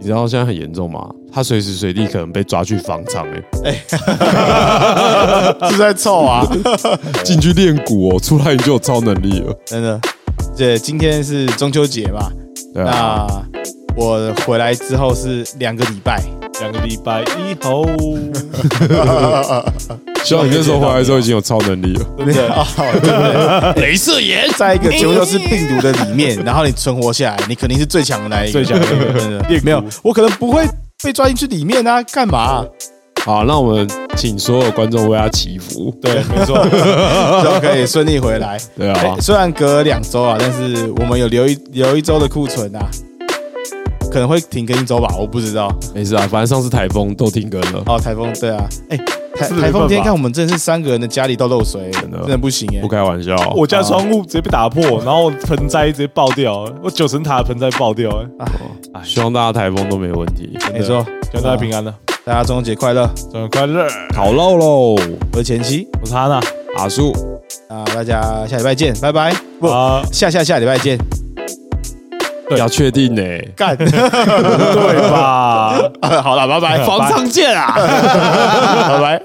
Speaker 1: 你知道现在很严重吗？他随时随地可能被抓去方舱哎。
Speaker 2: 是在臭啊！啊
Speaker 1: 进去练鼓哦，出来你就有超能力了。
Speaker 2: 真的，对，今天是中秋节嘛，
Speaker 1: 对啊，
Speaker 2: 那我回来之后是两个礼拜，
Speaker 3: 两个礼拜以 后，
Speaker 1: 希望你那时候回来的时候已经有超能力了。
Speaker 2: 对 不对？哦，对不
Speaker 1: 镭射眼
Speaker 2: 哦对？在一个全部都是病毒的里面， 然后你存活下来，你肯定是最强的那一个，
Speaker 3: 最强的
Speaker 2: 对对对对 没有，我可能不会被抓进去里面啊，干嘛啊、
Speaker 1: 好，那我们请所有观众为他祈福。
Speaker 3: 对，没错，
Speaker 2: 啊就可以顺利回来。
Speaker 1: 对啊
Speaker 2: 哎，虽然隔两周啊，但是我们有留一留一周的库存啊，可能会停更一周吧，我不知道。
Speaker 1: 没事啊，反正上次台风都停更了，
Speaker 2: 哦，台风，对啊，哎、台
Speaker 3: 是没
Speaker 2: 台
Speaker 3: 办法
Speaker 2: 风天看我们真的是三个人的家里都漏水、
Speaker 1: 真的
Speaker 2: 真的不行哎、
Speaker 1: 不开玩笑。
Speaker 3: 我家窗户直接被打破，
Speaker 2: 啊
Speaker 3: 然后盆栽直接爆掉，我九层塔的盆栽爆掉，
Speaker 1: 哎希望大家台风都没问题。
Speaker 2: 没错，啊
Speaker 3: 希望大家平安了，
Speaker 2: 大家中秋节快乐，
Speaker 3: 中秋快乐！
Speaker 1: 烤肉喽，
Speaker 2: 我是前妻
Speaker 3: 我是哈娜，
Speaker 1: 阿叔，
Speaker 2: 啊，大家下礼拜见，拜拜。不，
Speaker 3: 啊，
Speaker 2: 下下下礼拜见，
Speaker 3: 对
Speaker 1: 要确定呢、
Speaker 2: 干，
Speaker 3: 对吧？
Speaker 2: 好了，拜拜，
Speaker 1: 见啊！
Speaker 2: 拜拜。